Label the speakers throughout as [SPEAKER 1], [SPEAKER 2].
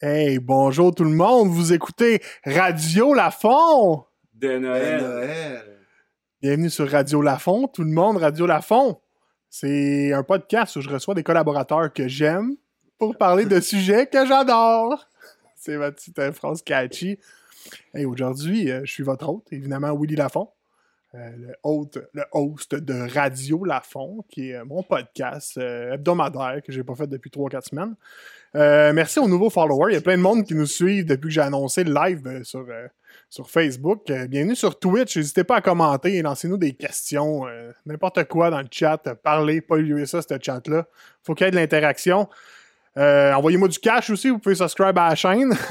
[SPEAKER 1] Hey, bonjour tout le monde, vous écoutez Radio Lafont.
[SPEAKER 2] De Noël.
[SPEAKER 1] Bienvenue sur Radio Lafont, tout le monde, Radio Lafont. C'est un podcast où je reçois des collaborateurs que j'aime pour parler de sujets que j'adore. C'est ma petite euh, phrase catchy. Et aujourd'hui, euh, je suis votre hôte, évidemment Willy Lafont, euh, le, hôte, le host de Radio Lafont, qui est euh, mon podcast euh, hebdomadaire que j'ai pas fait depuis 3-4 semaines. Euh, merci aux nouveaux followers. Il y a plein de monde qui nous suivent depuis que j'ai annoncé le live euh, sur, euh, sur Facebook. Euh, bienvenue sur Twitch. N'hésitez pas à commenter et lancez-nous des questions. euh, N'importe quoi dans le chat. Euh, Parlez, pas lui ça, ce chat-là. faut qu'il y ait de l'interaction. Euh, Envoyez-moi du cash aussi, vous pouvez subscribe à la chaîne.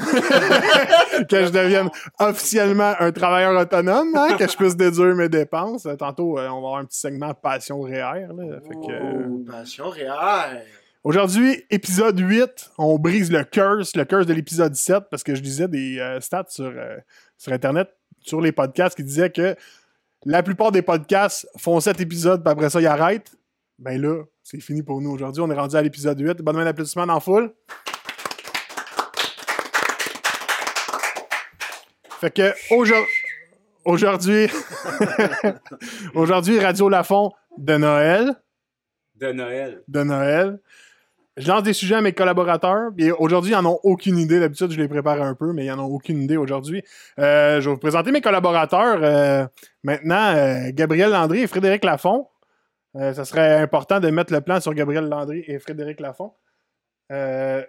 [SPEAKER 1] que je devienne officiellement un travailleur autonome, hein, que je puisse déduire mes dépenses. Euh, Tantôt, euh, on va avoir un petit segment passion réelle. là. Fait que, euh,
[SPEAKER 3] Oh, Passion réelle.
[SPEAKER 1] Aujourd'hui, épisode 8, on brise le curse, le curse de l'épisode 7, parce que je disais des euh, stats sur, euh, sur Internet, sur les podcasts, qui disaient que la plupart des podcasts font 7 épisodes, puis après ça, ils arrêtent. Ben là, c'est fini pour nous aujourd'hui. On est rendu à l'épisode 8. Bonne main d'applaudissements en foule. Fait que aujourd- aujourd'hui, aujourd'hui, Radio Lafont de Noël
[SPEAKER 2] De Noël.
[SPEAKER 1] de Noël. Je lance des sujets à mes collaborateurs. Et aujourd'hui, ils n'en ont aucune idée. D'habitude, je les prépare un peu, mais ils n'en ont aucune idée aujourd'hui. Euh, je vais vous présenter mes collaborateurs. Euh, maintenant, euh, Gabriel Landry et Frédéric Lafont. Euh, ça serait important de mettre le plan sur Gabriel Landry et Frédéric Lafont. Euh,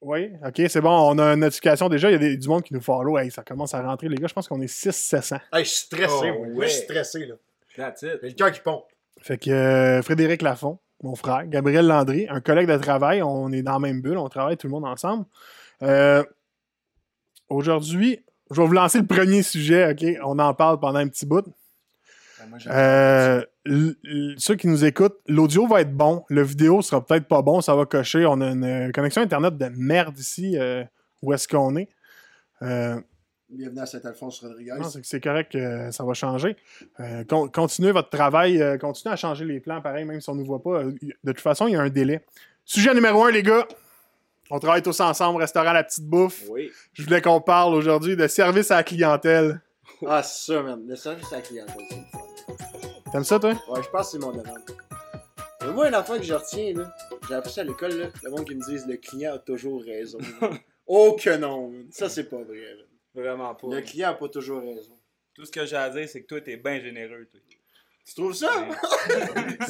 [SPEAKER 1] oui, OK, c'est bon. On a une notification déjà. Il y a des- du monde qui nous follow. Hey, ça commence à rentrer, les gars. Je pense qu'on est 6-700.
[SPEAKER 3] Hey, je suis stressé,
[SPEAKER 2] Oh,
[SPEAKER 3] moi. Moi, Je suis
[SPEAKER 2] ouais.
[SPEAKER 3] stressé, là.
[SPEAKER 2] That's it.
[SPEAKER 3] J'ai le cœur qui pompe.
[SPEAKER 1] Fait que euh, Frédéric Lafont, mon frère, Gabriel Landry, un collègue de travail, on est dans la même bulle, on travaille tout le monde ensemble. Euh, Aujourd'hui, je vais vous lancer le premier sujet, OK? On en parle pendant un petit bout.
[SPEAKER 3] Ah,
[SPEAKER 1] Euh, l- l- ceux qui nous écoutent, l'audio va être bon, le vidéo sera peut-être pas bon, ça va cocher. On a une euh, connexion Internet de merde ici, euh, où est-ce qu'on est. Euh,
[SPEAKER 3] Bienvenue à Saint-Alphonse Rodriguez.
[SPEAKER 1] non, Ah, c'est c'est correct, euh, ça va changer. Euh, con- continuez votre travail, euh, continuez à changer les plans, pareil, même si on ne nous voit pas. euh, y- de toute façon, il y a un délai. Sujet numéro un, les gars. On travaille tous ensemble, restaurant La Petite Bouffe.
[SPEAKER 2] Oui.
[SPEAKER 1] Je voulais qu'on parle aujourd'hui de service à la clientèle.
[SPEAKER 3] Ah, c'est ça, man. Le service à la clientèle, c'est le fun.
[SPEAKER 1] T'aimes ça, toi?
[SPEAKER 3] Ouais, je pense que c'est mon demande. Mais moi, une affaire que je retiens, là, j'ai appris ça à l'école, là, le monde qui me disent le client a toujours raison. oh que non, man. Ça, c'est pas vrai, man.
[SPEAKER 2] Vraiment pas.
[SPEAKER 3] Le client a pas toujours raison.
[SPEAKER 2] Tout ce que j'ai à dire, c'est que toi, t'es bien généreux. Toi.
[SPEAKER 3] Tu trouves ça?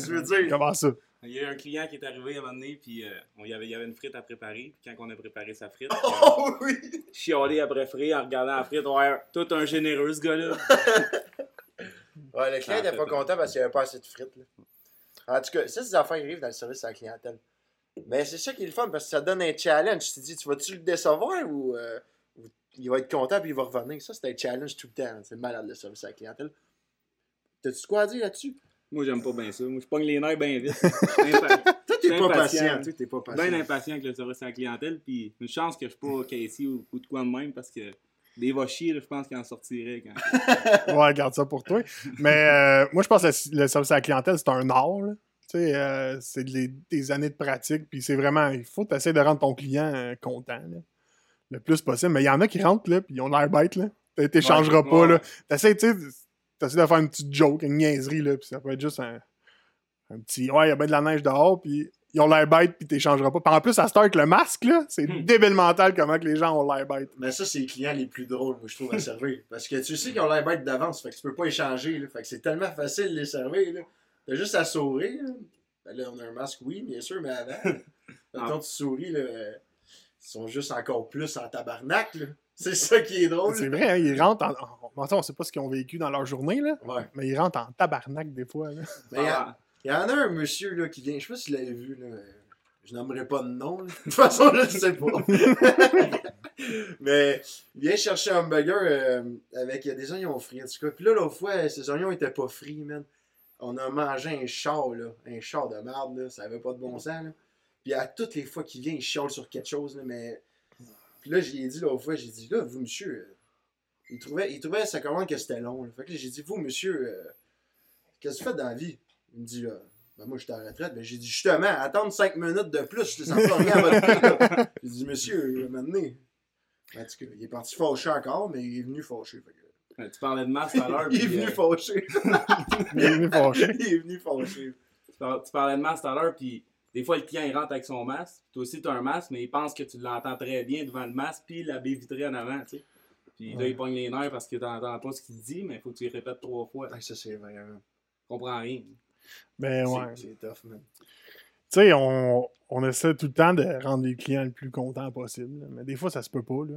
[SPEAKER 3] tu veux dire?
[SPEAKER 1] Comment ça?
[SPEAKER 2] Il y a eu un client qui est arrivé à un moment donné, puis euh, on y avait- il y avait une frite à préparer. Puis quand on a préparé sa frite, euh,
[SPEAKER 3] Oh oui!
[SPEAKER 2] chiolé après frire en regardant la frite, ouais, tout un généreux ce gars-là.
[SPEAKER 3] Ouais, le client
[SPEAKER 2] Ah,
[SPEAKER 3] n'était
[SPEAKER 2] fait
[SPEAKER 3] pas
[SPEAKER 2] pas.
[SPEAKER 3] content parce qu'il n'y avait pas assez de frites. là. En tout cas, ça, ces affaires arrivent dans le service à la clientèle. Mais c'est ça qui est le fun parce que ça donne un challenge. Tu te dis, tu vas-tu le décevoir ou, euh, ou il va être content puis il va revenir? Ça, c'est un challenge tout le temps. C'est malade le service à la clientèle. T'as-tu de quoi à dire là-dessus?
[SPEAKER 2] Moi, j'aime pas bien ça. Moi, je pogne les nerfs bien vite. Impa-
[SPEAKER 3] Toi,
[SPEAKER 2] T'es
[SPEAKER 3] t'es pas
[SPEAKER 2] impatient.
[SPEAKER 3] patient. Toi, t'es pas patient.
[SPEAKER 2] bien impatient avec le service à la clientèle. Puis une chance que je suis pas caissier ou, ou de quoi de même, parce que des va chier, là, je pense qu'il en sortirait. Quand...
[SPEAKER 1] Ouais, garde ça pour toi. Mais euh, moi, je pense que le service à la clientèle, c'est un art. là. Tu sais, euh, c'est des, des années de pratique. Puis c'est vraiment, il faut essayer de rendre ton client euh, content là, le plus possible. Mais il y en a qui rentrent, là, puis ils ont l'air bêtes. là. T'é- T'échangeras
[SPEAKER 2] Ouais,
[SPEAKER 1] pas.
[SPEAKER 2] ouais.
[SPEAKER 1] là. T'essaies, tu sais, t'essaies de faire une petite joke, une niaiserie. Là, puis ça peut être juste un, un petit. Ouais, il y a bien de la neige dehors. Puis ils ont l'air bêtes, puis t'échangeras pas. Puis en plus, à cette heure avec le masque, là, c'est
[SPEAKER 2] Hmm.
[SPEAKER 1] débile mental comment que les gens ont l'air bêtes.
[SPEAKER 3] Mais ça, c'est les clients les plus drôles, moi, je trouve, à servir. Parce que tu sais qu'ils ont l'air bêtes d'avance, fait que tu peux pas échanger, là. Fait que c'est tellement facile de les servir, là. T'as juste à sourire, là. Ben là, on a un masque, oui, bien sûr, mais avant, là, quand tu souris, là, euh, ils sont juste encore plus en tabarnak, là. C'est ça qui est
[SPEAKER 2] Oh,
[SPEAKER 3] drôle.
[SPEAKER 1] C'est vrai, hein, ils rentrent en. en- en- on sait pas ce qu'ils ont vécu dans leur journée, là.
[SPEAKER 3] Ouais.
[SPEAKER 1] Mais il rentre en tabarnak des fois. là.
[SPEAKER 3] Mais il y, a-
[SPEAKER 2] Ah,
[SPEAKER 3] il y en a un monsieur, là, qui vient, je sais pas si vous l'avez vu, là. euh, Je nommerai pas de nom, là. De toute façon, je le sais pas. Mais il vient chercher un burger euh, avec euh, des oignons frits, en tout cas. Puis là, l'autre fois, euh, ces oignons étaient pas frits, man. On a mangé un char, là. Un char de merde, là. Ça avait pas de bon sens, là. Puis à toutes les fois qu'il vient, il chiale sur quelque chose, là, mais... Puis là, j'ai dit l'autre fois, j'ai dit, là, vous, monsieur... euh, Il trouvait, il trouvait sa commande que c'était long, là. Fait que là, j'ai dit, vous, monsieur, euh, qu'est-ce que vous faites dans la vie? Il me dit, là, Ben, moi, j'étais en retraite. Ben, j'ai dit, justement, attendre 5 minutes de plus, ça ne rien à votre prix, là. J'ai dit, monsieur, euh, m'amener. Ben, En tout cas, il est parti fauché encore, mais il est venu fauché. fait que-
[SPEAKER 2] Ouais, Tu parlais de masse tout à l'heure.
[SPEAKER 3] Il est
[SPEAKER 2] puis,
[SPEAKER 3] venu
[SPEAKER 2] euh,
[SPEAKER 3] fauché.
[SPEAKER 1] Il est venu fâché.
[SPEAKER 3] Il est venu fauché.
[SPEAKER 2] tu par- tu parlais de masque tout à l'heure, puis des fois, le client, il rentre avec son masque. Toi aussi, tu as un masque, mais il pense que tu l'entends très bien devant le masque, puis la baie vitrée en avant, tu sais. Puis là,
[SPEAKER 3] Ouais.
[SPEAKER 2] il pogne les nerfs parce que t'entends pas ce qu'il dit, mais il faut que tu le répètes trois fois. Tu
[SPEAKER 3] Ah, ça, c'est vraiment.
[SPEAKER 2] comprends rien.
[SPEAKER 1] Ben ouais.
[SPEAKER 3] C'est c'est tough, man.
[SPEAKER 1] Tu sais, on, on essaie tout le temps de rendre les clients le plus contents possible. là, Mais des fois, ça se peut pas. Là.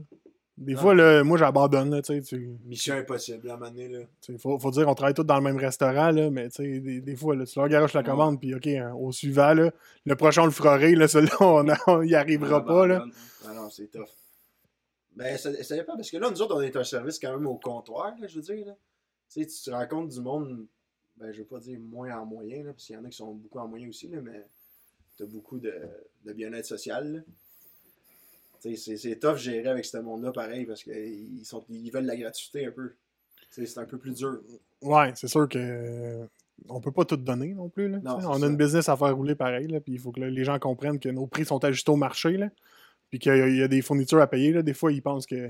[SPEAKER 1] Des
[SPEAKER 3] Ah.
[SPEAKER 1] fois, là, moi, j'abandonne. là, Tu sais, tu-
[SPEAKER 3] Mission impossible, à un moment donné, là.
[SPEAKER 1] tu sais, faut, faut dire qu'on travaille tous dans le même restaurant, là, mais tu sais, des, des fois, là, tu leur garoches la
[SPEAKER 2] Ouais.
[SPEAKER 1] commande, puis OK, hein, au suivant, là, le prochain, on le ferait, là, celui-là, on a- on y arrivera pas. Là.
[SPEAKER 3] Ah non, c'est tough. Ben, ça, ça dépend, parce que là, nous autres, on est un service quand même au comptoir, là, je veux dire. Là. Tu sais, tu te rencontres du monde, ben, je veux pas dire moins en moyen, là, parce qu'il y en a qui sont beaucoup en moyen aussi, là, mais t'as beaucoup de, de bien-être social. là. Tu sais, c'est- c'est tough gérer avec ce monde-là, pareil, parce qu'ils sont ils veulent la gratuité un peu. Tu sais, C'est un peu plus dur.
[SPEAKER 1] Ouais, c'est sûr que euh, on peut pas tout donner non plus. Là,
[SPEAKER 3] Non,
[SPEAKER 1] Tu sais,
[SPEAKER 3] c'est
[SPEAKER 1] on a
[SPEAKER 3] ça.
[SPEAKER 1] une business à faire rouler pareil, là, puis il faut que là, les gens comprennent que nos prix sont ajustés au marché, là, puis qu'il y, a- il y a des fournitures à payer. Là. Des fois, ils pensent que,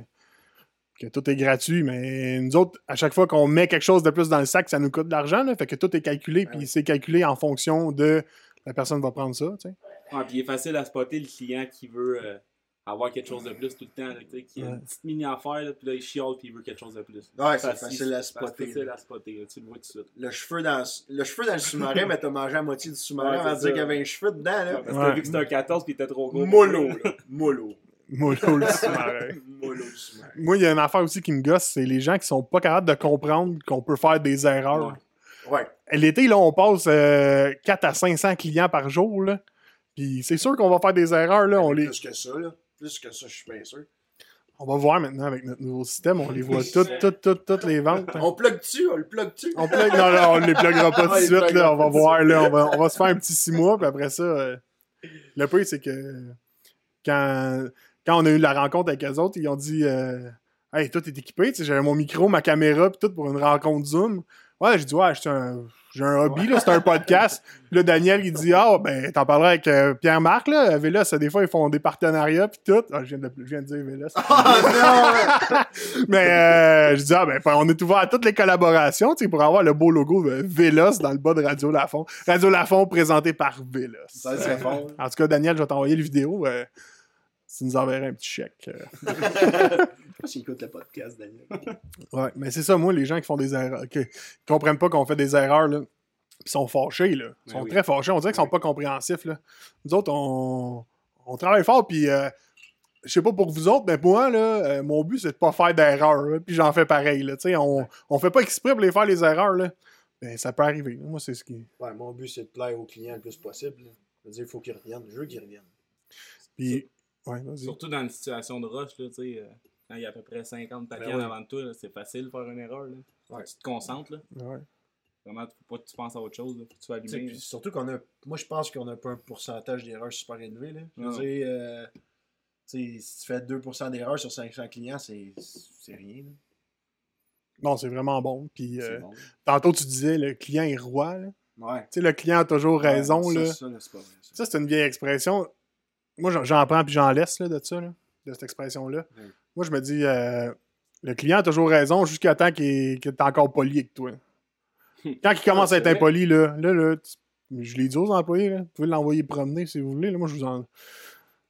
[SPEAKER 1] que tout est gratuit, mais nous autres, à chaque fois qu'on met quelque chose de plus dans le sac, ça nous coûte de l'argent, là, fait que tout est calculé,
[SPEAKER 3] Ah
[SPEAKER 1] puis
[SPEAKER 3] oui.
[SPEAKER 1] c'est calculé en fonction de la personne va prendre ça, tu sais.
[SPEAKER 2] Ouais, puis il est facile à spotter le client qui veut euh, avoir quelque chose de plus tout le temps, là, tu sais, qui a
[SPEAKER 1] Ouais.
[SPEAKER 2] une petite mini-affaire, là, puis là, il chiale, puis il veut quelque chose de plus.
[SPEAKER 3] Ouais, c'est facile à
[SPEAKER 2] C'est
[SPEAKER 3] spotter.
[SPEAKER 2] facile
[SPEAKER 3] là.
[SPEAKER 2] à spotter, là, tu le vois tout de suite.
[SPEAKER 3] Le cheveu dans le cheveu dans le sous-marin, mais t'as mangé à moitié du sous-marin
[SPEAKER 2] Ouais,
[SPEAKER 3] avant de
[SPEAKER 2] c'est
[SPEAKER 3] dire
[SPEAKER 2] ça.
[SPEAKER 3] qu'il y avait un cheveu dedans, là.
[SPEAKER 2] Ouais, parce que t'as
[SPEAKER 1] Ouais.
[SPEAKER 2] vu que c'était un 14, puis il était trop gros.
[SPEAKER 3] Mollo, là. Mollo.
[SPEAKER 1] Mollo le sous-marin.
[SPEAKER 3] Mollo le sous-marin.
[SPEAKER 1] Moi, il y a une affaire aussi qui me gosse, c'est les gens qui sont pas capables de comprendre qu'on peut faire des erreurs.
[SPEAKER 3] Ouais.
[SPEAKER 1] L'été, là, on passe euh, 4 à 500 clients par jour, là. Puis c'est sûr qu'on va faire des erreurs, là. On, les...
[SPEAKER 3] Plus que ça, là. Plus que ça, je suis pas sûr.
[SPEAKER 1] on va voir maintenant avec notre nouveau système, on les voit toutes, toutes, toutes, toutes les ventes.
[SPEAKER 3] On plug tu on le plug tu
[SPEAKER 1] On plug- Non, non, on ne les pluggera pas
[SPEAKER 3] Ah,
[SPEAKER 1] tout de
[SPEAKER 3] les
[SPEAKER 1] suite, là.
[SPEAKER 3] pluggera
[SPEAKER 1] On va
[SPEAKER 3] pas tout de
[SPEAKER 1] voir, là. On va, on va se faire un petit 6 mois, puis après ça... euh, Le pire, c'est que quand... quand on a eu la rencontre avec eux autres, ils ont dit... euh, Hey, toi, t'es équipé, tu sais, j'avais mon micro, ma caméra, puis tout pour une rencontre Zoom. Ouais, j'ai dit, ouais, j'ai un, j'ai un hobby, là, c'est un podcast. Puis là, Daniel, il dit, ah, ben, t'en parleras avec euh, Pierre-Marc, là, Vélos, des fois, ils font des partenariats, puis tout. Ah, je, viens de, je viens de dire Vélos. Mais euh, je dis, ah, ben, on est ouvert à toutes les collaborations, tu sais, pour avoir le beau logo euh, Vélos dans le bas de Radio Lafont. Radio Lafont présenté par Vélos.
[SPEAKER 3] Ça, c'est fort.
[SPEAKER 1] En tout cas, Daniel, je vais t'envoyer le vidéo. euh, tu nous enverras un petit chèque. euh.
[SPEAKER 3] Je sais pas s'il écoute le podcast, Daniel.
[SPEAKER 1] Ouais, mais c'est ça, moi, les gens qui font des erreurs, euh, qui comprennent pas qu'on fait des erreurs, là, ils sont fâchés, là. Ils
[SPEAKER 2] Ben
[SPEAKER 1] sont
[SPEAKER 2] oui.
[SPEAKER 1] très fâchés. On dirait qu'ils sont
[SPEAKER 2] Oui.
[SPEAKER 1] pas compréhensifs, là. Nous autres, on, on travaille fort, puis euh, je sais pas pour vous autres, mais pour moi, là, euh, mon but, c'est de pas faire d'erreurs, là, puis j'en fais pareil, là. Tu sais, on, on fait pas exprès pour les faire, les erreurs, là. Ben, ça peut arriver. Moi, c'est ce qui...
[SPEAKER 3] Ouais, mon but, c'est de plaire au client le plus possible. là. Je veux dire, il faut qu'il revienne. Je veux qu'il revienne.
[SPEAKER 1] Puis... Ouais,
[SPEAKER 3] Mm.
[SPEAKER 1] vas-y.
[SPEAKER 2] Surtout dans une situation de rush, là, tu sais, euh, quand il y a à peu près 50 paquets
[SPEAKER 3] Ben ouais.
[SPEAKER 2] en avant de toi, là, c'est facile de faire une erreur. Là.
[SPEAKER 3] Ouais.
[SPEAKER 2] Tu te concentres, là.
[SPEAKER 1] Ouais.
[SPEAKER 2] Vraiment, tu- faut pas que tu penses à autre chose, là. Faut que tu sois
[SPEAKER 3] Tu sais,
[SPEAKER 2] allumé.
[SPEAKER 3] puis surtout qu'on a. Moi, je pense qu'on a pas un pourcentage d'erreurs super élevé. Là. Je veux
[SPEAKER 2] Non.
[SPEAKER 3] dire, euh, tu sais, si tu fais 2% d'erreurs sur 500 clients, c'est c'est rien. là.
[SPEAKER 1] Non, c'est vraiment bon. Puis, euh,
[SPEAKER 3] C'est bon.
[SPEAKER 1] tantôt, tu disais, le client est roi, là.
[SPEAKER 3] Ouais.
[SPEAKER 1] Tu sais, le client a toujours raison,
[SPEAKER 3] Ouais,
[SPEAKER 1] là.
[SPEAKER 3] Ça, ça, là, c'est pas vrai. ça.
[SPEAKER 1] Ça, c'est une vieille expression. Moi, j'en- j'en prends puis j'en laisse là, de ça, là, de cette expression-là.
[SPEAKER 3] Mm.
[SPEAKER 1] Moi, je me dis, euh, le client a toujours raison jusqu'à temps qu'il qu'il est encore poli avec toi. Quand il commence à
[SPEAKER 3] c'est
[SPEAKER 1] être
[SPEAKER 3] vrai.
[SPEAKER 1] impoli, là, là, là, tu- je l'ai dit aux employés, là, vous pouvez l'envoyer promener si vous voulez. là, moi, je vous en. Tu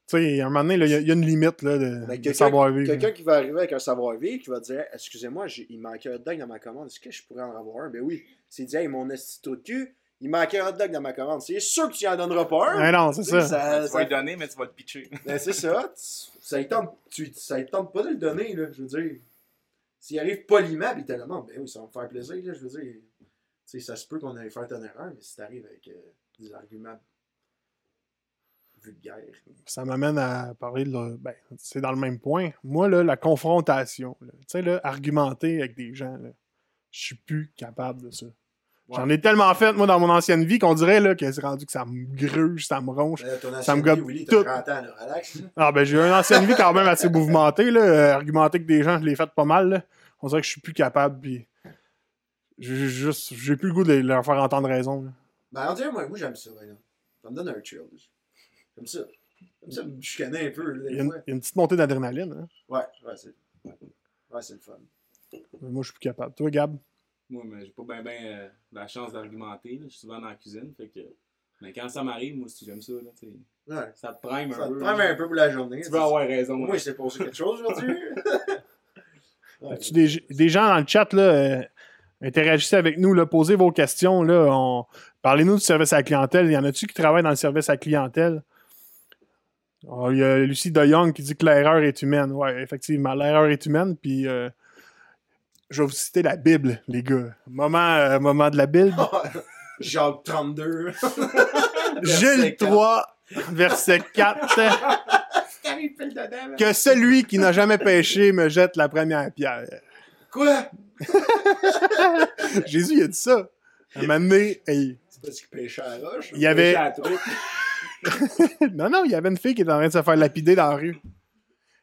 [SPEAKER 1] sais, à un moment donné, là, il y, a- il y a une limite là, de,
[SPEAKER 3] Ben,
[SPEAKER 1] de
[SPEAKER 3] quelqu'un-
[SPEAKER 1] savoir-vivre.
[SPEAKER 3] Quelqu'un qui va arriver avec un savoir-vivre, qui va dire Excusez-moi, j'ai- il manquait un hot dog dans ma commande, est-ce que je pourrais en avoir un Ben oui. C'est dit Hey, mon esti de cul, il manquait un hot dog dans ma commande. C'est sûr que tu en donneras pas un.
[SPEAKER 1] Ouais, Ben non, c'est
[SPEAKER 3] Tu
[SPEAKER 1] ça.
[SPEAKER 3] sais,
[SPEAKER 2] Ouais, tu
[SPEAKER 3] ça-
[SPEAKER 2] vas
[SPEAKER 3] Euh, ça-
[SPEAKER 2] le donner, mais tu vas le pitcher.
[SPEAKER 3] Ben, c'est ça. tu- Ça ne tente, tu- ça lui tente pas de le donner, là, je veux dire. S'il arrive poliment, puis il te le demande, ben oui, ça va me faire plaisir, là, je veux dire. Tu sais, ça se peut qu'on aille faire ton erreur, mais si t'arrives avec euh, des arguments vulgaires.
[SPEAKER 1] ça m'amène à parler de. le- Ben, c'est dans le même point. Moi, là, la confrontation, là, tu sais, là, argumenter avec des gens, là, je suis plus capable de ça. J'en ai tellement fait, moi, dans mon ancienne vie, qu'on dirait là, que c'est rendu que ça me gruge, ça me ronge.
[SPEAKER 3] Là, Ben, ton
[SPEAKER 1] Ça me
[SPEAKER 3] ancienne
[SPEAKER 1] gobe
[SPEAKER 3] vie, Willy,
[SPEAKER 1] tout.
[SPEAKER 3] t'as 30 ans, là, relax. là.
[SPEAKER 1] Ah, ben, j'ai eu une ancienne vie quand même assez mouvementée, là. euh, Argumenter avec des gens, je l'ai fait pas mal, là. On dirait que je suis plus capable, puis. J'ai juste. J'ai plus le goût de leur faire entendre raison, là.
[SPEAKER 3] Ben, en tout cas, moi, moi, j'aime ça, par exemple. Ça me donne un chill. Comme ça. Comme ça, je connais un peu.
[SPEAKER 1] Il
[SPEAKER 3] Là,
[SPEAKER 1] y a une,
[SPEAKER 3] ouais.
[SPEAKER 1] il y a une petite montée d'adrénaline. hein.
[SPEAKER 3] ouais, ouais, c'est. Ouais, Ouais, c'est le fun.
[SPEAKER 1] Moi, je suis plus capable. Toi, Gab,
[SPEAKER 2] Moi, mais j'ai pas bien euh, la chance d'argumenter. là. Je suis souvent dans la cuisine. Fait que... Mais quand ça m'arrive, moi aussi, j'aime ça. Là, tu sais.
[SPEAKER 3] Ouais.
[SPEAKER 2] ça te prime un
[SPEAKER 3] Ça te
[SPEAKER 2] peu.
[SPEAKER 3] prend
[SPEAKER 2] là.
[SPEAKER 3] un peu pour la journée.
[SPEAKER 2] Tu veux avoir raison.
[SPEAKER 3] Moi,
[SPEAKER 2] hein.
[SPEAKER 3] il s'est passé quelque chose aujourd'hui. Ouais.
[SPEAKER 1] as-tu des, des gens dans le chat, là, euh, interagissez avec nous, là, posez vos questions. Là, on- Parlez-nous du service à la clientèle. Y en a-tu qui travaillent dans le service à la clientèle? Oh, Il y a Lucie de Jong qui dit que l'erreur est humaine. Ouais, effectivement, l'erreur est humaine. Puis, euh, je vais vous citer la Bible, les gars. Moment, euh, moment de la Bible.
[SPEAKER 3] Jacques 32.
[SPEAKER 1] Gilles 3, verset 4.
[SPEAKER 3] T'arrives pile dedans, là.
[SPEAKER 1] Que celui qui n'a jamais péché me jette la première pierre.
[SPEAKER 3] Quoi?
[SPEAKER 1] Jésus, il a dit ça. À un moment donné, hey,
[SPEAKER 3] C'est parce qu'il pêchait à la roche.
[SPEAKER 1] il y avait.
[SPEAKER 2] J'ai la troupe.
[SPEAKER 1] Non, non, il y avait une fille qui était en train de se faire lapider dans la rue.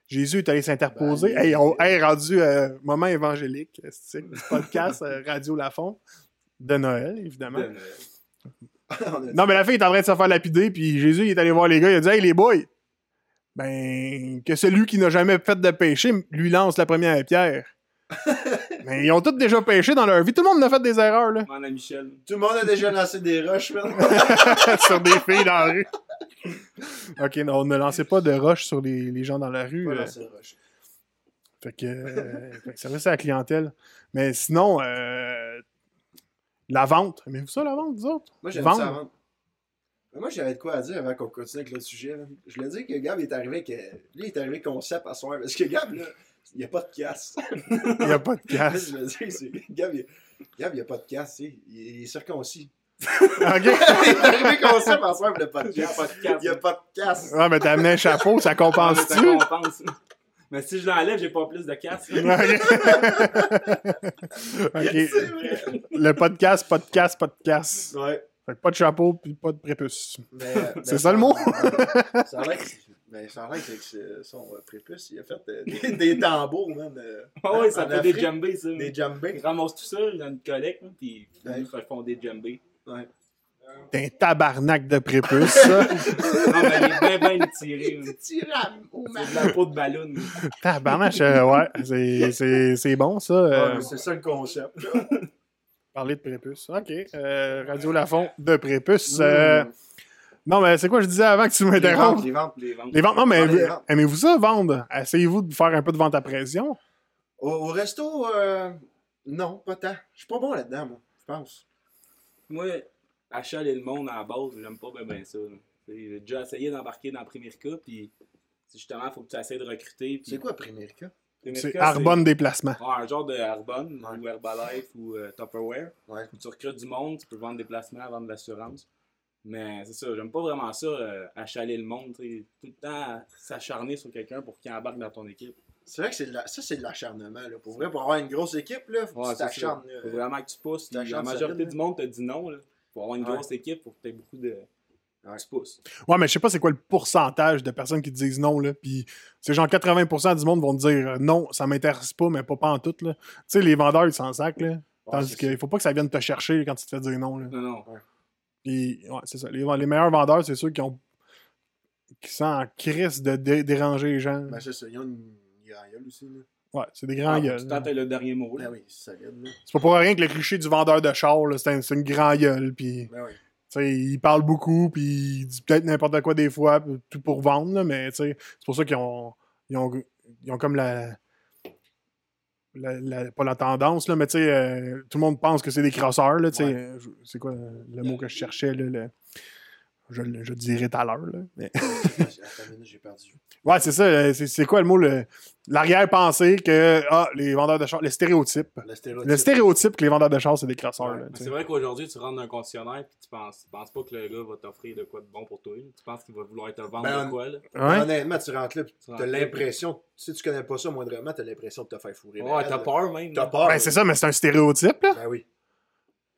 [SPEAKER 1] Jésus est allé s'interposer.
[SPEAKER 3] Ben,
[SPEAKER 1] hey, on hey, rendu euh, moment évangélique, c'est du podcast euh, Radio Lafont de Noël, évidemment.
[SPEAKER 2] Euh,
[SPEAKER 3] hein? On a dit,
[SPEAKER 1] Non, mais la fille est en train de se faire lapider, puis Jésus il est allé voir les gars, il a dit Hey les boys, ben que celui qui n'a jamais fait de péché lui lance la première pierre. Mais ils ont tous déjà péché dans leur vie. Tout le monde a fait des erreurs là,
[SPEAKER 2] Demande à Michel.
[SPEAKER 3] Tout le monde a déjà lancé des roches, man.
[SPEAKER 1] sur des filles dans la rue. ok, non, ne lancez pas de roches sur les, les gens dans la rue.
[SPEAKER 3] Pas
[SPEAKER 1] euh,
[SPEAKER 3] lancé de roches.
[SPEAKER 1] Fait que, euh, fait que service à la clientèle. Mais sinon, euh, la vente. Aimez-vous ça, la vente, vous autres?
[SPEAKER 3] Moi, j'aime
[SPEAKER 1] Vendre.
[SPEAKER 3] ça avant. Mais moi, j'avais de quoi à dire avant qu'on continue avec le sujet. là. Je voulais dire que Gab est arrivé que. Lui, il est arrivé concept à soir. Parce que Gab, là, il n'y a pas de casse.
[SPEAKER 1] Il n'y a pas de casse.
[SPEAKER 3] je veux dire, c'est. Gab, il Gab, il y a pas de casse, tu sais. Il il est circoncis.
[SPEAKER 1] OK?
[SPEAKER 3] il est arrivé concept à soir pour le
[SPEAKER 2] J'ai un
[SPEAKER 3] podcast.
[SPEAKER 2] podcast.
[SPEAKER 3] Il n'y a pas de casse.
[SPEAKER 1] Ah, mais t'as amené un chapeau, ça
[SPEAKER 2] Ça
[SPEAKER 1] compense-tu?
[SPEAKER 2] compense. Mais si je l'enlève, j'ai pas plus de casse.
[SPEAKER 1] OK.
[SPEAKER 3] C'est
[SPEAKER 1] OK.
[SPEAKER 3] vrai.
[SPEAKER 1] Le podcast, podcast, podcast.
[SPEAKER 3] Ouais.
[SPEAKER 1] Fait que pas de chapeau puis pas de prépuce.
[SPEAKER 3] Mais, euh,
[SPEAKER 1] C'est
[SPEAKER 3] mais
[SPEAKER 1] ça le mot?
[SPEAKER 3] Ça a l'air que, mais ça a l'air que c'est- son euh, prépuce, il a fait euh, des, des tambours, man. euh,
[SPEAKER 2] Ah ouais, ça
[SPEAKER 3] en
[SPEAKER 2] fait des
[SPEAKER 3] Afrique,
[SPEAKER 2] djembés, ça.
[SPEAKER 3] Des
[SPEAKER 2] Ils
[SPEAKER 3] djembés.
[SPEAKER 2] ramassent tout ça dans une collecte, hein, puis
[SPEAKER 3] Ouais.
[SPEAKER 2] ils font des djembés.
[SPEAKER 3] Ouais.
[SPEAKER 1] T'es un tabarnak de prépuce, ça.
[SPEAKER 2] Non, mais elle est bien, bien tirée. hein.
[SPEAKER 3] tiré au
[SPEAKER 2] C'est de la peau de ballon. hein,
[SPEAKER 1] Tabarnak, euh, ouais. c'est- C'est c'est bon, ça. euh,
[SPEAKER 3] c'est ça le concept.
[SPEAKER 1] parler de prépuce. OK. euh, Radio Lafont de
[SPEAKER 3] Mm.
[SPEAKER 1] prépuce. euh, Non, mais c'est quoi je disais avant que tu
[SPEAKER 3] les
[SPEAKER 1] m'interrompes?
[SPEAKER 3] ventes, les ventes.
[SPEAKER 2] Les ventes.
[SPEAKER 1] Les ventes, non, mais
[SPEAKER 3] Ah, les
[SPEAKER 1] euh,
[SPEAKER 3] ventes.
[SPEAKER 1] aimez-vous ça, vendre? Essayez-vous de faire un peu de vente à pression.
[SPEAKER 3] Au, au resto, euh, non, pas tant. Je suis pas bon là-dedans, moi, je pense.
[SPEAKER 2] Moi, achaler le monde à la base, j'aime pas bien ben ça. là. T'sais, J'ai déjà essayé d'embarquer dans Premier Cas, puis c'est justement, faut que tu essaies de recruter. puis-
[SPEAKER 3] C'est quoi Primerica?
[SPEAKER 2] Premier
[SPEAKER 1] C'est
[SPEAKER 2] Cas,
[SPEAKER 1] Arbonne Déplacement.
[SPEAKER 2] Ah, un genre de Arbonne,
[SPEAKER 3] Ouais.
[SPEAKER 2] ou Herbalife, ou euh, Tupperware.
[SPEAKER 3] Ouais.
[SPEAKER 2] Tu recrutes du monde, tu peux vendre des placements, vendre de l'assurance. Mais c'est ça, j'aime pas vraiment ça, euh, achaler le monde, t'sais, tout le temps s'acharner sur quelqu'un pour qu'il embarque dans ton équipe.
[SPEAKER 3] C'est vrai que c'est de la- ça, c'est de l'acharnement. là. Pour vrai, pour avoir une grosse équipe, là, faut
[SPEAKER 2] Ouais,
[SPEAKER 3] que
[SPEAKER 2] c'est
[SPEAKER 3] tu t'acharnes. euh, là.
[SPEAKER 2] Faut vraiment que tu pousses.
[SPEAKER 3] La
[SPEAKER 2] puis La
[SPEAKER 3] chance, ça
[SPEAKER 2] majorité
[SPEAKER 3] donne,
[SPEAKER 2] du monde te dit non. Là. Faut avoir une
[SPEAKER 3] Ouais.
[SPEAKER 2] grosse équipe, faut que tu aies beaucoup de.
[SPEAKER 3] Ouais.
[SPEAKER 2] Tu pousses.
[SPEAKER 1] Ouais, mais je sais pas c'est quoi le pourcentage de personnes qui te disent non, là. Puis c'est genre 80% du monde vont te dire euh, non, ça m'intéresse pas, mais pas, pas en tout, là. Tu sais, les vendeurs, ils s'en sacent, là.
[SPEAKER 3] Ouais,
[SPEAKER 1] Tandis
[SPEAKER 3] c'est
[SPEAKER 1] qu'il faut pas que ça vienne te chercher quand tu te fais dire non, là.
[SPEAKER 2] Non, non.
[SPEAKER 1] Puis, ouais, c'est ça. Les, les meilleurs vendeurs, c'est ceux qui ont. qui sont en crise de dé- déranger les gens.
[SPEAKER 3] ça. Ben, c'est ça. Ils ont une une grande gueule aussi. Là.
[SPEAKER 1] ouais, c'est des
[SPEAKER 2] Ah,
[SPEAKER 1] grands
[SPEAKER 2] faut que
[SPEAKER 1] gueules.
[SPEAKER 2] tu
[SPEAKER 1] là.
[SPEAKER 2] tentes le dernier mot. là.
[SPEAKER 3] Ben oui, c'est solide. Là.
[SPEAKER 1] C'est pas pour rien que le cliché du vendeur de char, là, c'est un- c'est une grand gueule, puis
[SPEAKER 3] Ben oui.
[SPEAKER 1] tu sais, il parle beaucoup, puis il dit peut-être n'importe quoi des fois, puis tout pour vendre, là, mais tu sais, c'est pour ça qu'ils ont, ils ont, ils ont comme la, la- la- pas la tendance, là, mais tu sais, euh, tout le monde pense que c'est des crosseurs, là, tu sais,
[SPEAKER 3] Ouais.
[SPEAKER 1] euh, je- c'est quoi euh, le mot que je cherchais, là, le- je, le- je le dirai tout à l'heure, là, mais-
[SPEAKER 3] Attends une minute, j'ai perdu.
[SPEAKER 1] Ouais, c'est ça, euh, c'est c'est quoi le mot, le- l'arrière-pensée que, ah, les vendeurs de char, le stéréotype.
[SPEAKER 3] Le stéréotype.
[SPEAKER 1] Le stéréotype que les vendeurs de char, c'est des crosseurs,
[SPEAKER 3] Ouais,
[SPEAKER 1] là,
[SPEAKER 2] Mais
[SPEAKER 1] tu sais.
[SPEAKER 2] C'est vrai qu'aujourd'hui, tu rentres dans un concessionnaire et tu penses, tu penses pas que le gars va t'offrir de quoi de bon pour toi. là. Tu penses qu'il va vouloir te vendre
[SPEAKER 3] Ben,
[SPEAKER 2] de quoi. Là.
[SPEAKER 1] Ouais.
[SPEAKER 3] Honnêtement, tu rentres là, pis
[SPEAKER 2] Tu rentres
[SPEAKER 3] t'as
[SPEAKER 2] là.
[SPEAKER 3] l'impression, si tu connais pas ça moindrement, t'as l'impression de te faire fourrer.
[SPEAKER 2] Ouais,
[SPEAKER 3] Ben,
[SPEAKER 2] t'as
[SPEAKER 3] là,
[SPEAKER 2] peur même.
[SPEAKER 3] T'as
[SPEAKER 2] là.
[SPEAKER 3] peur.
[SPEAKER 1] Ben, c'est ça, mais c'est un stéréotype, là.
[SPEAKER 3] Ben oui.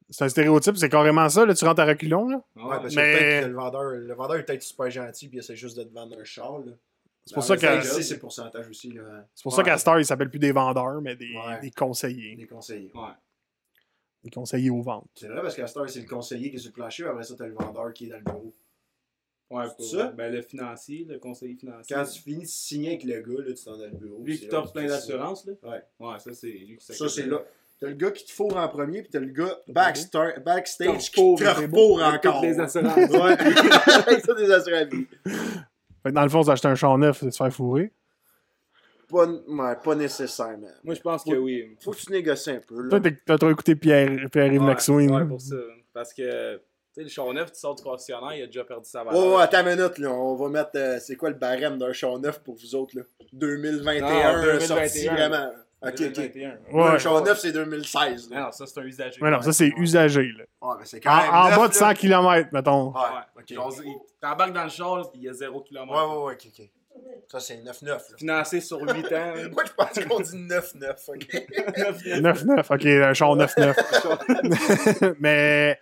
[SPEAKER 1] C'est un stéréotype, c'est carrément ça, là, tu rentres à reculons, là.
[SPEAKER 2] Ouais,
[SPEAKER 3] Ouais, parce
[SPEAKER 1] Mais-
[SPEAKER 3] que peut-être que le vendeur, le vendeur est peut-être super gentil, puis il essaie juste de te vendre un char. là.
[SPEAKER 1] C'est pour
[SPEAKER 3] Ben,
[SPEAKER 1] ça
[SPEAKER 3] mais
[SPEAKER 1] que-
[SPEAKER 3] existe, ces pourcentages aussi, là,
[SPEAKER 1] C'est pour
[SPEAKER 2] Ouais.
[SPEAKER 1] ça qu'à Star, ils s'appellent plus des vendeurs, mais des,
[SPEAKER 3] Ouais.
[SPEAKER 1] des conseillers.
[SPEAKER 3] des conseillers.
[SPEAKER 2] ouais.
[SPEAKER 1] Les conseillers aux ventes.
[SPEAKER 3] C'est vrai parce qu'à cette heure, c'est le conseiller qui est sur le plancher, après ça, t'as le vendeur qui est dans le bureau.
[SPEAKER 2] Ouais,
[SPEAKER 3] C'est
[SPEAKER 2] pour-
[SPEAKER 3] ça?
[SPEAKER 2] Ben, le financier, le conseiller financier.
[SPEAKER 3] Quand tu finis de signer avec le gars, là, tu t'en as le bureau.
[SPEAKER 2] Lui qui
[SPEAKER 3] c'est là
[SPEAKER 2] t'offre
[SPEAKER 3] que
[SPEAKER 2] plein
[SPEAKER 3] tu signes.
[SPEAKER 2] d'assurances, là.
[SPEAKER 3] Ouais.
[SPEAKER 2] Ouais, ça, c'est lui qui
[SPEAKER 3] Ça,
[SPEAKER 2] s'occupe
[SPEAKER 3] c'est
[SPEAKER 2] de-
[SPEAKER 3] là. T'as le gars qui te fourre en premier, puis t'as le gars
[SPEAKER 2] Mhm.
[SPEAKER 3] backstar- backstage qui
[SPEAKER 2] Carrefour,
[SPEAKER 3] te
[SPEAKER 2] c'est
[SPEAKER 3] refourre
[SPEAKER 2] Avec
[SPEAKER 3] encore.
[SPEAKER 2] toutes les assurances.
[SPEAKER 3] Ouais. Avec ça, des assurances à vie.
[SPEAKER 1] Fait que dans le fond, s'acheter un champ neuf, c'est se faire fourrer.
[SPEAKER 3] Pas, ouais, pas nécessairement.
[SPEAKER 2] Moi, je pense que oui.
[SPEAKER 3] Faut que tu négocies un peu. Là.
[SPEAKER 1] Toi, t'es- t'as trop écouté Pierre, Pierre-Yves
[SPEAKER 2] Ouais,
[SPEAKER 1] Maxwell.
[SPEAKER 2] ouais, pour ça. Parce que, tu sais, le show neuf, tu sors du concessionnaire, il a déjà perdu sa valeur.
[SPEAKER 3] Ouais, ouais, attends une minute, là. On va mettre. euh, c'est quoi le barème d'un show neuf pour vous autres, là 2021,
[SPEAKER 2] Non, 2021.
[SPEAKER 3] sorti vraiment. Ok, ok.
[SPEAKER 2] 2021.
[SPEAKER 1] Ouais.
[SPEAKER 3] Un show neuf, c'est 2016.
[SPEAKER 2] Non,
[SPEAKER 3] Là.
[SPEAKER 2] non, ça, c'est un usager.
[SPEAKER 1] Mais non, ça, c'est usagé. là.
[SPEAKER 3] Ouais, mais c'est quand même.
[SPEAKER 1] En, en
[SPEAKER 3] neuf,
[SPEAKER 1] bas de
[SPEAKER 3] là.
[SPEAKER 1] 100 km, mettons.
[SPEAKER 3] Ouais,
[SPEAKER 2] Ouais.
[SPEAKER 3] ok.
[SPEAKER 2] On dit, T'embarques dans le char, il y a 0 km.
[SPEAKER 3] Ouais, ouais, ouais, ok, ok. Ça, c'est 9-9, là.
[SPEAKER 2] Financé sur 8 ans.
[SPEAKER 3] Moi, je pense qu'on dit 9-9, ok? Ah,
[SPEAKER 1] 9-9, ok, un champ 9-9. Mais, tu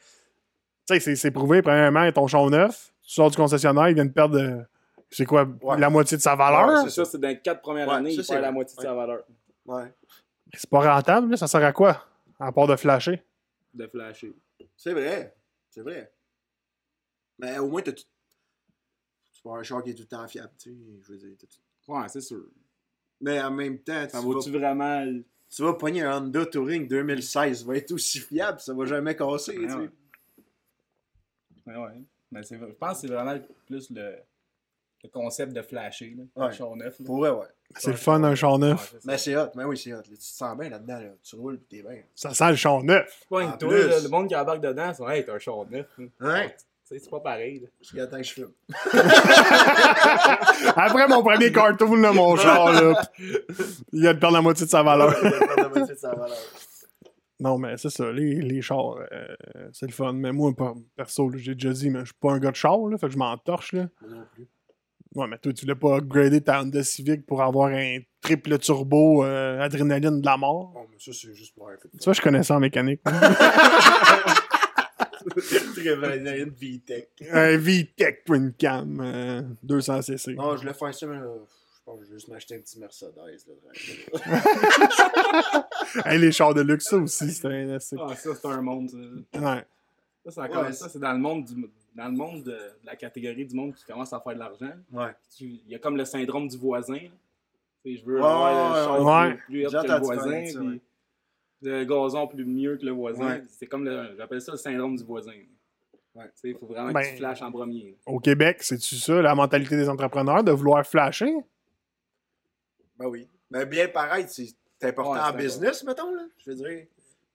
[SPEAKER 1] sais, c'est- c'est prouvé, premièrement, ton champ neuf, tu sors du concessionnaire, il vient de perdre, euh, c'est quoi,
[SPEAKER 3] Ouais.
[SPEAKER 1] la moitié de sa valeur.
[SPEAKER 2] C'est ça, c'est dans les 4 premières
[SPEAKER 3] Ouais,
[SPEAKER 2] années,
[SPEAKER 3] ça,
[SPEAKER 2] il
[SPEAKER 3] c'est
[SPEAKER 2] perd la
[SPEAKER 3] vrai.
[SPEAKER 2] moitié de sa valeur.
[SPEAKER 3] Ouais,
[SPEAKER 1] c'est pas rentable, là, ça sert à quoi? À part de flasher.
[SPEAKER 2] De flasher.
[SPEAKER 3] c'est vrai. C'est vrai. Mais au moins, t'as tout. C'est pas un char qui est tout le temps fiable, tu sais. Je veux dire, t'as tout-
[SPEAKER 2] Ouais, c'est sûr.
[SPEAKER 3] Mais en même temps, tu
[SPEAKER 2] Ça
[SPEAKER 3] vas,
[SPEAKER 2] vaut-tu vraiment. le-
[SPEAKER 3] tu vas pogner un Honda Touring 2016. Ça va être aussi fiable, ça va jamais casser, tu
[SPEAKER 2] Ouais,
[SPEAKER 3] sais.
[SPEAKER 2] ouais. Ouais, ouais. Mais c'est- je pense que c'est vraiment plus le, le concept de flasher, là.
[SPEAKER 3] Ouais.
[SPEAKER 2] Le char neuf. là.
[SPEAKER 3] Pour vrai, ouais.
[SPEAKER 1] C'est le fun, un champ
[SPEAKER 2] Ouais,
[SPEAKER 1] neuf.
[SPEAKER 2] c'est ça.
[SPEAKER 3] Mais c'est hot, mais oui, c'est hot. là. tu te sens bien là-dedans, là. tu roules pis t'es bien.
[SPEAKER 1] Ça sent le champ neuf.
[SPEAKER 2] C'est pas
[SPEAKER 3] En
[SPEAKER 2] une tour,
[SPEAKER 3] plus.
[SPEAKER 2] là, le monde qui embarque dedans, c'est Hey, t'as un char neuf. hein.
[SPEAKER 3] Ouais.
[SPEAKER 2] Tu sais, C'est pas pareil. là.
[SPEAKER 3] Parce qu'attends que je filme.
[SPEAKER 1] Après mon premier cartoon, là, mon char, là, il vient de perdre la moitié de sa valeur.
[SPEAKER 3] Il va prendre la moitié de sa valeur.
[SPEAKER 1] Non, mais c'est ça, les, les chars, euh, c'est le fun. Mais moi, per- perso, là, j'ai déjà dit, mais je suis pas un gars de char, là, fait que je m'en torche, là.
[SPEAKER 3] Moi non plus.
[SPEAKER 1] Ouais, mais toi, tu voulais pas upgrader ta Honda Civic pour avoir un triple turbo euh, adrénaline de la mort.
[SPEAKER 3] Bon, Oh, mais ça, c'est juste pour un peu.
[SPEAKER 1] Tu vois, je connais ça en mécanique.
[SPEAKER 3] Très bien, une VTEC.
[SPEAKER 1] un VTEC Twin Cam euh, 200cc.
[SPEAKER 3] Non, Ah, je voulais faire ça, mais euh, je pense que je vais juste m'acheter un petit Mercedes. Là, tranquille.
[SPEAKER 1] Hey, les chars de luxe, ça aussi, c'est un esti.
[SPEAKER 2] Ah, ça, c'est un monde. ça.
[SPEAKER 1] Ouais.
[SPEAKER 2] Ça, c'est encore
[SPEAKER 3] Ouais.
[SPEAKER 2] ça. C'est dans le monde, du, dans le monde de, de la catégorie du monde qui commence à faire de l'argent.
[SPEAKER 3] ouais.
[SPEAKER 2] Tu- Il y a comme le syndrome du voisin. là. Tu sais, je veux
[SPEAKER 3] Ouais,
[SPEAKER 2] avoir le
[SPEAKER 1] ouais,
[SPEAKER 2] char
[SPEAKER 1] ouais.
[SPEAKER 2] plus, plus
[SPEAKER 3] J'ai
[SPEAKER 2] haut que le
[SPEAKER 3] entendu
[SPEAKER 2] voisin.
[SPEAKER 3] parler de ça,
[SPEAKER 2] puis
[SPEAKER 3] ouais.
[SPEAKER 2] Le gazon plus mieux que le voisin.
[SPEAKER 3] Ouais.
[SPEAKER 2] C'est comme le. J'appelle ça le syndrome du voisin.
[SPEAKER 3] Ouais.
[SPEAKER 2] Tu sais, Il faut vraiment que
[SPEAKER 1] Ben-
[SPEAKER 2] tu flashes en premier. là.
[SPEAKER 1] Au Québec, c'est-tu ça, la mentalité des entrepreneurs, de vouloir flasher?
[SPEAKER 3] Ben oui. Mais bien pareil, c'est c'est important
[SPEAKER 2] Ouais, c'est
[SPEAKER 3] en
[SPEAKER 2] important.
[SPEAKER 3] business, mettons, là. Je veux dire.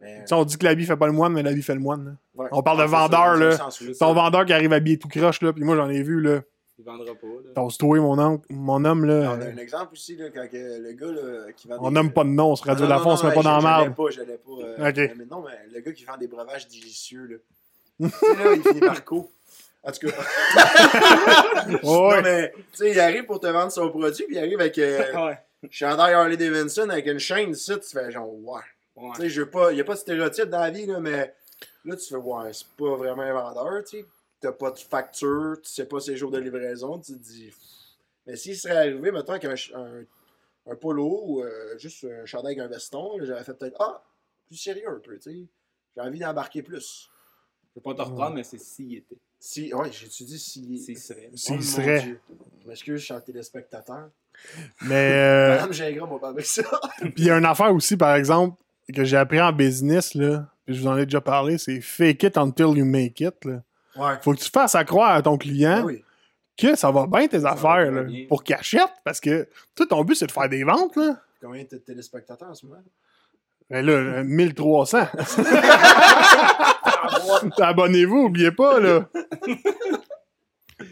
[SPEAKER 3] Mais,
[SPEAKER 1] Tu sais, on dit que l'habit fait pas le moine, mais l'habit fait le moine. là.
[SPEAKER 3] ouais.
[SPEAKER 1] on parle de
[SPEAKER 3] Ah, c'est ça,
[SPEAKER 1] vendeur,
[SPEAKER 3] dans
[SPEAKER 1] là.
[SPEAKER 3] le sens où-
[SPEAKER 1] Ton vendeur qui arrive habillé tout croche, là, puis moi, j'en ai vu, là.
[SPEAKER 2] Il vendra pas. là.
[SPEAKER 1] Tasse-toi, mon, oncle- mon homme, là.
[SPEAKER 3] On a un exemple aussi, là, quand que le gars là, qui vend
[SPEAKER 1] euh, On nomme pas de nom, on se radio la
[SPEAKER 3] fond,
[SPEAKER 1] on se met pas dans la merde.
[SPEAKER 3] J'allais pas, j'allais pas. euh,
[SPEAKER 1] Ok.
[SPEAKER 3] Mais non, mais le gars qui vend des breuvages délicieux, là. Tu sais, là, il finit par co. En tout cas.
[SPEAKER 1] Ouais.
[SPEAKER 3] Non, mais, tu sais, il arrive pour te vendre son produit, puis il arrive avec euh,
[SPEAKER 2] Ouais.
[SPEAKER 3] chandail Harley Davidson, avec une chaîne ici, tu fais genre, ouais.
[SPEAKER 2] Ouais.
[SPEAKER 3] Tu sais, je veux pas. Il a pas de stéréotype dans la vie, là, mais là, tu fais, ouais, c'est pas vraiment un vendeur, tu sais. T'as pas de facture, tu sais pas ses jours de livraison, tu te dis. pff. Mais s'il serait arrivé, mettons, avec un, ch- un, un polo ou euh, juste un chandail avec un veston, là, j'aurais fait peut-être, ah, plus sérieux un peu, tu sais. J'ai envie d'embarquer plus.
[SPEAKER 2] Je veux pas te reprendre, mais c'est s'il était.
[SPEAKER 3] Si, ouais, j'ai-tu dit s'il
[SPEAKER 2] S'il serait.
[SPEAKER 1] S'il
[SPEAKER 3] Oh, mon
[SPEAKER 1] serait.
[SPEAKER 3] Dieu. Je m'excuse, je suis un téléspectateur.
[SPEAKER 1] Mais, euh,
[SPEAKER 3] Madame Gingras m'a pas avec ça.
[SPEAKER 1] puis il y a une affaire aussi, par exemple, que j'ai appris en business, là, puis je vous en ai déjà parlé, c'est fake it until you make it, là.
[SPEAKER 3] Ouais.
[SPEAKER 1] Faut que tu fasses à croire à ton client
[SPEAKER 3] Ah Oui.
[SPEAKER 1] que ça va bien tes
[SPEAKER 2] va
[SPEAKER 1] affaires,
[SPEAKER 2] très
[SPEAKER 1] là,
[SPEAKER 2] bien.
[SPEAKER 1] pour qu'il achète, parce que, tout ton but, c'est de faire des ventes, là.
[SPEAKER 3] Combien t'as de téléspectateurs en ce moment?
[SPEAKER 1] Ben là, euh, 1300. Abonnez-vous, oubliez pas, là. Mais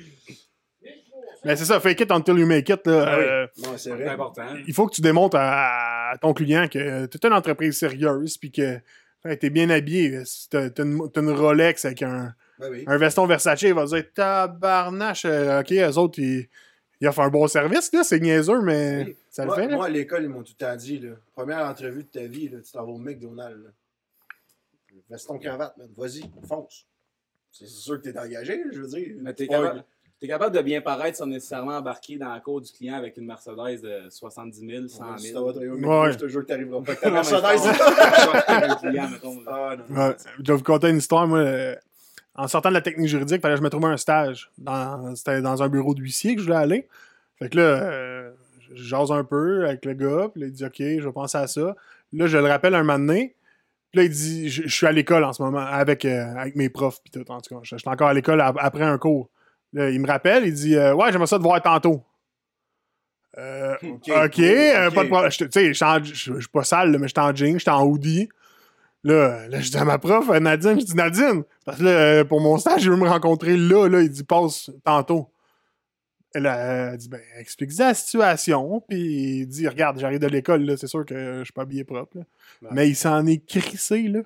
[SPEAKER 1] Ben, c'est ça, fake it until you make it. là.
[SPEAKER 3] Ah oui.
[SPEAKER 1] Euh,
[SPEAKER 3] Non, c'est
[SPEAKER 2] C'est
[SPEAKER 3] vrai.
[SPEAKER 2] important.
[SPEAKER 1] il faut que tu démontres à, à ton client que tu es une entreprise sérieuse, puis que tu es bien habillé. Si tu as, une t'as une Rolex avec un,
[SPEAKER 3] Ben oui.
[SPEAKER 1] un veston Versace, il va dire Tabarnache, euh, ok, eux autres, ils, ils offrent un bon service, là, c'est niaiseux, mais
[SPEAKER 3] Oui.
[SPEAKER 1] ça le
[SPEAKER 3] moi,
[SPEAKER 1] fait. là.
[SPEAKER 3] moi, à l'école, ils m'ont tout le temps dit, là, première entrevue de ta vie, là, tu t'en vas au McDonald's. Là. Veston cravate, man. Vas-y, fonce. C'est sûr que t'es engagé, là, je veux dire.
[SPEAKER 2] Mais t'es
[SPEAKER 3] Pas un-
[SPEAKER 2] capable. T'es capable de bien paraître sans nécessairement embarquer dans la cour du client avec une Mercedes de 70 000, 100
[SPEAKER 3] Si
[SPEAKER 2] 000.
[SPEAKER 3] t'en vas travailler au
[SPEAKER 1] Ouais.
[SPEAKER 3] micro, je te jure que t'arriveras pas. avec ta
[SPEAKER 2] Non, mais je
[SPEAKER 3] Mercedes.
[SPEAKER 2] parle- je parle avec le client, mettons, là.
[SPEAKER 3] Ah, non.
[SPEAKER 1] Ouais, je dois vous conter une histoire. Moi, euh, en sortant de la technique juridique, fallait que je me trouve un stage. Dans- C'était dans un bureau d'huissier que je voulais aller. Fait que là, euh, je jase un peu avec le gars, puis là, il dit Ok, je vais penser à ça. Là, je le rappelle un moment donné. Puis là, il dit Je, je suis à l'école en ce moment, avec, euh, avec mes profs, puis tout. En tout cas, je, je suis encore à l'école ap- après un cours. Là, il me rappelle, il dit euh, Ouais, j'aimerais ça te voir tantôt. Euh,
[SPEAKER 3] Ok,
[SPEAKER 1] OK, euh,
[SPEAKER 3] ok.
[SPEAKER 1] pas de problème. Je- Tu sais, j'étais en- je je suis pas sale, là, mais j'étais en jean, j'étais en hoodie. Là, là, je dis à ma prof, euh, Nadine, je dis Nadine, parce que là, euh, pour mon stage, je veux me rencontrer là, là, il dit passe tantôt. Elle a dit, ben, explique la situation, puis il dit, regarde, j'arrive de l'école, là, c'est sûr que je suis pas habillé propre. là.
[SPEAKER 3] Ouais.
[SPEAKER 1] Mais il s'en est crissé, là.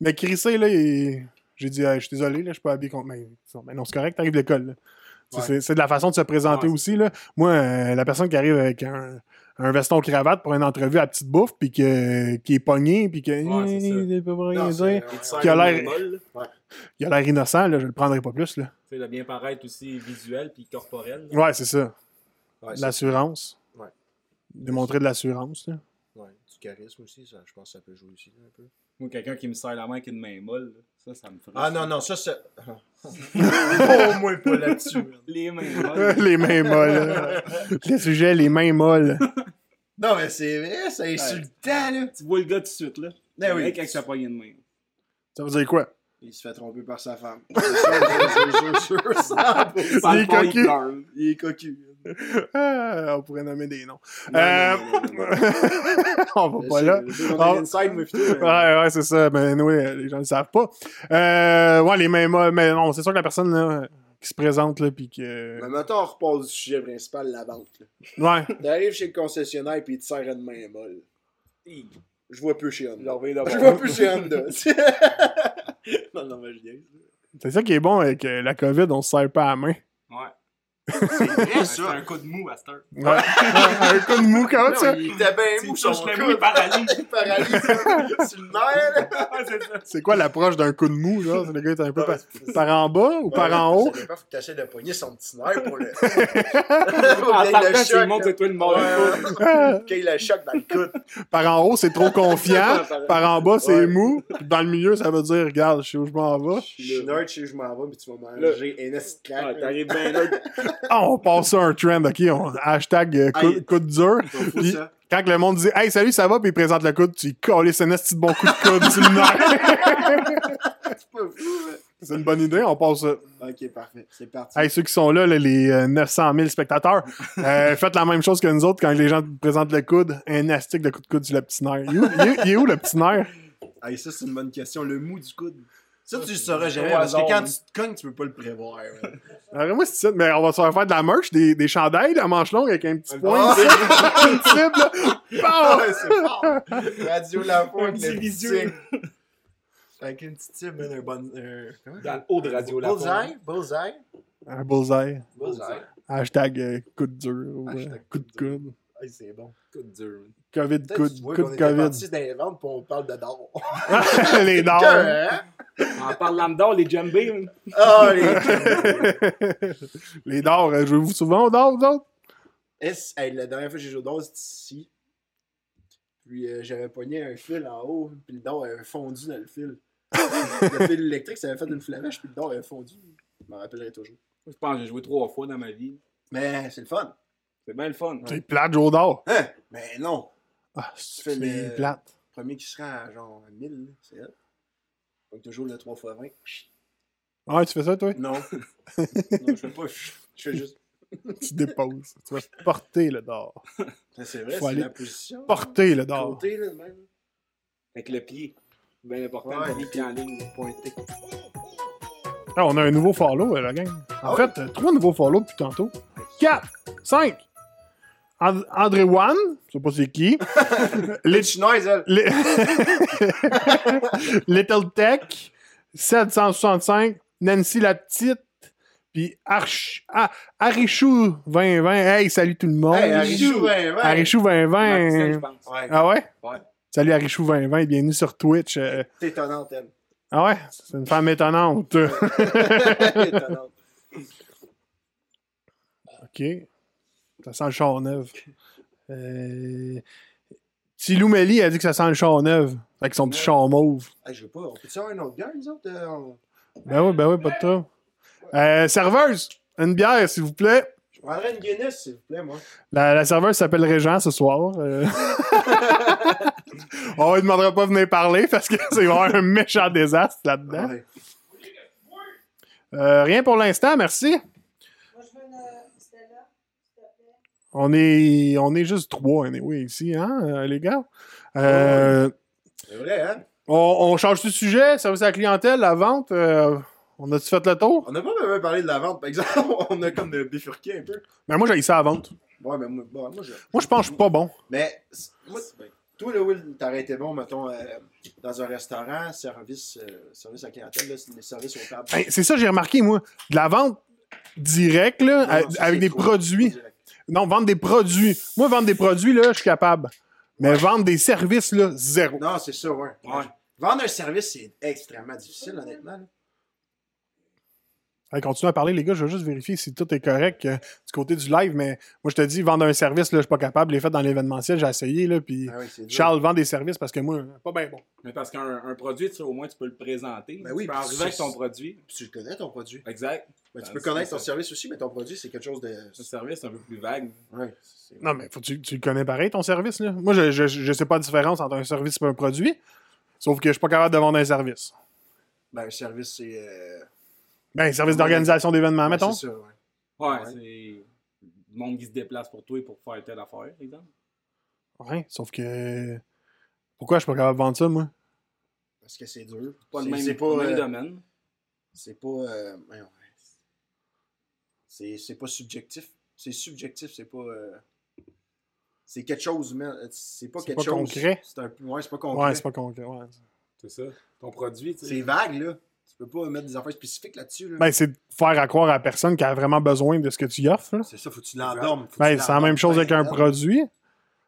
[SPEAKER 1] Mais crissé, là, il- j'ai dit, Hey, je suis désolé, là, je suis pas habillé contre. Mais, mais non, c'est correct, t'arrives de l'école, là. C'est-
[SPEAKER 3] Ouais.
[SPEAKER 1] C'est c'est de la façon de se présenter
[SPEAKER 2] Ouais,
[SPEAKER 1] aussi, là. Moi, euh, la personne qui arrive avec un, un veston cravate pour une entrevue à petite bouffe, puis que- qui est pogné, puis que.
[SPEAKER 2] Ouais, c'est ça.
[SPEAKER 1] Il est pas pour rien
[SPEAKER 3] Non,
[SPEAKER 1] dire.
[SPEAKER 3] c'est-
[SPEAKER 2] Il te
[SPEAKER 3] ouais.
[SPEAKER 2] sert
[SPEAKER 1] Qui a
[SPEAKER 2] comme
[SPEAKER 1] l'air-
[SPEAKER 2] une molle, là.
[SPEAKER 1] Il a l'air innocent, là, je le prendrai pas plus. Là.
[SPEAKER 2] Tu sais, de bien paraître aussi visuel puis corporel. là.
[SPEAKER 1] Ouais, c'est ça.
[SPEAKER 3] Ouais,
[SPEAKER 1] De
[SPEAKER 3] c'est-
[SPEAKER 1] L'assurance.
[SPEAKER 3] Ouais.
[SPEAKER 1] Démontrer de l'assurance. là.
[SPEAKER 3] ouais, du charisme aussi, ça, je pense que ça peut jouer aussi là, un peu.
[SPEAKER 2] Ou quelqu'un qui me serre la main avec une main molle. là. Ça, ça me frustre.
[SPEAKER 3] Ah non, non, ça c'est. Au moins pas là-dessus. man.
[SPEAKER 2] Les mains molles.
[SPEAKER 1] les mains molles. là. le sujet, les mains molles.
[SPEAKER 3] Non, mais c'est vrai, c'est insultant, là.
[SPEAKER 2] tu vois le gars tout de suite, là.
[SPEAKER 3] Ben
[SPEAKER 2] Le
[SPEAKER 3] oui.
[SPEAKER 2] mec avec sa poignée de main.
[SPEAKER 1] Ça veut dire quoi?
[SPEAKER 3] Il se fait tromper par sa femme. C'est sûr, c'est sûr, c'est sûr, ça.
[SPEAKER 2] Parle
[SPEAKER 1] est
[SPEAKER 2] pas, il
[SPEAKER 1] cocu.
[SPEAKER 2] pleure.
[SPEAKER 3] Il est cocu.
[SPEAKER 1] Ah, on pourrait nommer des noms.
[SPEAKER 3] Non,
[SPEAKER 1] Euh,
[SPEAKER 3] non, non, non, non.
[SPEAKER 1] on va pas là.
[SPEAKER 3] Je sais, on a
[SPEAKER 1] Ah.
[SPEAKER 3] une inside, moi, plutôt, mais-
[SPEAKER 1] Ouais, ouais, c'est ça. Mais oui, les gens ne le savent pas. Euh, ouais, les mains molles. Mais non, c'est sûr que la personne là, qui se présente, là, puis que.
[SPEAKER 3] Mais maintenant, on repose du sujet principal, la vente. là.
[SPEAKER 1] Ouais.
[SPEAKER 3] T'arrives chez le concessionnaire puis il te serre une main molle.
[SPEAKER 2] Hi.
[SPEAKER 3] Je vois peu chez
[SPEAKER 2] Je
[SPEAKER 3] Honda.
[SPEAKER 2] reviens
[SPEAKER 3] Je
[SPEAKER 2] d'abord.
[SPEAKER 3] vois plus chez Honda. non, non, mais je viens.
[SPEAKER 1] C'est ça qui est bon avec euh, la COVID, on se serre pas à la main.
[SPEAKER 2] Ouais.
[SPEAKER 3] C'est vrai,
[SPEAKER 2] C'est un coup de mou à cette heure.
[SPEAKER 1] Ouais. Un coup de mou, comment ça?
[SPEAKER 3] Il était bien
[SPEAKER 2] Tu
[SPEAKER 3] mou,
[SPEAKER 2] sais,
[SPEAKER 3] son
[SPEAKER 2] je l'ai
[SPEAKER 3] coude.
[SPEAKER 2] mou, il paralyse.
[SPEAKER 3] Il paralyse sur le nerf, là.
[SPEAKER 2] Ouais, Ah, c'est ça.
[SPEAKER 1] C'est quoi l'approche d'un coup de mou, genre? Le gars est un peu par,
[SPEAKER 3] Ouais,
[SPEAKER 1] par en bas ou par en haut?
[SPEAKER 3] Ça dépend, faut que t'essaies de poigner son petit nerf pour le.
[SPEAKER 2] En
[SPEAKER 3] Pour qu'il ait le
[SPEAKER 2] partant, tu lui
[SPEAKER 3] choc,
[SPEAKER 2] montres,
[SPEAKER 3] là.
[SPEAKER 2] c'est toi le mort.
[SPEAKER 3] Ouais,
[SPEAKER 1] Ah!
[SPEAKER 3] Qu'il ait le choc dans le coude.
[SPEAKER 1] par en haut, c'est trop confiant. par en bas, c'est
[SPEAKER 3] Ouais.
[SPEAKER 1] mou. Puis dans le milieu, ça veut dire, regarde, je sais où je m'en vais.
[SPEAKER 3] Je suis nerd, je sais où je m'en vais, mais tu vas manger un esti de
[SPEAKER 2] Ah,
[SPEAKER 3] crack. là.
[SPEAKER 2] T'arrives bien là.
[SPEAKER 1] Ah, on passe sur un trend, OK? On, hashtag euh, coup,
[SPEAKER 3] Hey.
[SPEAKER 1] coup de dur.
[SPEAKER 3] T'en fous,
[SPEAKER 1] Puis-
[SPEAKER 3] ça?
[SPEAKER 1] Quand que le monde dit « Hey, salut, ça va? » Puis il présente le coude, tu y colles, c'est un esti de bon coup de coude, tu le mets.
[SPEAKER 3] C'est pas fou, ouais.
[SPEAKER 1] C'est une bonne idée, on passe... euh,
[SPEAKER 3] Ok, parfait. C'est parti.
[SPEAKER 1] Hey, ceux qui sont là, là, les euh, 900 000 spectateurs, euh, faites la même chose que nous autres quand les gens te présentent le coude, un astic de coup de coude sur le petit nerf. Il est où, il est- il est où, le petit nerf?
[SPEAKER 3] Hey, ça, c'est une bonne question. Le mou du coude. Ça, tu le sauras
[SPEAKER 2] c'est
[SPEAKER 3] jamais
[SPEAKER 2] au
[SPEAKER 3] parce que
[SPEAKER 2] hasard,
[SPEAKER 3] quand
[SPEAKER 2] oui.
[SPEAKER 3] tu te cognes, tu peux pas le prévoir. ouais.
[SPEAKER 1] Alors, moi, c'est ça. Mais on va se faire faire de la merch, des, des chandails, la manche longue avec un petit point,
[SPEAKER 3] Ah,
[SPEAKER 1] une cible, une cible, là.
[SPEAKER 3] Ah
[SPEAKER 1] Pow!
[SPEAKER 3] ouais, c'est fort! Radio La Four
[SPEAKER 2] Un
[SPEAKER 3] avec
[SPEAKER 2] petit
[SPEAKER 3] le petit
[SPEAKER 2] visuel.
[SPEAKER 3] tigre. Avec une petite cible, un bon. euh, comment?
[SPEAKER 2] Dans le haut de Radio La
[SPEAKER 3] Bullseye? Bullseye?
[SPEAKER 1] Un bullseye.
[SPEAKER 3] Bullseye.
[SPEAKER 1] Hashtag euh, coup de dur. ou, euh,
[SPEAKER 3] Hashtag
[SPEAKER 1] coup de
[SPEAKER 3] coup de
[SPEAKER 1] coude.
[SPEAKER 3] Hey, c'est bon.
[SPEAKER 2] Coup de dur.
[SPEAKER 1] Covid,
[SPEAKER 3] Peut-être
[SPEAKER 1] coup,
[SPEAKER 3] que tu vois
[SPEAKER 1] coup
[SPEAKER 3] qu'on
[SPEAKER 1] de
[SPEAKER 3] était
[SPEAKER 1] Covid.
[SPEAKER 3] parti dans les ventes puis on parle de d'or.
[SPEAKER 1] les dents.
[SPEAKER 3] Que, hein?
[SPEAKER 2] En parlant d'or, les jambes.
[SPEAKER 3] Oh, les...
[SPEAKER 1] les dards, euh, jouez-vous souvent aux dards, vous autres?
[SPEAKER 3] Est-ce- hey, la dernière fois que j'ai joué au dard, c'était ici. Puis euh, j'avais pogné un fil en haut, puis le dard avait fondu dans le fil. le fil électrique, ça avait fait une flamèche, puis le dard avait fondu. Je m'en rappellerai toujours.
[SPEAKER 2] Je pense que j'ai joué trois fois dans ma vie.
[SPEAKER 3] Mais c'est le fun.
[SPEAKER 2] C'est bien le fun.
[SPEAKER 1] C'est plate, jouer aux dards.
[SPEAKER 3] Hein? Mais non.
[SPEAKER 1] Ah,
[SPEAKER 3] fais
[SPEAKER 1] c'est
[SPEAKER 3] le-
[SPEAKER 1] plate.
[SPEAKER 3] Premier qui se rend à genre 1000, là, c'est elle. Donc toujours le 3 x 20.
[SPEAKER 1] Ouais, tu fais ça, toi?
[SPEAKER 3] Non. non, je fais pas. Je fais juste.
[SPEAKER 1] tu déposes. Tu vas porter le dard.
[SPEAKER 3] Mais C'est vrai,
[SPEAKER 1] Faut
[SPEAKER 3] c'est
[SPEAKER 1] aller
[SPEAKER 3] la position.
[SPEAKER 1] Porter le dard.
[SPEAKER 3] Côté, là, de même.
[SPEAKER 2] Avec le pied. Bien important,
[SPEAKER 3] Ouais.
[SPEAKER 2] le pied qui est en ligne, pointé.
[SPEAKER 1] Ah, on a un nouveau follow, euh, la gang. En
[SPEAKER 3] Ah
[SPEAKER 1] fait, euh, trois nouveaux follow depuis tantôt. Quatre, cinq. And- André Wan, je sais pas c'est qui.
[SPEAKER 3] Les
[SPEAKER 1] Lit-
[SPEAKER 3] Chinois, elle.
[SPEAKER 1] li- Little Tech, 765. Nancy la petite. Puis Arch... ah, Arichou 2020. Hey, salut tout le monde.
[SPEAKER 3] Hey, Arichou, ouais, ouais.
[SPEAKER 1] Arichou 2020.
[SPEAKER 2] Maxime, je pense.
[SPEAKER 3] Ouais,
[SPEAKER 1] Ah ouais?
[SPEAKER 2] Ouais.
[SPEAKER 1] Salut Arichou 2020 et bienvenue sur Twitch. euh,
[SPEAKER 3] t'es étonnante, elle.
[SPEAKER 1] Ah ouais, c'est une femme étonnante.
[SPEAKER 3] Étonnante.
[SPEAKER 1] OK. Ça sent le char neuf. Euh... Si Lou Melly a dit que ça sent le char neuf, avec son petit
[SPEAKER 3] Ouais.
[SPEAKER 1] char mauve.
[SPEAKER 3] Hey, je veux pas. On peut-tu avoir un autre gars, nous autres? euh, on-
[SPEAKER 1] Ben oui, ben oui, pas de trouble. Euh, serveuse, une bière, s'il vous plaît.
[SPEAKER 3] Je prendrais une Guinness, s'il vous plaît, moi.
[SPEAKER 1] La, la serveuse s'appelle Régent ce soir. euh. On ne demandera pas de venir parler parce que c'est vraiment un méchant désastre là-dedans.
[SPEAKER 3] Ouais.
[SPEAKER 1] Euh, rien pour l'instant, merci.
[SPEAKER 4] Moi, je veux une euh, Stella, s'il te plaît.
[SPEAKER 1] On est, on est juste trois anyway, ici, hein, euh, les gars? Euh,
[SPEAKER 3] C'est vrai, hein?
[SPEAKER 1] on, on change de sujet, service à la clientèle, la vente. euh, on a-tu fait le tour?
[SPEAKER 3] On n'a pas même parlé de la vente, par exemple. On a comme euh, bifurqué un peu.
[SPEAKER 1] Mais Ben moi, j'ai ça à la vente.
[SPEAKER 3] Ouais, mais moi, bon, moi je.
[SPEAKER 1] Moi, je pense que je suis pas bon.
[SPEAKER 3] Mais, c'est- moi, ben, toi, là, Will, t'aurais été bon, mettons, euh, dans un restaurant, service, euh, service à clientèle, là, c'est les services aux tables.
[SPEAKER 1] Ben, c'est ça, j'ai remarqué, moi. De la vente directe, là,
[SPEAKER 3] Non,
[SPEAKER 1] à-
[SPEAKER 3] non, ça,
[SPEAKER 1] euh, avec
[SPEAKER 3] c'est
[SPEAKER 1] des
[SPEAKER 3] trop-
[SPEAKER 1] produits.
[SPEAKER 3] trop direct.
[SPEAKER 1] Non, vendre des produits. Moi, vendre des produits, là, je suis capable. Mais vendre des services, là, zéro.
[SPEAKER 3] Non, c'est ça, ouais.
[SPEAKER 2] Ouais.
[SPEAKER 3] Vendre un service, c'est extrêmement difficile, honnêtement. là.
[SPEAKER 1] Allez, continue à parler, les gars. Je veux juste vérifier si tout est correct euh, du côté du live. Mais moi, je te dis, vendre un service, là, je suis pas capable. Les fait dans l'événementiel, j'ai essayé, là. Puis
[SPEAKER 3] Ah oui, c'est dur.
[SPEAKER 1] Charles vend des services parce que moi, pas bien bon.
[SPEAKER 2] Mais parce qu'un un produit, tu sais, au moins, tu peux le présenter.
[SPEAKER 3] Ben oui,
[SPEAKER 2] tu peux
[SPEAKER 3] puis
[SPEAKER 2] arriver avec
[SPEAKER 3] c'est-
[SPEAKER 2] ton produit.
[SPEAKER 3] Puis Tu connais ton produit.
[SPEAKER 2] Exact.
[SPEAKER 3] Ben, tu
[SPEAKER 2] Ben,
[SPEAKER 3] peux
[SPEAKER 2] c'est
[SPEAKER 3] connaître ton
[SPEAKER 2] ça.
[SPEAKER 3] service aussi, mais ton produit, c'est quelque chose de.
[SPEAKER 2] Ce service, un peu plus vague.
[SPEAKER 3] Ouais, c'est-
[SPEAKER 1] Non, mais faut, tu, tu le connais pareil, ton service, là. Moi, je, je, je sais pas la différence entre un service et un produit. Sauf que je suis pas capable de vendre un service.
[SPEAKER 3] Ben, un service, c'est. euh,
[SPEAKER 1] Ben, service d'organisation d'événements,
[SPEAKER 3] ben,
[SPEAKER 1] mettons.
[SPEAKER 3] C'est ça, ouais.
[SPEAKER 2] Ouais,
[SPEAKER 3] Ouais.
[SPEAKER 2] c'est le monde qui se déplace pour toi et pour faire telle affaire, par exemple.
[SPEAKER 1] Ouais, sauf que. Pourquoi je suis pas capable de vendre ça, moi?
[SPEAKER 3] Parce que c'est dur.
[SPEAKER 2] Pas le
[SPEAKER 3] C'est-
[SPEAKER 2] même,
[SPEAKER 3] C'est pas.
[SPEAKER 2] le même
[SPEAKER 3] euh,
[SPEAKER 2] domaine.
[SPEAKER 3] c'est pas. euh, voyons, ouais. C'est c'est pas subjectif. C'est subjectif, c'est pas. euh, C'est quelque chose, mais euh, c'est pas
[SPEAKER 1] C'est
[SPEAKER 3] quelque
[SPEAKER 1] pas
[SPEAKER 3] chose.
[SPEAKER 1] concret.
[SPEAKER 3] C'est un peu. Ouais, c'est pas
[SPEAKER 1] Ouais,
[SPEAKER 3] concret.
[SPEAKER 1] c'est pas concret. ouais.
[SPEAKER 2] C'est ça. Ton produit, tu sais.
[SPEAKER 3] c'est vague, là. Tu peux pas mettre des affaires spécifiques là-dessus. Là.
[SPEAKER 1] Ben, c'est de faire à croire à la personne qui a vraiment besoin de ce que tu y offres. là.
[SPEAKER 3] c'est ça, faut que tu l'endormes. faut que
[SPEAKER 1] Ben,
[SPEAKER 3] tu
[SPEAKER 1] c'est la même
[SPEAKER 3] l'endormes
[SPEAKER 1] chose
[SPEAKER 3] bien
[SPEAKER 1] avec un
[SPEAKER 3] dedans.
[SPEAKER 1] produit.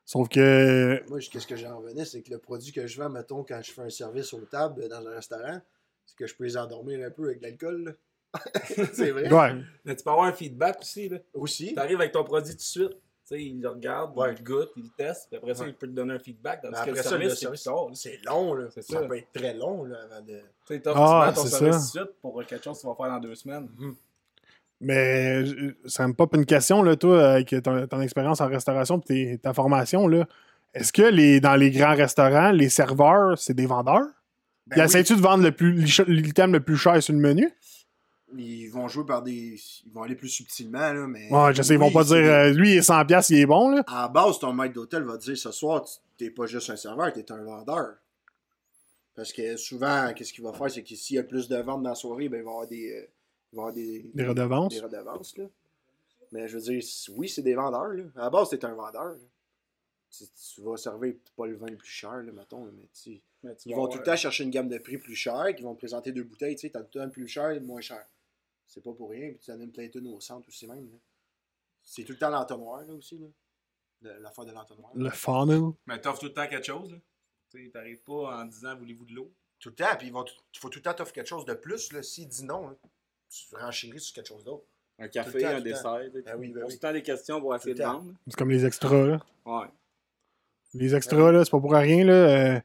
[SPEAKER 1] Sauf que.
[SPEAKER 3] Moi, je- qu'est-ce que j'en revenais, c'est que le produit que je vends, mettons, quand je fais un service aux tables euh, dans un restaurant, c'est que je peux les endormir un peu avec de l'alcool. là. c'est vrai.
[SPEAKER 1] Ouais.
[SPEAKER 2] Mais tu peux avoir un feedback aussi. Là.
[SPEAKER 3] Aussi.
[SPEAKER 2] T'arrives avec ton produit tout de suite. Tu sais, il le regarde,
[SPEAKER 3] Ouais.
[SPEAKER 2] il le goûte, il le teste. Puis après ça,
[SPEAKER 3] Ouais.
[SPEAKER 2] il peut te donner un feedback. Tandis
[SPEAKER 3] Mais
[SPEAKER 2] que Ben le
[SPEAKER 3] après ça,
[SPEAKER 2] service,
[SPEAKER 3] le
[SPEAKER 2] c'est plus
[SPEAKER 3] service-
[SPEAKER 2] tard. là.
[SPEAKER 3] C'est long, là.
[SPEAKER 2] C'est
[SPEAKER 3] ça
[SPEAKER 2] ça.
[SPEAKER 3] peut être très long, là, avant de.
[SPEAKER 2] Tu sais, t'as-
[SPEAKER 1] Ah,
[SPEAKER 2] tu mets ton
[SPEAKER 1] c'est
[SPEAKER 2] service
[SPEAKER 1] ça.
[SPEAKER 2] tout de suite pour quelque chose que tu vas faire dans deux semaines.
[SPEAKER 1] Mais je- ça me pop une question, là, toi, avec ton, ton expérience en restauration et tes- ta formation. là. Est-ce que les, dans les grands restaurants, les serveurs, c'est des vendeurs?
[SPEAKER 3] Ben
[SPEAKER 1] Ils
[SPEAKER 3] oui,
[SPEAKER 1] essaient-tu de vendre le plus- l'item le plus cher sur le menu?
[SPEAKER 3] ils vont jouer par des. Ils vont aller plus subtilement, là, mais.
[SPEAKER 1] Ouais, je sais, ils vont
[SPEAKER 3] Eh Oui,
[SPEAKER 1] pas
[SPEAKER 3] c'est
[SPEAKER 1] dire
[SPEAKER 3] des-
[SPEAKER 1] euh, lui, il est 100$, piastres, il est bon. Là.
[SPEAKER 3] À la base, ton maître d'hôtel va te dire ce soir, tu- t'es pas juste un serveur, t'es un vendeur. Parce que souvent, qu'est-ce qu'il va faire, c'est que s'il y a plus de ventes dans la soirée, ben, il va y avoir des. euh, il va y avoir des.
[SPEAKER 1] Des redevances.
[SPEAKER 3] des redevances, là. Mais je veux dire, c- oui, c'est des vendeurs, là. À la base, t'es un vendeur, là. Tu, tu vas servir pas le vin le plus cher, là, mettons, là, mais tu-
[SPEAKER 2] Mais tu
[SPEAKER 3] Ils
[SPEAKER 2] vas
[SPEAKER 3] vont
[SPEAKER 2] avoir-
[SPEAKER 3] tout le temps chercher une gamme de prix plus chère, qui vont te présenter deux bouteilles, tu sais, t'as tout le temps le plus cher et le moins cher. C'est pas pour rien, puis tu en as une plein une au centre aussi même, là. C'est tout le temps l'entonnoir, là, aussi, là. Le- L'affaire de l'entonnoir.
[SPEAKER 1] Le funnel.
[SPEAKER 2] Mais t'offres tout le temps quelque chose. là. Tu sais, t'arrives pas en disant voulez-vous de l'eau.
[SPEAKER 3] Tout le temps, puis ils vont tout, faut tout le temps t'offrir quelque chose de plus, là. S'il dit non, là, tu renchéris sur quelque chose d'autre.
[SPEAKER 2] Un
[SPEAKER 3] Tout
[SPEAKER 2] café,
[SPEAKER 3] le temps,
[SPEAKER 2] un
[SPEAKER 3] tout le
[SPEAKER 2] dessert. tu sais.
[SPEAKER 3] Ben oui, ben
[SPEAKER 2] Ils ont
[SPEAKER 3] oui.
[SPEAKER 2] tout le temps des questions pour essayer
[SPEAKER 3] Tout
[SPEAKER 2] de
[SPEAKER 3] le temps.
[SPEAKER 2] vendre.
[SPEAKER 1] C'est comme les extras. Là.
[SPEAKER 2] Ouais.
[SPEAKER 1] Les extras, là, c'est pas pour rien, là. euh,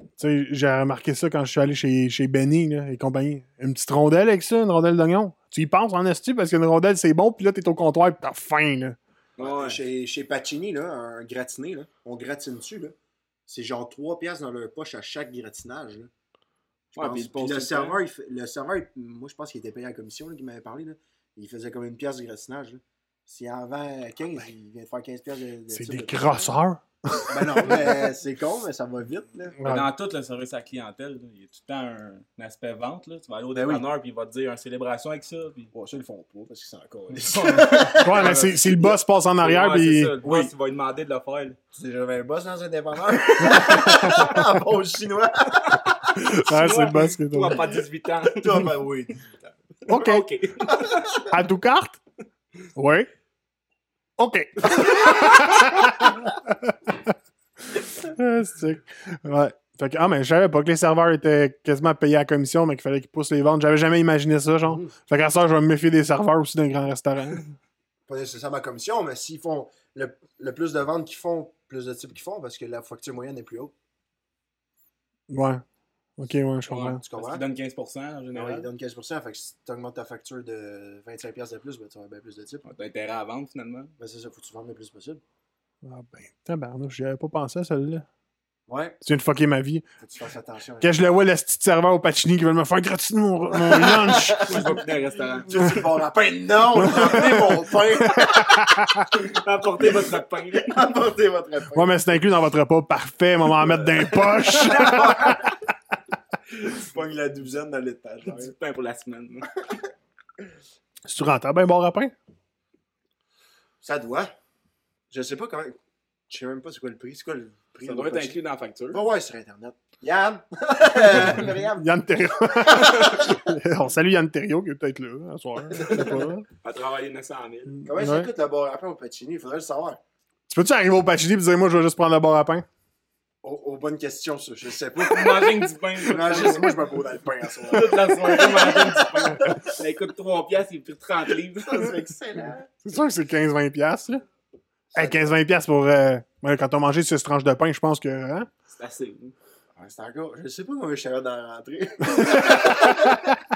[SPEAKER 1] tu sais, j'ai remarqué ça quand je suis allé chez, chez Benny là, et compagnie. Une petite rondelle avec ça, une rondelle d'oignon. Tu y penses en esti parce qu'une rondelle, c'est bon, puis là, t'es au comptoir, puis t'as faim, là.
[SPEAKER 2] Ouais.
[SPEAKER 3] Chez, chez Pacini, là, un gratiné, là, on gratine dessus. là. C'est genre 3 piastres dans leur poche à chaque gratinage. là. Je
[SPEAKER 2] Ouais,
[SPEAKER 3] pense-
[SPEAKER 2] puis ils
[SPEAKER 3] puis
[SPEAKER 2] posent tout
[SPEAKER 3] le,
[SPEAKER 2] le
[SPEAKER 3] serveur, il fait- le serveur, il- moi je pense qu'il était payé à la commission là, qui m'avait parlé. là. Il faisait comme une pièce de gratinage. là. S'il en vend 15, il vient de faire 15 piastres de, de
[SPEAKER 1] C'est
[SPEAKER 3] type
[SPEAKER 1] des
[SPEAKER 3] de-
[SPEAKER 1] crosseurs.
[SPEAKER 3] Ben non, mais c'est con, mais ça va vite. Là.
[SPEAKER 2] Mais
[SPEAKER 1] Ouais.
[SPEAKER 2] Dans tout le service à la clientèle, là, il y a tout le temps un, un aspect vente. Là. Tu vas aller au
[SPEAKER 3] Ben oui.
[SPEAKER 2] dépanneur puis il va te dire une célébration avec ça. Puis...
[SPEAKER 3] Ouais, ça, ils le font pas parce que c'est encore.
[SPEAKER 1] Ouais, mais c'est c'est le boss passe en arrière,
[SPEAKER 2] Ouais,
[SPEAKER 1] puis
[SPEAKER 2] c'est ça, le boss, il va lui demander de le faire. là.
[SPEAKER 3] Tu sais, j'avais un boss dans un dépanneur. bon chinois.
[SPEAKER 1] Ouais, c'est le boss qui est
[SPEAKER 2] Toi,
[SPEAKER 1] au-
[SPEAKER 2] pas 18 ans.
[SPEAKER 3] Toi, ben oui.
[SPEAKER 1] OK. À tout carte? Oui. OK. Ah, c'est- ouais. Fait que, ah, mais je savais pas que les serveurs étaient quasiment payés à la commission, mais qu'il fallait qu'ils poussent les ventes. J'avais jamais imaginé ça, genre.
[SPEAKER 3] Mhm.
[SPEAKER 1] Fait qu'à ça, je vais me méfier des serveurs aussi d'un grand restaurant.
[SPEAKER 3] pas nécessairement commission, mais s'ils font le, le plus de ventes qu'ils font, plus de types qu'ils font, parce que la facture moyenne est plus haute.
[SPEAKER 1] Ouais. Ok, ouais, je comprends.
[SPEAKER 3] Tu
[SPEAKER 2] Parce
[SPEAKER 3] comprends? Ben
[SPEAKER 2] qu'ils donnent 15% en
[SPEAKER 3] Ouais, ils
[SPEAKER 2] général.
[SPEAKER 3] donnent 15%, fait que si tu augmentes ta facture de 25$ de plus, ben, tu auras bien plus de types.
[SPEAKER 2] Ouais, T'as intérêt à vendre finalement.
[SPEAKER 3] Mais c'est ça, faut que tu vendes le plus possible.
[SPEAKER 1] Ah ben, tabarnouche, j'y avais pas pensé à celle-là.
[SPEAKER 3] Ouais,
[SPEAKER 1] Tu viens de fucker ma vie.
[SPEAKER 3] faut que tu fasses attention.
[SPEAKER 1] Quand je le vois, le petit serveur au Pachini qui veut me faire gratuitement mon, mon lunch.
[SPEAKER 2] Moi, je vais plus dans le restaurant.
[SPEAKER 3] Tu veux bon lapin? Non! Emmenez mon pain!
[SPEAKER 2] Apportez votre pain.
[SPEAKER 3] Apportez votre pain!
[SPEAKER 1] Ouais, mais c'est inclus dans votre repas. Parfait, maman, à mettre dans les poches.
[SPEAKER 3] Tu pognes la douzaine dans l'étage.
[SPEAKER 2] Du pain pour la semaine.
[SPEAKER 1] Si tu rentres, ben, bon pain.
[SPEAKER 3] Ça doit. Je sais pas comment. Je sais même pas c'est quoi le prix. C'est quoi le prix?
[SPEAKER 2] Ça
[SPEAKER 3] de
[SPEAKER 2] doit être
[SPEAKER 3] votre-
[SPEAKER 2] inclus dans la facture.
[SPEAKER 3] Va voir sur Internet. Yann! Myriam!
[SPEAKER 1] Yann Thériault. On salue Yann Thériault qui est peut-être là, à soir. Je sais pas.
[SPEAKER 2] À travailler 900 000.
[SPEAKER 3] Comment
[SPEAKER 1] Ouais.
[SPEAKER 3] ça coûte le bar à pain au Pacini? Il faudrait le savoir.
[SPEAKER 1] Tu peux-tu arriver au Pachini et dire, moi, je vais juste prendre le bord à pain?
[SPEAKER 3] Aux, aux bonnes questions, ça. Je sais pas.
[SPEAKER 2] Manger du pain.
[SPEAKER 3] Non, je sais- moi, je me pose dans le pain à soir.
[SPEAKER 2] Toute la soirée, manger du pain. Ça coûte 3 piastres, il est plus de 30 livres.
[SPEAKER 3] Ça, c'est excellent.
[SPEAKER 1] C'est sûr que c'est 15-20$, piastres, là. Hey, 15-20$ piastres pour. euh, ouais, quand on mangeait cette tranche de pain, je pense que. hein,
[SPEAKER 2] C'est assez.
[SPEAKER 3] Ouais, c'est encore. Je sais pas combien je suis capable d'en rentrer.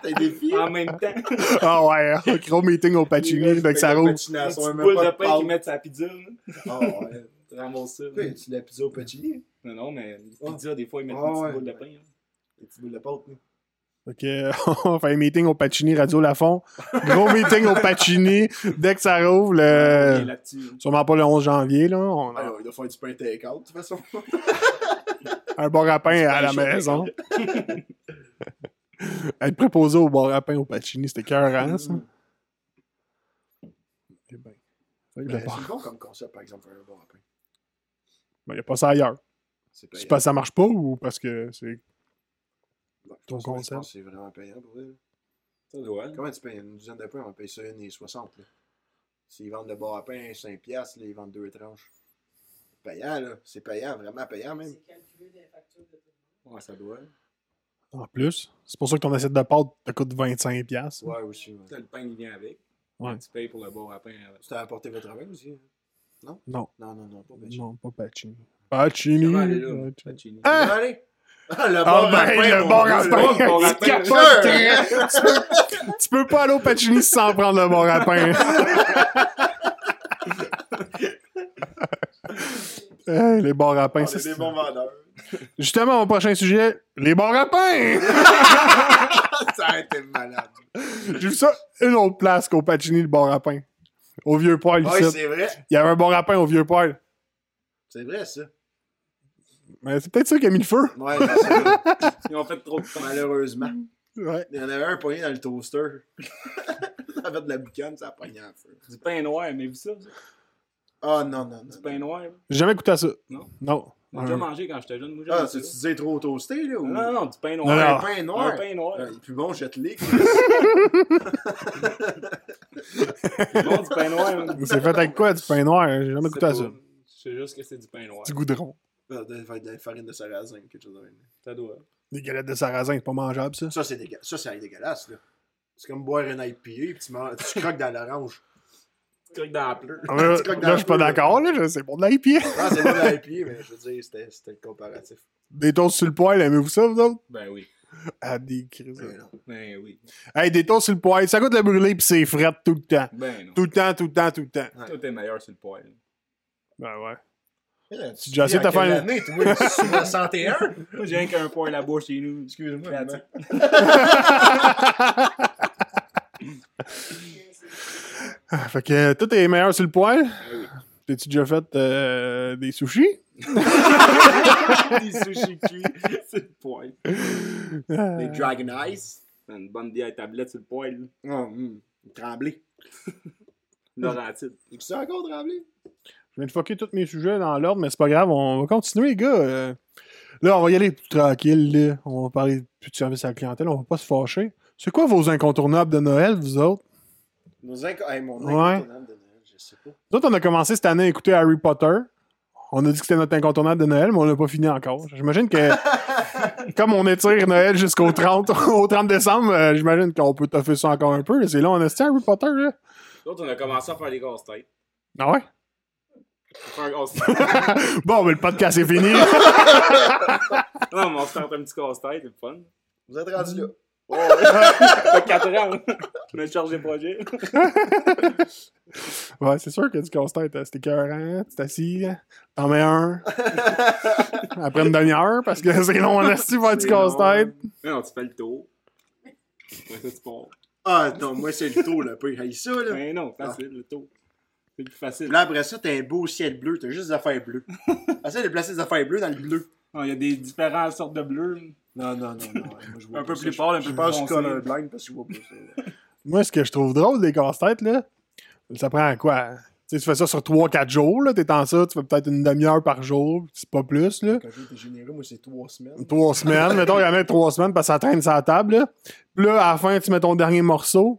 [SPEAKER 3] T'as des filles?
[SPEAKER 2] En même temps,
[SPEAKER 1] Ah ouais, un gros meeting au Pacini avec sa
[SPEAKER 3] roue.
[SPEAKER 1] roue.
[SPEAKER 3] Tu
[SPEAKER 2] une petite boule de pain qu'ils mettent sa pizza. là.
[SPEAKER 3] Ah, ouais.
[SPEAKER 2] Tu ramasses ça.
[SPEAKER 3] Pourquoi y a-tu de la pizza au Pacini?
[SPEAKER 2] Non, non, mais les
[SPEAKER 3] Ah.
[SPEAKER 2] pizzas, des fois, ils mettent
[SPEAKER 3] Ah
[SPEAKER 2] une petite
[SPEAKER 3] ouais.
[SPEAKER 2] boule de pain. hein.
[SPEAKER 3] Des petites boules de pâte, là.
[SPEAKER 1] Ok, euh, on fait un meeting au Pacini, Radio Lafont. Gros meeting au Pacini. Dès que ça rouvre,
[SPEAKER 2] Et
[SPEAKER 1] le...
[SPEAKER 2] là-dessus. hein.
[SPEAKER 1] sûrement pas le 11 janvier, là. On
[SPEAKER 3] Ah,
[SPEAKER 1] a
[SPEAKER 3] ouais, il doit faire du pain take-out, de toute façon.
[SPEAKER 1] un bar à pain à la
[SPEAKER 3] chaud,
[SPEAKER 1] maison. Être préposé au bar à pain au Pacini, c'était cœur, ça.
[SPEAKER 3] Mm.
[SPEAKER 1] Eh ben, c'est vrai que
[SPEAKER 3] Ben,
[SPEAKER 1] le bar-
[SPEAKER 3] C'est bon comme concept, par exemple, faire un bar à pain.
[SPEAKER 1] ben, il a pas ça ailleurs.
[SPEAKER 3] C'est
[SPEAKER 1] C'est
[SPEAKER 3] payant.
[SPEAKER 1] parce que ça marche pas ou parce que c'est.
[SPEAKER 3] Ouais, je
[SPEAKER 1] ton
[SPEAKER 3] pense que- je
[SPEAKER 1] concept.
[SPEAKER 3] pense que C'est vraiment payant pour elle.
[SPEAKER 2] Ça doit.
[SPEAKER 3] Comment tu payes une douzaine de pains On paye ça une et 60. là. S'ils vendent le bar à pain 5 piastres, là, ils vendent deux tranches. C'est Payant, là. C'est payant, vraiment payant, même.
[SPEAKER 4] C'est calculé des factures de tout
[SPEAKER 2] Ouais, ça doit.
[SPEAKER 1] En plus, c'est pour ça que ton assiette de pâte te coûte 25$. piastres.
[SPEAKER 3] Ouais, aussi. ouais.
[SPEAKER 2] Putain, Le pain, il vient avec.
[SPEAKER 1] Ouais. Mmh.
[SPEAKER 2] Tu payes pour le bord à pain. avec.
[SPEAKER 3] Tu t'as apporté votre travail aussi? hein? Non?
[SPEAKER 1] Non.
[SPEAKER 3] Non, non, non, pas bien.
[SPEAKER 1] Non, pas Pacini. Pacini!
[SPEAKER 2] Comment elle est là?
[SPEAKER 1] Pacini.
[SPEAKER 2] Pacini.
[SPEAKER 1] Ah!
[SPEAKER 3] Allez! Ah, le
[SPEAKER 1] Ah
[SPEAKER 3] bar à
[SPEAKER 1] ben,
[SPEAKER 3] pain!
[SPEAKER 1] le
[SPEAKER 3] mon Ah,
[SPEAKER 1] bar
[SPEAKER 3] gars,
[SPEAKER 1] à
[SPEAKER 3] le
[SPEAKER 1] pain!
[SPEAKER 2] Le bar à
[SPEAKER 1] Tu
[SPEAKER 2] pain,
[SPEAKER 1] capotes,
[SPEAKER 3] sure.
[SPEAKER 1] hein? Tu peux pas aller au Pacini sans prendre le bar à pain. Hey, les bars à pain,
[SPEAKER 3] On
[SPEAKER 1] ça,
[SPEAKER 3] est
[SPEAKER 1] Ah, c'est...
[SPEAKER 3] des Ah, bons vendeurs.
[SPEAKER 1] Justement, mon prochain sujet, les bars à pain!
[SPEAKER 3] Ah, Ça a été malade.
[SPEAKER 1] J'ai vu ça une autre place qu'au Pacini, le bar à pain. Au vieux poil,
[SPEAKER 3] Ouais,
[SPEAKER 1] ici.
[SPEAKER 3] Ah, c'est vrai.
[SPEAKER 1] Il y avait un bar à pain au vieux poil.
[SPEAKER 3] C'est vrai, ça.
[SPEAKER 1] Mais c'est peut-être ça qui a mis le feu.
[SPEAKER 3] Ouais, ben, c'est vrai.
[SPEAKER 2] Ils ont fait trop de pain.
[SPEAKER 3] malheureusement.
[SPEAKER 1] Ouais.
[SPEAKER 3] Il y en avait un poigné dans le toaster. ça avait de la boucane, ça a pogné en feu.
[SPEAKER 2] Du pain noir, mais vous ça? ça?
[SPEAKER 3] Ah, non, non, non.
[SPEAKER 2] Du pain noir.
[SPEAKER 1] J'ai jamais goûté à ça.
[SPEAKER 2] Non?
[SPEAKER 1] Non. Euh,
[SPEAKER 2] J'ai déjà mangé quand j'étais jeune. Moi,
[SPEAKER 3] Ah,
[SPEAKER 2] j'aimais
[SPEAKER 3] tu tu
[SPEAKER 2] ça.
[SPEAKER 3] disais trop toasté, là? Ou...
[SPEAKER 2] Non, non, non, du pain
[SPEAKER 1] Non, non.
[SPEAKER 2] noir.
[SPEAKER 3] Un pain noir.
[SPEAKER 2] Un pain noir.
[SPEAKER 3] Ah, il est plus bon, jette-les.
[SPEAKER 2] C'est bon, du pain noir. hein.
[SPEAKER 1] C'est fait avec quoi, du pain noir? J'ai jamais
[SPEAKER 2] C'est
[SPEAKER 1] goûté à
[SPEAKER 2] pas-
[SPEAKER 1] ça.
[SPEAKER 2] Je sais juste que c'est du pain noir.
[SPEAKER 1] Du goudron.
[SPEAKER 3] Ah, de faire de la farine de sarrasin, quelque chose de même.
[SPEAKER 2] Ça doit.
[SPEAKER 1] Des galettes de sarrasin, c'est pas mangeable, ça.
[SPEAKER 3] Ça, c'est dégueu- ça, c'est dégueulasse, là. C'est comme boire une IPA puis tu, manges- tu croques dans l'orange.
[SPEAKER 2] Tu croques dans la pleure.
[SPEAKER 1] Ah, Là,
[SPEAKER 3] Tu croques dans
[SPEAKER 1] là,
[SPEAKER 3] le
[SPEAKER 1] je suis pas
[SPEAKER 3] feu, là.
[SPEAKER 1] d'accord, là. je- C'est bon de l'IPA.
[SPEAKER 3] Non, Ah, c'est bon dans l'IPA, mais je veux dire, c'était c'était le comparatif.
[SPEAKER 1] Des toasts sur le poil, aimez-vous ça, vous autres?
[SPEAKER 2] Ben oui.
[SPEAKER 1] Ah, des crises.
[SPEAKER 3] Mais non.
[SPEAKER 2] Ben oui.
[SPEAKER 1] Hey, des toasts sur le poil, ça goûte le brûlé pis c'est fret tout le temps.
[SPEAKER 2] Ben non.
[SPEAKER 1] Tout le temps, tout le temps, tout le temps.
[SPEAKER 2] Tout est meilleur sur le poil.
[SPEAKER 1] Ben ouais.
[SPEAKER 3] Tu
[SPEAKER 1] déjà essayé de te faire-
[SPEAKER 3] l'année, toi, tu suis le 101?
[SPEAKER 2] Moi, j'ai rien qu'un point à la bouche chez nous.
[SPEAKER 3] Excuse-moi.
[SPEAKER 2] Là-dessus.
[SPEAKER 3] mais-
[SPEAKER 1] Ah, fait que euh, tout est meilleur sur le poil.
[SPEAKER 2] oui.
[SPEAKER 1] T'es-tu déjà fait euh, des sushis?
[SPEAKER 2] Des sushis cuits sur le poil.
[SPEAKER 3] Des Dragon Eyes.
[SPEAKER 2] Une bonne bière tablette sur le poil.
[SPEAKER 3] Oh, hum. Tremblé.
[SPEAKER 2] Laurentide.
[SPEAKER 3] Et puis ça encore tremblé?
[SPEAKER 1] Je viens de fucker tous mes sujets dans l'ordre, mais c'est pas grave, on va continuer, les gars. Euh, Là, on va y aller plus tranquille, là. On va parler plus de service à la clientèle, on va pas se fâcher. C'est quoi vos incontournables de Noël, vous autres?
[SPEAKER 3] Nos inc... hey, mon
[SPEAKER 1] Ouais.
[SPEAKER 3] incontournable de Noël, je sais pas.
[SPEAKER 1] Nous autres, on a commencé cette année à écouter Harry Potter. On a dit que c'était notre incontournable de Noël, mais on l'a pas fini encore. J'imagine que, comme on étire Noël jusqu'au 30, au 30 décembre, euh, j'imagine qu'on peut toffer ça encore un peu. là. C'est long, on a Harry Potter, là.
[SPEAKER 2] L'autre, on a commencé à faire des casse-têtes.
[SPEAKER 1] Ah ouais?
[SPEAKER 2] On fait un casse-tête.
[SPEAKER 1] Bon, mais le podcast est fini.
[SPEAKER 2] non, mais on se tente un petit casse-tête, c'est le fun.
[SPEAKER 3] Vous êtes rendu là.
[SPEAKER 2] Ça fait 4 ans, hein. je me charge des projets.
[SPEAKER 1] ouais, c'est sûr que du casse-tête, euh, c'est écœurant. Tu t'assis, t'en mets un. Après une demi-heure, parce que c'est long en asti faire du
[SPEAKER 2] C'est
[SPEAKER 1] casse-tête.
[SPEAKER 2] Non, non, tu fais le tour. Ouais, ça, tu pars.
[SPEAKER 3] Ah non, moi c'est le taux, là. Pas haï ça, là.
[SPEAKER 2] Mais non, facile, le tour. C'est plus
[SPEAKER 3] Puis
[SPEAKER 2] facile.
[SPEAKER 3] Là, après ça, t'as un beau ciel bleu, t'as juste des affaires bleues. Essaye de placer des affaires bleues dans le bleu.
[SPEAKER 2] Non, Ah, Il y a des différentes sortes de bleus.
[SPEAKER 3] Non, non, non, non. Moi, je vois
[SPEAKER 2] Un
[SPEAKER 3] pas
[SPEAKER 2] peu
[SPEAKER 3] ça.
[SPEAKER 2] plus pâle, un peu
[SPEAKER 3] Je
[SPEAKER 2] plus
[SPEAKER 3] pense que je
[SPEAKER 2] foncé.
[SPEAKER 3] suis colorblind parce que je vois pas ça.
[SPEAKER 1] Moi, ce que je trouve drôle des casse-têtes, là, ça prend quoi? Tu sais, tu fais ça sur 3-4 jours, là, t'es en ça, tu fais peut-être une demi-heure par jour, c'est pas plus, là.
[SPEAKER 3] Quand j'étais généreux, moi c'est trois semaines.
[SPEAKER 1] Trois semaines, mettons, il y en a trois semaines parce que ça traîne sur la table, là. Puis là, à la fin, tu mets ton dernier morceau.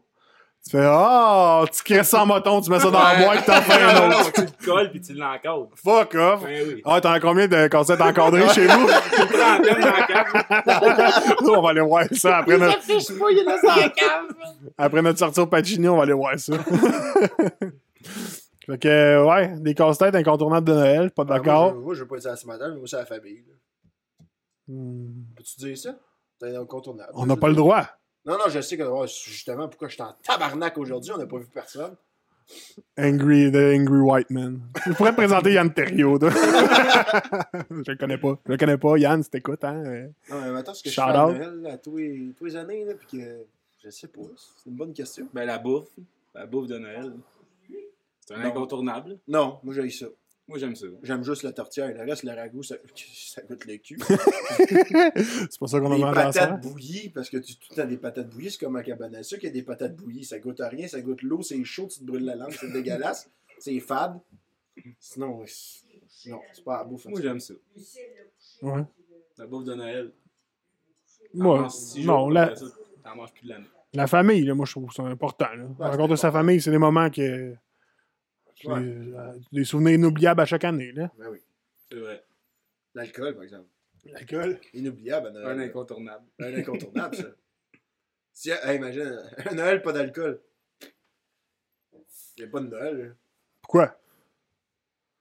[SPEAKER 1] Tu fais Ah, tu crées ça en moton, tu mets ça dans la
[SPEAKER 2] Ah, Ouais.
[SPEAKER 1] boîte, t'en fais
[SPEAKER 2] Non,
[SPEAKER 1] un
[SPEAKER 2] non,
[SPEAKER 1] autre.
[SPEAKER 2] non, tu le colles puis tu l'encodes.
[SPEAKER 1] Fuck off!
[SPEAKER 2] Ben oui.
[SPEAKER 1] Ah, t'en as combien de concepts encadrés chez vous?
[SPEAKER 2] Tu le prends en pleine dans la cave.
[SPEAKER 1] on va aller voir ça. Après notre,
[SPEAKER 3] affiches, moi, il est là, ça
[SPEAKER 1] après notre sortie au Pacini, on va aller voir ça. fait que, euh, ouais, des casse-têtes incontournables de Noël, pas d'accord.
[SPEAKER 3] Moi, je veux pas dire ça ce matin, mais moi, c'est la famille. là.
[SPEAKER 1] Hmm,
[SPEAKER 3] Peux-tu dire ça? C'est incontournable.
[SPEAKER 1] On n'a pas le droit.
[SPEAKER 3] Non, non, je sais que ouais, justement, pourquoi je suis en tabarnak aujourd'hui, on n'a pas vu personne.
[SPEAKER 1] Angry, the Angry White Man. Je pourrais te présenter Yann Terrio. toi. je le connais pas. Je le connais pas. Yann, si t'écoutes, hein. euh,
[SPEAKER 3] Non, mais maintenant, ce que
[SPEAKER 1] Shout
[SPEAKER 3] je fais à
[SPEAKER 1] out.
[SPEAKER 3] Noël, là, à tous les, tous les années, là, puis que je sais pas, c'est une bonne question.
[SPEAKER 2] Ben la bouffe. La bouffe de Noël. C'est un
[SPEAKER 3] Non.
[SPEAKER 2] incontournable.
[SPEAKER 3] Non, moi, j'ai ça.
[SPEAKER 2] Moi, j'aime ça.
[SPEAKER 3] J'aime juste la tortilla et le reste, le ragoût, ça, ça goûte le cul.
[SPEAKER 1] C'est pour ça qu'on a
[SPEAKER 3] Les
[SPEAKER 1] mangé
[SPEAKER 3] patates
[SPEAKER 1] ensemble.
[SPEAKER 3] bouillies, parce que tu, tout le temps des patates bouillies, c'est comme un cabane à sucre, il y a des patates bouillies. Ça goûte à rien, ça goûte l'eau, c'est chaud, tu te brûles la langue, c'est dégueulasse, c'est fade. Sinon, ouais, c'est- non, c'est pas à bouffe.
[SPEAKER 2] Moi, j'aime ça.
[SPEAKER 1] Ouais.
[SPEAKER 2] La bouffe de Noël. T'en
[SPEAKER 1] Moi,
[SPEAKER 2] manges six
[SPEAKER 1] non,
[SPEAKER 2] jours,
[SPEAKER 1] la-
[SPEAKER 2] après ça, T'en manges plus de l'année.
[SPEAKER 1] La famille, là, moi, je trouve ça important. là. La rencontre de sa famille, c'est des moments que. c'est
[SPEAKER 3] Ouais.
[SPEAKER 1] Des, euh, des souvenirs inoubliables à chaque année. Là.
[SPEAKER 3] Ben oui.
[SPEAKER 2] C'est vrai.
[SPEAKER 3] L'alcool, par exemple.
[SPEAKER 1] L'alcool.
[SPEAKER 3] Inoubliable à
[SPEAKER 2] Un
[SPEAKER 3] Noël.
[SPEAKER 2] incontournable.
[SPEAKER 3] Un incontournable, ça. Si, hey, imagine, un Noël, pas d'alcool. Il n'y a pas de Noël. là.
[SPEAKER 1] Pourquoi?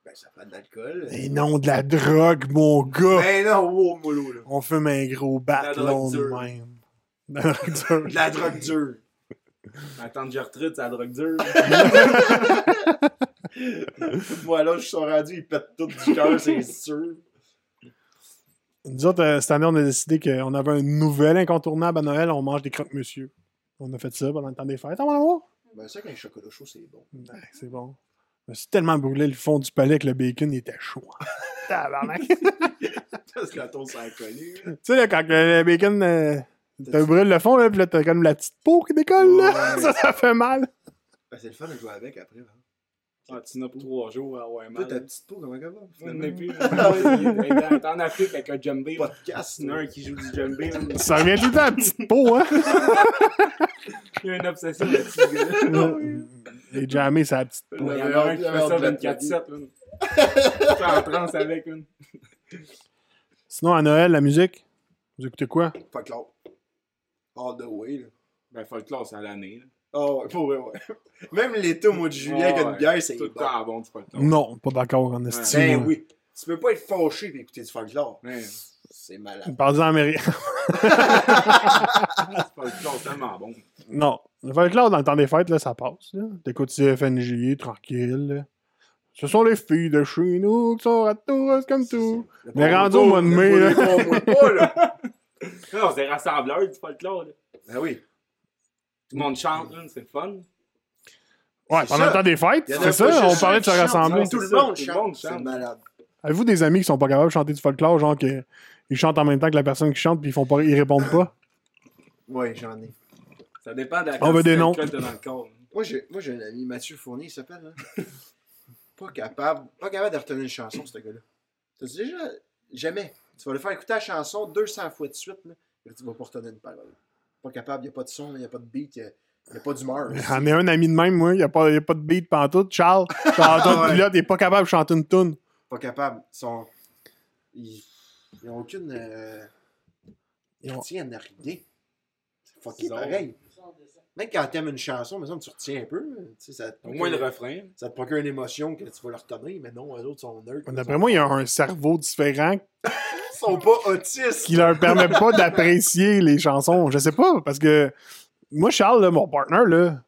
[SPEAKER 3] Ben, ça prend de l'alcool.
[SPEAKER 1] Et non, de la drogue, mon gars!
[SPEAKER 3] Ben non, wow, mollo, là.
[SPEAKER 1] On fume un gros
[SPEAKER 2] La
[SPEAKER 1] bat
[SPEAKER 2] drogue
[SPEAKER 1] long de
[SPEAKER 2] dure.
[SPEAKER 1] même. La drogue dure.
[SPEAKER 3] De la drogue dure.
[SPEAKER 2] Ma tante Gertrude, c'est la drogue dure.
[SPEAKER 3] Moi, là, je suis rendu, ils pètent tout du cœur, c'est sûr.
[SPEAKER 1] Nous autres, euh, cette année, on a décidé qu'on avait un nouvel incontournable à Noël. On mange des croque-monsieur. On a fait ça pendant le temps des fêtes, hein, mon amour?
[SPEAKER 3] Ben, ça, qu'un chocolat chaud, c'est bon.
[SPEAKER 1] Ouais, c'est bon. Je me suis tellement brûlé le fond du palais que le bacon il était chaud. Tabarnak. tu
[SPEAKER 3] Parce que la toast, ça a connu. là.
[SPEAKER 1] sais, là, quand le le bacon. euh, T'as brûlé le fond, là, pis là, t'as comme la petite peau qui décolle, là.
[SPEAKER 3] Ouais.
[SPEAKER 1] Ça, ça fait mal.
[SPEAKER 3] Ben, c'est le fun de jouer avec après. Hein.
[SPEAKER 2] Ah, tu n'as pas trois jours à avoir
[SPEAKER 3] Toi, ta
[SPEAKER 2] mal.
[SPEAKER 3] petite peau, comment ça va?
[SPEAKER 2] T'en
[SPEAKER 3] Finalement,
[SPEAKER 2] hein. Ah, en Afrique avec un djembé. là.
[SPEAKER 3] podcast,
[SPEAKER 2] Il y en a
[SPEAKER 3] non?
[SPEAKER 2] un qui joue du djembé. hein. là.
[SPEAKER 1] Ça revient tout le temps à la petite peau, hein.
[SPEAKER 2] Il y a une obsession là-dessus. ce gars-là.
[SPEAKER 1] Les jammés, c'est la petite
[SPEAKER 2] Il y en a un qui fait ça 24-7. là. Je suis en transe avec une.
[SPEAKER 1] Sinon, à Noël, la musique, vous écoutez quoi?
[SPEAKER 3] Pas clair. All the way, là.
[SPEAKER 2] Ben, folklore, c'est à l'année. là.
[SPEAKER 3] Ah ouais, pour vrai, ouais. Même l'été au mois de juillet avec une
[SPEAKER 2] Ouais,
[SPEAKER 3] bière, c'est
[SPEAKER 2] Tout
[SPEAKER 3] bon.
[SPEAKER 2] le temps bon du folklore.
[SPEAKER 1] Non, pas d'accord, en esti.
[SPEAKER 3] Ben
[SPEAKER 1] moi.
[SPEAKER 3] oui. Tu peux pas être fâché d'écouter du folklore.
[SPEAKER 2] Ouais.
[SPEAKER 3] C'est malade.
[SPEAKER 1] Parle-en à Mary-
[SPEAKER 2] Folklore, c'est tellement bon.
[SPEAKER 1] Non. Le folklore, dans le temps des fêtes, là, ça passe. là. T'écoutes CFNJ, tranquille. là. Ce sont les filles de chez nous qui sont ratoureuses comme tout. Mais rendu au mois de mai, là.
[SPEAKER 3] là.
[SPEAKER 2] Non, c'est rassembleur du folklore. là.
[SPEAKER 3] Ben oui.
[SPEAKER 2] Tout le monde chante, là, c'est le fun.
[SPEAKER 1] Ouais, pendant
[SPEAKER 3] C'est ça.
[SPEAKER 1] le temps des fêtes,
[SPEAKER 3] Il y en a
[SPEAKER 1] c'est
[SPEAKER 3] pas
[SPEAKER 1] ça,
[SPEAKER 3] juste
[SPEAKER 1] on parlait de se
[SPEAKER 3] qui chante,
[SPEAKER 1] rassembler.
[SPEAKER 2] non.
[SPEAKER 3] Tout le
[SPEAKER 2] C'est ça,
[SPEAKER 3] monde
[SPEAKER 2] tout le
[SPEAKER 3] chante.
[SPEAKER 2] monde
[SPEAKER 3] C'est
[SPEAKER 2] chante.
[SPEAKER 3] malade.
[SPEAKER 1] Avez-vous des amis qui sont pas capables de chanter du folklore, genre qu'ils chantent en même temps que la personne qui chante puis ils font pas ils répondent pas?
[SPEAKER 3] Ouais, j'en ai.
[SPEAKER 2] Ça dépend de la
[SPEAKER 1] On veut des
[SPEAKER 2] quantité
[SPEAKER 1] noms.
[SPEAKER 2] d'alcool t'as dans le corps.
[SPEAKER 3] Moi, j'ai, moi, j'ai un ami, Mathieu Fournier, il s'appelle. hein. pas capable, pas capable de retenir une chanson, ce gars-là. T'as déjà. Jamais. Tu vas le faire écouter la chanson 200 fois de suite, là. et tu vas pas retenir une parole. Pas capable, il a pas de son, il n'y a pas de beat, il n'y a, pas d'humeur.
[SPEAKER 1] J'en ai un ami de même, moi, il a pas, y a pas de beat pantoute. Charles, chanteur
[SPEAKER 3] Ah ouais.
[SPEAKER 1] pilote, il est pas capable de chanter une toune.
[SPEAKER 3] Pas capable. Ils sont. Ils ils ont aucune. euh,
[SPEAKER 1] Ils
[SPEAKER 3] Ils
[SPEAKER 1] ont-
[SPEAKER 3] tiennent à rien. C'est fucké
[SPEAKER 2] Ils ont-
[SPEAKER 3] pareil. Même quand t'aimes une chanson, mais ça, tu retiens un peu. tu sais, Ça te
[SPEAKER 2] Au moins le refrain.
[SPEAKER 3] ça te procure une émotion que tu vas leur retenir, mais non, eux autres sont neutres.
[SPEAKER 1] D'après moi, il y a un cerveau différent
[SPEAKER 3] Ils sont pas autistes.
[SPEAKER 1] qui leur permet pas d'apprécier les chansons. Je sais pas, parce que moi, Charles, là, mon partner, là,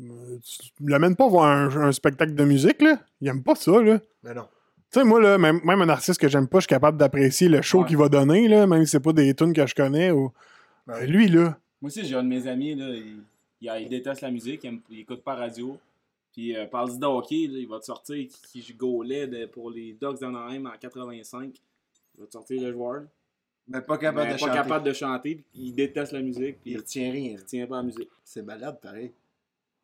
[SPEAKER 1] euh, tu l'amènes pas voir un, un spectacle de musique, là. Il aime pas ça, là.
[SPEAKER 3] Mais non.
[SPEAKER 1] Tu sais, moi, là, même, même un artiste que j'aime pas, je suis capable d'apprécier le show
[SPEAKER 2] Ouais.
[SPEAKER 1] qu'il va donner, là, même si c'est pas des tunes que je connais. Ou...
[SPEAKER 3] Ouais.
[SPEAKER 1] Mais Lui, là,
[SPEAKER 2] Moi aussi, j'ai un de mes amis, là, il, il, il déteste la musique, il, aime- il écoute pas la radio. Puis, euh, parle-y de hockey, là, il va te sortir qui qui gaulait de- pour les Ducks d'Anaheim en 85. Il va te sortir le joueur.
[SPEAKER 3] Mais pas
[SPEAKER 2] Il est
[SPEAKER 3] capable de
[SPEAKER 2] pas
[SPEAKER 3] chanter.
[SPEAKER 2] capable de chanter, puis il déteste la musique, puis
[SPEAKER 3] Il
[SPEAKER 2] il
[SPEAKER 3] retient rien.
[SPEAKER 2] retient pas la musique.
[SPEAKER 3] C'est malade, pareil.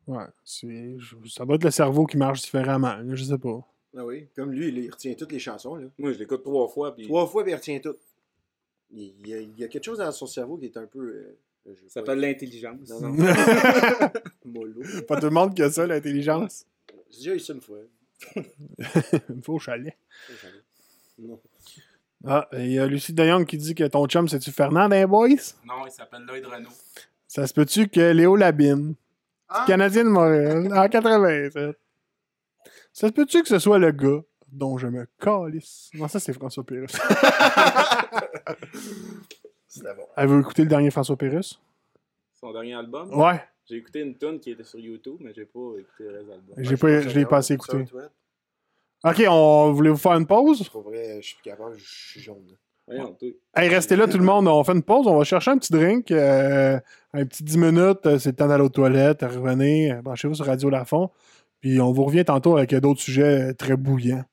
[SPEAKER 1] ouais, c'est- je- ça doit être le cerveau qui marche différemment, là, je sais pas.
[SPEAKER 3] Ah oui. Comme lui, il retient toutes les chansons, là.
[SPEAKER 2] Moi, je l'écoute trois fois, puis
[SPEAKER 3] Trois fois, puis il retient toutes. Il, il y a, il y a quelque chose dans son cerveau qui est un peu. euh, je sais
[SPEAKER 2] ça
[SPEAKER 3] pas-
[SPEAKER 2] s'appelle l'intelligence.
[SPEAKER 3] Non, non. mollo.
[SPEAKER 1] pas tout le monde qui a ça, l'intelligence.
[SPEAKER 3] J'ai déjà eu ça une fois.
[SPEAKER 1] Il me faut au chalet.
[SPEAKER 3] Ça, j'en ai. Non.
[SPEAKER 1] Ah, et il y a Lucie De Jong qui dit que ton chum, c'est-tu Fernand d'un Boys?
[SPEAKER 2] Non, il s'appelle Lloyd Renault.
[SPEAKER 1] Ça se peut-tu que Léo Labine
[SPEAKER 3] Ah,
[SPEAKER 1] Canadien de Montréal, en 87. Ça se peut-tu que ce soit le gars dont je me calisse? Non, ça, c'est François Pérus.
[SPEAKER 3] c'est d'abord.
[SPEAKER 1] Avez-vous écouté le dernier François Pérus?
[SPEAKER 2] Son dernier album.
[SPEAKER 1] Ouais.
[SPEAKER 2] J'ai écouté une tune qui était sur YouTube, mais j'ai pas écouté le reste de l'album.
[SPEAKER 1] J'ai pas, je l'ai pas assez
[SPEAKER 3] Ça,
[SPEAKER 1] écouté.
[SPEAKER 3] toi,
[SPEAKER 1] OK, on voulait vous faire une pause?
[SPEAKER 3] Pour vrai, je suis plus capable, je suis jaune.
[SPEAKER 2] Voyons, toi.
[SPEAKER 1] Hey, restez là, tout le monde. On fait une pause. On va chercher un petit drink. euh, un petit 10 minutes. euh, C'est le temps d'aller aux toilettes. Revenez. euh, Branchez-vous sur Radio Lafont. Puis on vous revient tantôt avec euh, d'autres sujets euh, très bouillants.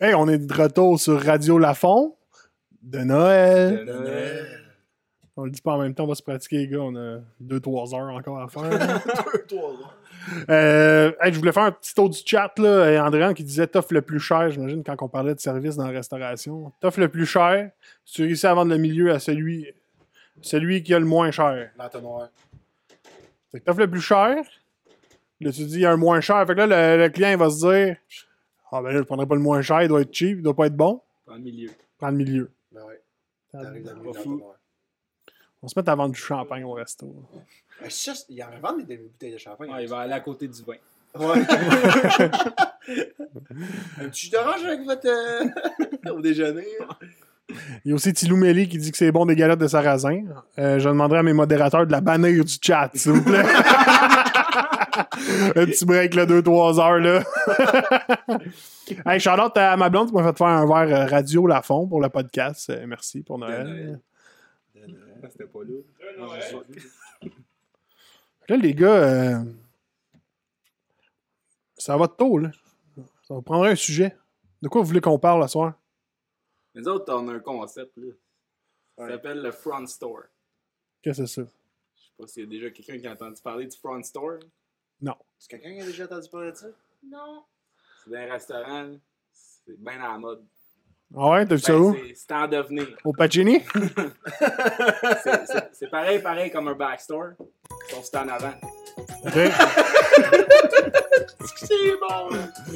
[SPEAKER 1] Hey, on est de retour sur Radio Lafont de Noël. On le dit pas en même temps, on va se pratiquer, les gars. On a 2-3 heures encore à faire.
[SPEAKER 3] Deux, trois ans.
[SPEAKER 1] Euh, hey, je voulais faire un petit tour du chat, là. Et Andréan qui disait T'offres le plus cher. J'imagine quand on parlait de service dans la restauration. T'offres le plus cher. Si tu réussis à vendre le milieu à celui, celui qui a le moins cher.
[SPEAKER 3] L'entonnoir.
[SPEAKER 1] Fait que t'offres le plus cher. Là, tu dis il y a un moins cher. Fait que là, le, le client, il va se dire Ah, ben là, je prendrai pas le moins cher. Il doit être cheap. Il doit pas être bon.
[SPEAKER 2] Dans le milieu.
[SPEAKER 1] Prends le milieu.
[SPEAKER 3] Ben ouais, t'arrives dans le milieu
[SPEAKER 1] On
[SPEAKER 3] de
[SPEAKER 2] Pas fou.
[SPEAKER 3] l'entonnoir.
[SPEAKER 1] se met à vendre du champagne au resto.
[SPEAKER 3] Ah, ça, c'est- il en revend des, des bouteilles de champagne.
[SPEAKER 2] Ouais, il va aller à côté du vin.
[SPEAKER 3] Ouais. Un petit jus d'orange avec votre. euh, au déjeuner.
[SPEAKER 1] Il y a aussi Tilou Melli qui dit que c'est bon des galettes de sarrasin. Euh, je demanderai à mes modérateurs de la bannir du chat, s'il vous plaît. un petit break, là, 2-3 heures, là. hey, Charlotte, à ma blonde qui m'a fait faire un verre euh, radio Lafond pour le podcast. Euh, merci pour Noël.
[SPEAKER 2] De Noël. Ah, C'était pas là.
[SPEAKER 1] Là, les gars, euh, ça va de tôt, là. Ça va prendre un sujet. De quoi vous voulez qu'on parle ce soir?
[SPEAKER 2] Nous autres, on a un concept, là. Ça
[SPEAKER 3] Ouais.
[SPEAKER 2] s'appelle le Front Store.
[SPEAKER 1] Qu'est-ce que c'est ça?
[SPEAKER 2] Je sais pas s'il y a déjà quelqu'un qui a entendu parler du Front Store.
[SPEAKER 3] Est-ce que quelqu'un qui a déjà entendu parler de ça?
[SPEAKER 4] Non.
[SPEAKER 2] C'est dans un restaurant, là. c'est bien à la mode.
[SPEAKER 1] Ah ouais, t'as vu ça
[SPEAKER 2] Ben,
[SPEAKER 1] où?
[SPEAKER 2] c'est- c'est en devenir.
[SPEAKER 1] Au Pacini?
[SPEAKER 2] C'est- c'est- C'est pareil, pareil comme un backstore, sauf que c'est en avant.
[SPEAKER 1] Ok.
[SPEAKER 2] C'est bon!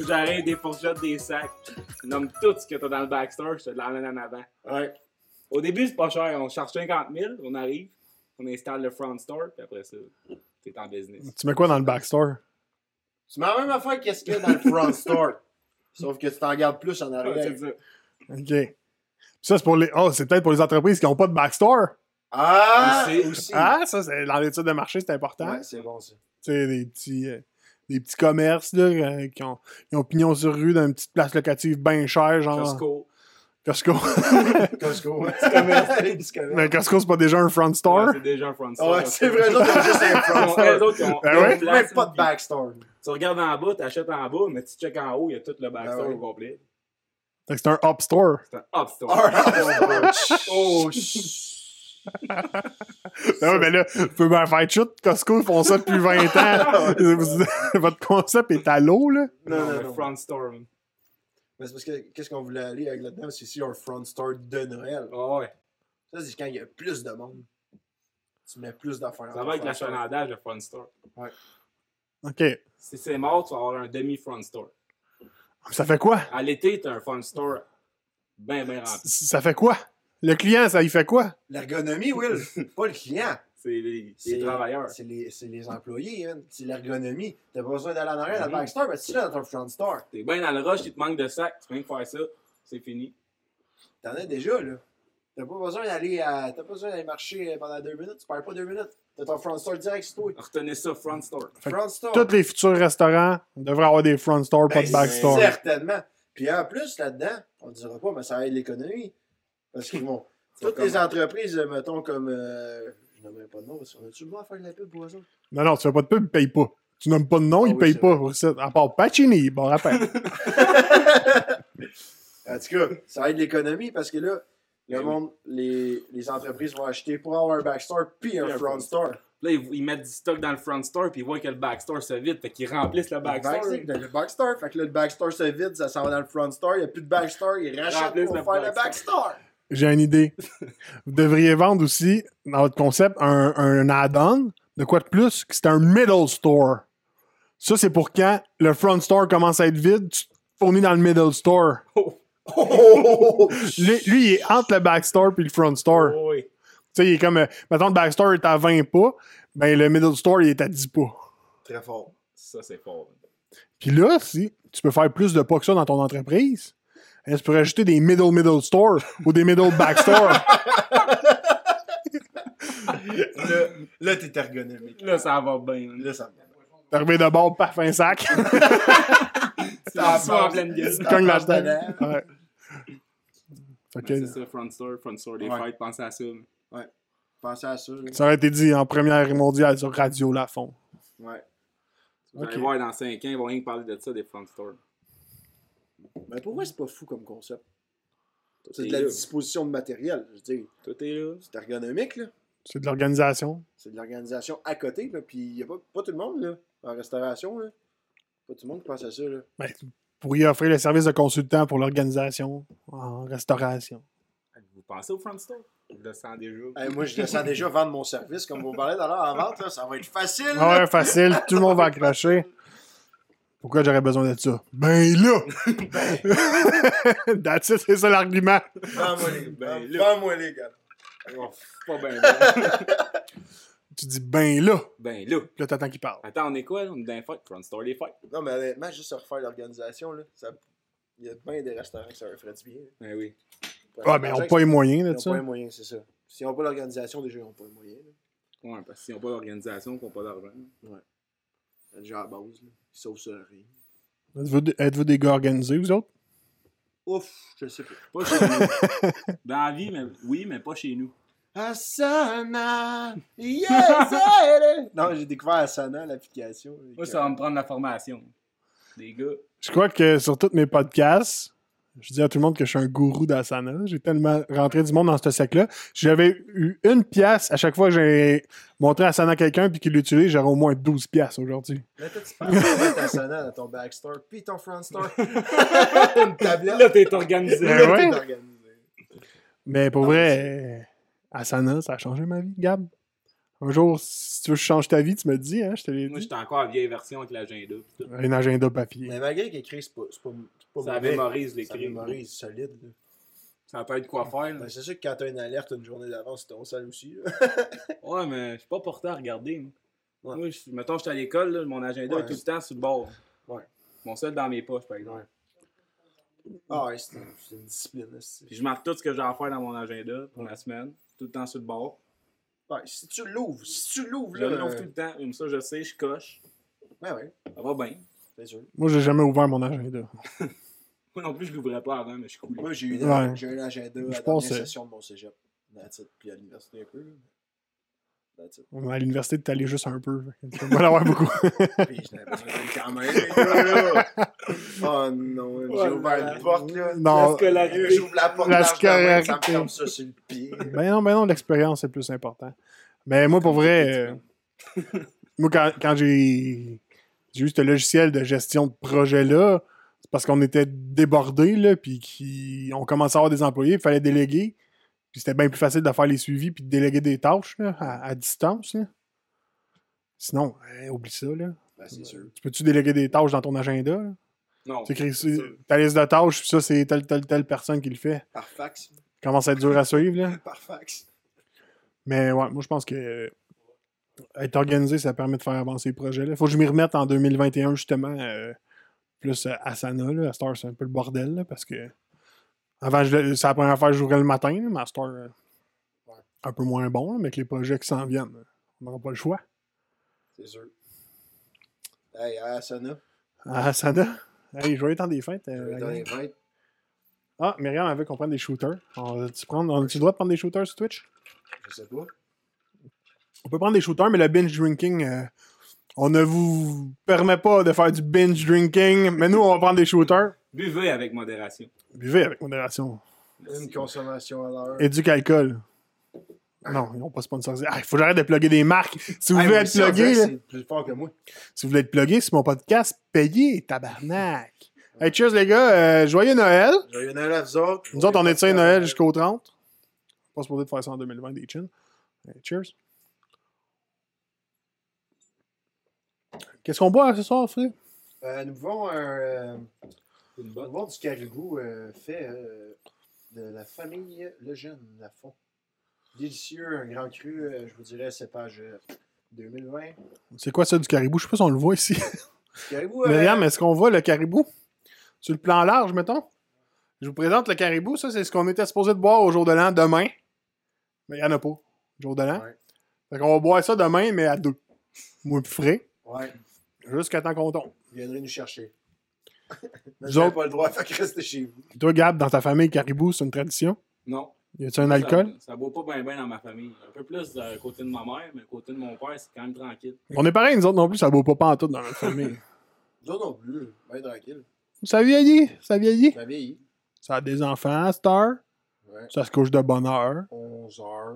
[SPEAKER 2] J'arrête des fourchettes, des sacs. Je nomme tout ce que t'as dans le backstore, je te l'emmène en avant.
[SPEAKER 3] Ouais.
[SPEAKER 2] Au début, c'est pas cher. On charge 50 000, on arrive, on installe le front store, puis après ça, t'es en business.
[SPEAKER 1] Tu mets quoi dans le backstore?
[SPEAKER 3] C'est la même affaire qu'est-ce qu'il y a dans le front store. Sauf que tu t'en gardes plus en
[SPEAKER 2] Ah, c'est
[SPEAKER 3] arrière.
[SPEAKER 2] ça.
[SPEAKER 1] OK. Ça, c'est pour les. Oh, c'est peut-être pour les entreprises qui n'ont pas de backstore.
[SPEAKER 3] Ah!
[SPEAKER 2] Aussi.
[SPEAKER 3] Aussi.
[SPEAKER 1] Ah, ça, c'est dans l'étude de marché, c'est important.
[SPEAKER 3] Ouais, c'est bon ça.
[SPEAKER 1] Tu sais, des petits. euh, Des petits commerces là, euh, qui, ont, ils ont pignon sur rue dans une petite place locative bien chère, genre
[SPEAKER 2] Costco.
[SPEAKER 1] Costco.
[SPEAKER 3] Costco. ouais. C'est commerce. Les petits commerces.
[SPEAKER 1] Mais Costco, c'est pas déjà un front store.
[SPEAKER 2] Ouais, c'est déjà un front store.
[SPEAKER 3] Ouais, c'est vrai, là, t'as juste un
[SPEAKER 2] Ils
[SPEAKER 3] front
[SPEAKER 2] ont- eux
[SPEAKER 3] store.
[SPEAKER 2] autres, ils ont
[SPEAKER 1] Ben
[SPEAKER 2] une
[SPEAKER 1] ouais.
[SPEAKER 2] place,
[SPEAKER 3] Même pas de
[SPEAKER 2] puis
[SPEAKER 3] backstore.
[SPEAKER 2] Tu regardes en bas, t'achètes en bas, mais tu checkes en haut, il y a tout le backstore
[SPEAKER 3] Ah ouais.
[SPEAKER 2] au complet.
[SPEAKER 1] Fait que c'est un up store.
[SPEAKER 2] C'est un up store.
[SPEAKER 3] Ah, Oh,
[SPEAKER 1] Ah ouais, mais là, tu peux bien faire chut. Costco, ils font ça depuis 20 ans. Vous- Votre concept est à l'eau, là.
[SPEAKER 3] Non, non,
[SPEAKER 2] le
[SPEAKER 3] non.
[SPEAKER 2] front store. man.
[SPEAKER 3] Mais c'est parce que qu'est-ce qu'on voulait aller avec là-dedans, c'est si un front store de Noël.
[SPEAKER 2] Ah ouais.
[SPEAKER 3] Ça, c'est quand il y a plus de monde. Tu mets plus d'affaires.
[SPEAKER 2] Ça va avec l'achalandage, le front store.
[SPEAKER 1] OK.
[SPEAKER 2] Si c'est mort, tu vas avoir un demi-front store.
[SPEAKER 1] Ça fait quoi?
[SPEAKER 2] À l'été, t'as un front store ben,
[SPEAKER 1] C-
[SPEAKER 2] ben
[SPEAKER 3] Ah.
[SPEAKER 2] rempli.
[SPEAKER 1] Ça fait quoi? Le client, ça y fait quoi?
[SPEAKER 3] L'ergonomie, Will, pas le client.
[SPEAKER 2] C'est les,
[SPEAKER 3] C'est-
[SPEAKER 2] les travailleurs.
[SPEAKER 3] C'est les, c'est les employés, hein. c'est l'ergonomie. T'as pas besoin d'aller en arrière à
[SPEAKER 2] Mhm.
[SPEAKER 3] la backstore, parce que tu l'as dans ton front store.
[SPEAKER 2] T'es bien dans le rush, il te manque de sac, tu viens de faire ça, c'est fini.
[SPEAKER 3] T'en as déjà, là. T'as pas besoin d'aller à... T'as pas besoin d'aller marcher pendant deux minutes, tu perds pas deux minutes. T'as ton front store direct sur toi.
[SPEAKER 2] Retenez ça, front store.
[SPEAKER 1] Fait que
[SPEAKER 3] front store.
[SPEAKER 1] Tous les futurs restaurants devraient avoir des front stores, pas
[SPEAKER 3] Ben,
[SPEAKER 1] de back store.
[SPEAKER 3] Certainement. Puis en plus, là-dedans, on ne dira pas, mais ça aide l'économie. Parce que bon, toutes les entreprises, euh, mettons, comme. euh, je n'en pas de nom, parce qu'on a-tu le droit à faire de la pub pour eux autres?
[SPEAKER 1] Non, non, tu fais pas de pub, ils payent pas. Tu nommes pas de nom,
[SPEAKER 3] Ah
[SPEAKER 1] ils
[SPEAKER 3] oui,
[SPEAKER 1] payent
[SPEAKER 3] c'est
[SPEAKER 1] pas. pour ça. À part Pacini, bon rappel.
[SPEAKER 3] En tout cas, ça aide l'économie parce que là, le
[SPEAKER 2] Ben Oui.
[SPEAKER 3] monde, les, les entreprises vont acheter pour avoir un backstore puis un
[SPEAKER 2] Puis un
[SPEAKER 3] front
[SPEAKER 2] front
[SPEAKER 3] store.
[SPEAKER 2] Là, ils, ils mettent du stock dans le front store, puis ils voient que le back store se vide, fait qu'ils remplissent le back
[SPEAKER 3] Le
[SPEAKER 2] store.
[SPEAKER 3] backstore, le backstore. Fait que là, le backstore se vide, ça s'en va dans le front store, il n'y a plus de backstore, ils rachètent
[SPEAKER 2] Remplissent
[SPEAKER 3] pour
[SPEAKER 2] le
[SPEAKER 3] faire le backstore.
[SPEAKER 1] J'ai une idée. Vous devriez vendre aussi, dans votre concept, un, un add-on, de quoi de plus, que c'est un middle store. Ça, c'est pour quand le front store commence à être vide, tu te fournis dans le middle store.
[SPEAKER 3] Oh,
[SPEAKER 1] Oh! Lui, lui, il est entre le back store puis le front store.
[SPEAKER 2] Oh, oui.
[SPEAKER 1] Tu sais, il est comme, euh, mettons, le back store est à 20 pas, ben le middle store, il est à 10 pas.
[SPEAKER 3] Très fort.
[SPEAKER 2] Ça, c'est fort.
[SPEAKER 1] Puis là, si tu peux faire plus de pas que ça dans ton entreprise, hein, tu peux rajouter des middle middle store ou des middle back store.
[SPEAKER 3] Là, là t'es ergonomique.
[SPEAKER 2] Là, ça va bien. Là,
[SPEAKER 3] Là, ça va.
[SPEAKER 1] T'arrives de bord, paf, un sac.
[SPEAKER 2] c'est en pleine gueule.
[SPEAKER 1] Tu cognes dans le
[SPEAKER 3] T'en
[SPEAKER 1] tête.
[SPEAKER 3] dedans.
[SPEAKER 1] Ouais. Fait
[SPEAKER 2] Mais
[SPEAKER 1] que,
[SPEAKER 2] Ben, C'est ça, front store, front store des
[SPEAKER 3] Ouais.
[SPEAKER 2] fêtes, pensez à ça.
[SPEAKER 3] Pensez à ça. là.
[SPEAKER 1] ça aurait été dit en première mondiale sur Radio Lafont.
[SPEAKER 3] Ouais.
[SPEAKER 2] Vous allez
[SPEAKER 1] Ok.
[SPEAKER 2] voir, dans 5 ans, ils vont rien que parler de ça, des front stores.
[SPEAKER 3] Mais pour moi, c'est pas fou comme concept.
[SPEAKER 2] Tout
[SPEAKER 3] C'est
[SPEAKER 2] est
[SPEAKER 3] de la
[SPEAKER 2] là.
[SPEAKER 3] disposition de matériel. Je veux dire,
[SPEAKER 2] Tout est là.
[SPEAKER 3] c'est ergonomique, là.
[SPEAKER 1] C'est de l'organisation.
[SPEAKER 3] C'est de l'organisation à côté, là. Puis il n'y a pas, pas tout le monde, là, en restauration, là. Pas tout le monde qui pense à ça, là.
[SPEAKER 1] Pour y offrir le service de consultant pour l'organisation en restauration.
[SPEAKER 2] Vous pensez au front store? Je le sens déjà.
[SPEAKER 3] Hey, moi, je descends déjà vendre mon service, comme vous parlez d'ailleurs en vente, là. Ça va être facile, là.
[SPEAKER 1] Ah Ouais, facile, tout le monde va accrocher. Pourquoi j'aurais besoin de ça? Ben là! That's it, c'est ça l'argument.
[SPEAKER 3] Vends-moi les,
[SPEAKER 2] Ben,
[SPEAKER 3] vends-
[SPEAKER 2] là.
[SPEAKER 3] vends-moi les gars.
[SPEAKER 2] Oh, pas bien là.
[SPEAKER 1] Tu dis ben là,
[SPEAKER 2] ben là.
[SPEAKER 1] puis là t'attends qu'il parle.
[SPEAKER 2] Attends, on est quoi? là? On est dans les fêtes. Front store, les fêtes.
[SPEAKER 3] Non, mais honnêtement, juste refaire l'organisation, là. Ça... Il y a bien des restaurants qui ça leur ferait du bien. là.
[SPEAKER 2] Ben oui.
[SPEAKER 1] Ah, mais on pas les moyens
[SPEAKER 3] Ils
[SPEAKER 1] de
[SPEAKER 3] n'ont pas
[SPEAKER 1] ça.
[SPEAKER 3] les moyens, c'est ça. S'ils n'ont pas l'organisation, déjà, ils n'ont pas les moyens, là.
[SPEAKER 2] Ouais, parce qu'ils n'ont pas d'organisation, qu'ils n'ont pas d'argent.
[SPEAKER 3] C'est déjà à la base, là. Ils sauvent ça à rien.
[SPEAKER 1] Êtes-vous êtes-vous des gars organisés, vous autres?
[SPEAKER 3] Ouf, je sais pas.
[SPEAKER 2] Pas chez nous. Dans la vie, mais, oui, mais pas chez nous.
[SPEAKER 3] Asana! Yes! elle est- non, j'ai découvert Asana, l'application. euh,
[SPEAKER 2] Moi, ça va me prendre la formation. Les gars.
[SPEAKER 1] Je crois que sur tous mes podcasts, je dis à tout le monde que je suis un gourou d'Asana. J'ai tellement rentré du monde dans ce sec-là. Si J'avais eu une pièce à chaque fois que j'ai montré Asana à quelqu'un puis qu'il l'utilise, j'aurais au moins 12 pièces aujourd'hui.
[SPEAKER 3] Là, toi, tu parles de mettre Asana dans ton backstore, puis ton front store. Une tablette.
[SPEAKER 2] Là, t'es organisé.
[SPEAKER 1] Ben
[SPEAKER 3] Là, t'es
[SPEAKER 1] ouais.
[SPEAKER 3] organisé.
[SPEAKER 1] Mais pour vrai, euh, Asana, ça a changé ma vie, Gab. Un jour, si tu veux que je change ta vie, tu me le dis, hein, je te l'ai
[SPEAKER 2] Moi,
[SPEAKER 1] dit.
[SPEAKER 2] j'étais encore à vieille version avec l'agenda. pis tout.
[SPEAKER 1] Un agenda papier.
[SPEAKER 3] Mais malgré qu'il écrit, c'est pas, c'est pas, c'est pas
[SPEAKER 2] Ça
[SPEAKER 3] mauvais.
[SPEAKER 2] mémorise les
[SPEAKER 3] Ça
[SPEAKER 2] crimes.
[SPEAKER 3] mémorise, c'est solide. là.
[SPEAKER 2] Ça peut être quoi faire. là.
[SPEAKER 3] Ben, c'est sûr que quand t'as une alerte une journée d'avance, c'est ton sale aussi. là.
[SPEAKER 2] Ouais, mais je suis pas porté à regarder. Moi,
[SPEAKER 3] Ouais.
[SPEAKER 2] Moi, je- mettons, j'étais à l'école, là, mon agenda
[SPEAKER 3] Ouais.
[SPEAKER 2] est tout le temps sur le bord.
[SPEAKER 3] Ouais.
[SPEAKER 2] Mon seul dans mes poches, par exemple.
[SPEAKER 3] Ah ouais, c'est c'est une discipline. là, c'est-
[SPEAKER 2] Puis je marque tout ce que j'ai à faire dans mon agenda pour la semaine, tout le temps sur le bord.
[SPEAKER 3] Ouais, si tu l'ouvres, si tu l'ouvres,
[SPEAKER 2] Je
[SPEAKER 3] là.
[SPEAKER 2] l'ouvre tout
[SPEAKER 3] euh,
[SPEAKER 2] le temps, comme ça je sais, je coche.
[SPEAKER 3] Ouais, Ben ouais,
[SPEAKER 2] Ça va bien.
[SPEAKER 3] c'est sûr.
[SPEAKER 1] Moi, j'ai jamais ouvert mon agenda.
[SPEAKER 2] Moi non plus, je l'ouvrais pas avant, mais je suis cool.
[SPEAKER 3] Moi, j'ai eu,
[SPEAKER 1] Ouais.
[SPEAKER 3] j'ai eu l'agenda à
[SPEAKER 1] Je
[SPEAKER 3] la
[SPEAKER 1] pense euh,
[SPEAKER 3] dernière
[SPEAKER 1] que-
[SPEAKER 3] session de mon cégep. That's it. Puis à l'université un peu. là. That's it.
[SPEAKER 1] À l'université, t'es allé juste un peu. Tu vas l'avoir beaucoup.
[SPEAKER 3] Puis je n'avais pas besoin de quand même. les gars, là. oh non, j'ai
[SPEAKER 2] Voilà.
[SPEAKER 3] ouvert une porte là.
[SPEAKER 1] Non.
[SPEAKER 2] scolarité.
[SPEAKER 3] J'ouvre la porte,
[SPEAKER 1] La
[SPEAKER 3] large de même, ça me
[SPEAKER 1] scolarité.
[SPEAKER 3] ferme ça sur le pied.
[SPEAKER 1] Ben non, ben non, l'expérience est plus important. Mais moi, pour vrai, euh, moi, quand, quand j'ai j'ai eu ce logiciel de gestion de projet-là, c'est parce qu'on était débordés, là, puis qui- on commençait à avoir des employés, il fallait déléguer. Puis c'était bien plus facile de faire les suivis puis de déléguer des tâches là, à, à distance. là. Sinon, eh, oublie ça. Là.
[SPEAKER 3] Ben, c'est sûr.
[SPEAKER 1] Tu peux-tu déléguer des tâches dans ton agenda? là?
[SPEAKER 2] Non.
[SPEAKER 1] Tu écris
[SPEAKER 3] c'est
[SPEAKER 1] c'est-
[SPEAKER 3] sûr.
[SPEAKER 1] ta liste de tâches, puis ça, c'est telle, telle, telle personne qui le fait.
[SPEAKER 3] Par fax.
[SPEAKER 1] Commence à être dur à suivre, là.
[SPEAKER 3] Par fax.
[SPEAKER 1] Mais ouais, moi, je pense que euh, être organisé, ça permet de faire avancer les projets. Il faut que je m'y remette en 2021, justement, euh, plus à Asana. Là. À Star, c'est un peu le bordel, là, parce que avant, je le- c'est la première fois que j'ouvrais le matin, là, mais à Star, euh,
[SPEAKER 3] Ouais.
[SPEAKER 1] un peu moins bon, là, mais avec les projets qui s'en viennent, là, on n'aura pas le choix.
[SPEAKER 3] C'est sûr. Hey, à Asana.
[SPEAKER 1] À Asana, hey, joyeux temps des fêtes. euh, la
[SPEAKER 3] Dans
[SPEAKER 1] gang.
[SPEAKER 3] les fêtes.
[SPEAKER 1] ah, Myriam avait qu'on prenne des shooters. On, tu, prends, on, tu dois prendre des shooters sur Twitch?
[SPEAKER 3] Je sais pas.
[SPEAKER 1] On peut prendre des shooters, mais le binge drinking, euh, on ne vous permet pas de faire du binge drinking. Mais nous, on va prendre des shooters.
[SPEAKER 2] Buvez avec modération.
[SPEAKER 1] Buvez avec modération.
[SPEAKER 2] Merci.
[SPEAKER 3] Une consommation à l'heure.
[SPEAKER 1] Éduque alcool. Non, ils n'ont pas sponsorisé. Ah, Il faut que j'arrête de plugger des marques. Si vous
[SPEAKER 3] Hey,
[SPEAKER 1] voulez
[SPEAKER 3] moi
[SPEAKER 1] être
[SPEAKER 3] aussi, on dirait
[SPEAKER 1] plugué,
[SPEAKER 3] que
[SPEAKER 1] là,
[SPEAKER 3] C'est plus fort que moi.
[SPEAKER 1] si vous voulez être plugué, c'est mon podcast payé, tabarnak. Hey, cheers les gars, Euh, joyeux Noël.
[SPEAKER 3] Joyeux Noël à vous autres.
[SPEAKER 1] Nous autres, on est de Noël jusqu'au 30. Pas supposé de faire ça en 2020 des chins. Euh, cheers. Qu'est-ce qu'on boit ce soir, frère?
[SPEAKER 3] Euh, nous buvons un. euh,
[SPEAKER 2] Une
[SPEAKER 3] nous
[SPEAKER 2] bonne.
[SPEAKER 3] buvons du caribou euh, fait euh, de la famille Le Jeune, la fond. Délicieux, un grand cru, euh, je vous dirais, cépage euh, 2020. Du
[SPEAKER 1] C'est quoi ça du caribou? Je sais pas si on le voit ici.
[SPEAKER 3] Caribou, euh,
[SPEAKER 1] Myriam, est-ce qu'on voit le caribou? Sur le plan large, mettons? Je vous présente le caribou. Ça, c'est ce qu'on était supposé de boire au jour de l'an demain. Mais il n'y en a pas. Jour de l'an.
[SPEAKER 3] Ouais.
[SPEAKER 1] Fait qu'on va boire ça demain, mais à deux. Moins plus frais.
[SPEAKER 3] Ouais,
[SPEAKER 1] Jusqu'à temps qu'on tombe.
[SPEAKER 3] viendrez nous chercher.
[SPEAKER 1] Nous
[SPEAKER 3] Vous n'avez
[SPEAKER 1] autres-
[SPEAKER 3] pas le droit, fait que restez chez vous.
[SPEAKER 1] Toi, Gab, dans ta famille, caribou, c'est une tradition.
[SPEAKER 2] Non.
[SPEAKER 1] Y a-tu un alcool?
[SPEAKER 2] Ça, ça boit pas bien bien dans ma famille. Un peu plus du côté de ma mère, mais du côté de mon père, c'est quand même tranquille.
[SPEAKER 1] On est pareil, nous autres non plus, ça boit pas pantoute dans notre famille.
[SPEAKER 3] Nous autres non plus, bien tranquille.
[SPEAKER 1] ça vieillit, ça vieillit.
[SPEAKER 3] La vieillit.
[SPEAKER 1] Ça a des enfants à cette heure.
[SPEAKER 3] Ouais.
[SPEAKER 1] Ça se couche de bonne heure.
[SPEAKER 3] 11 heures.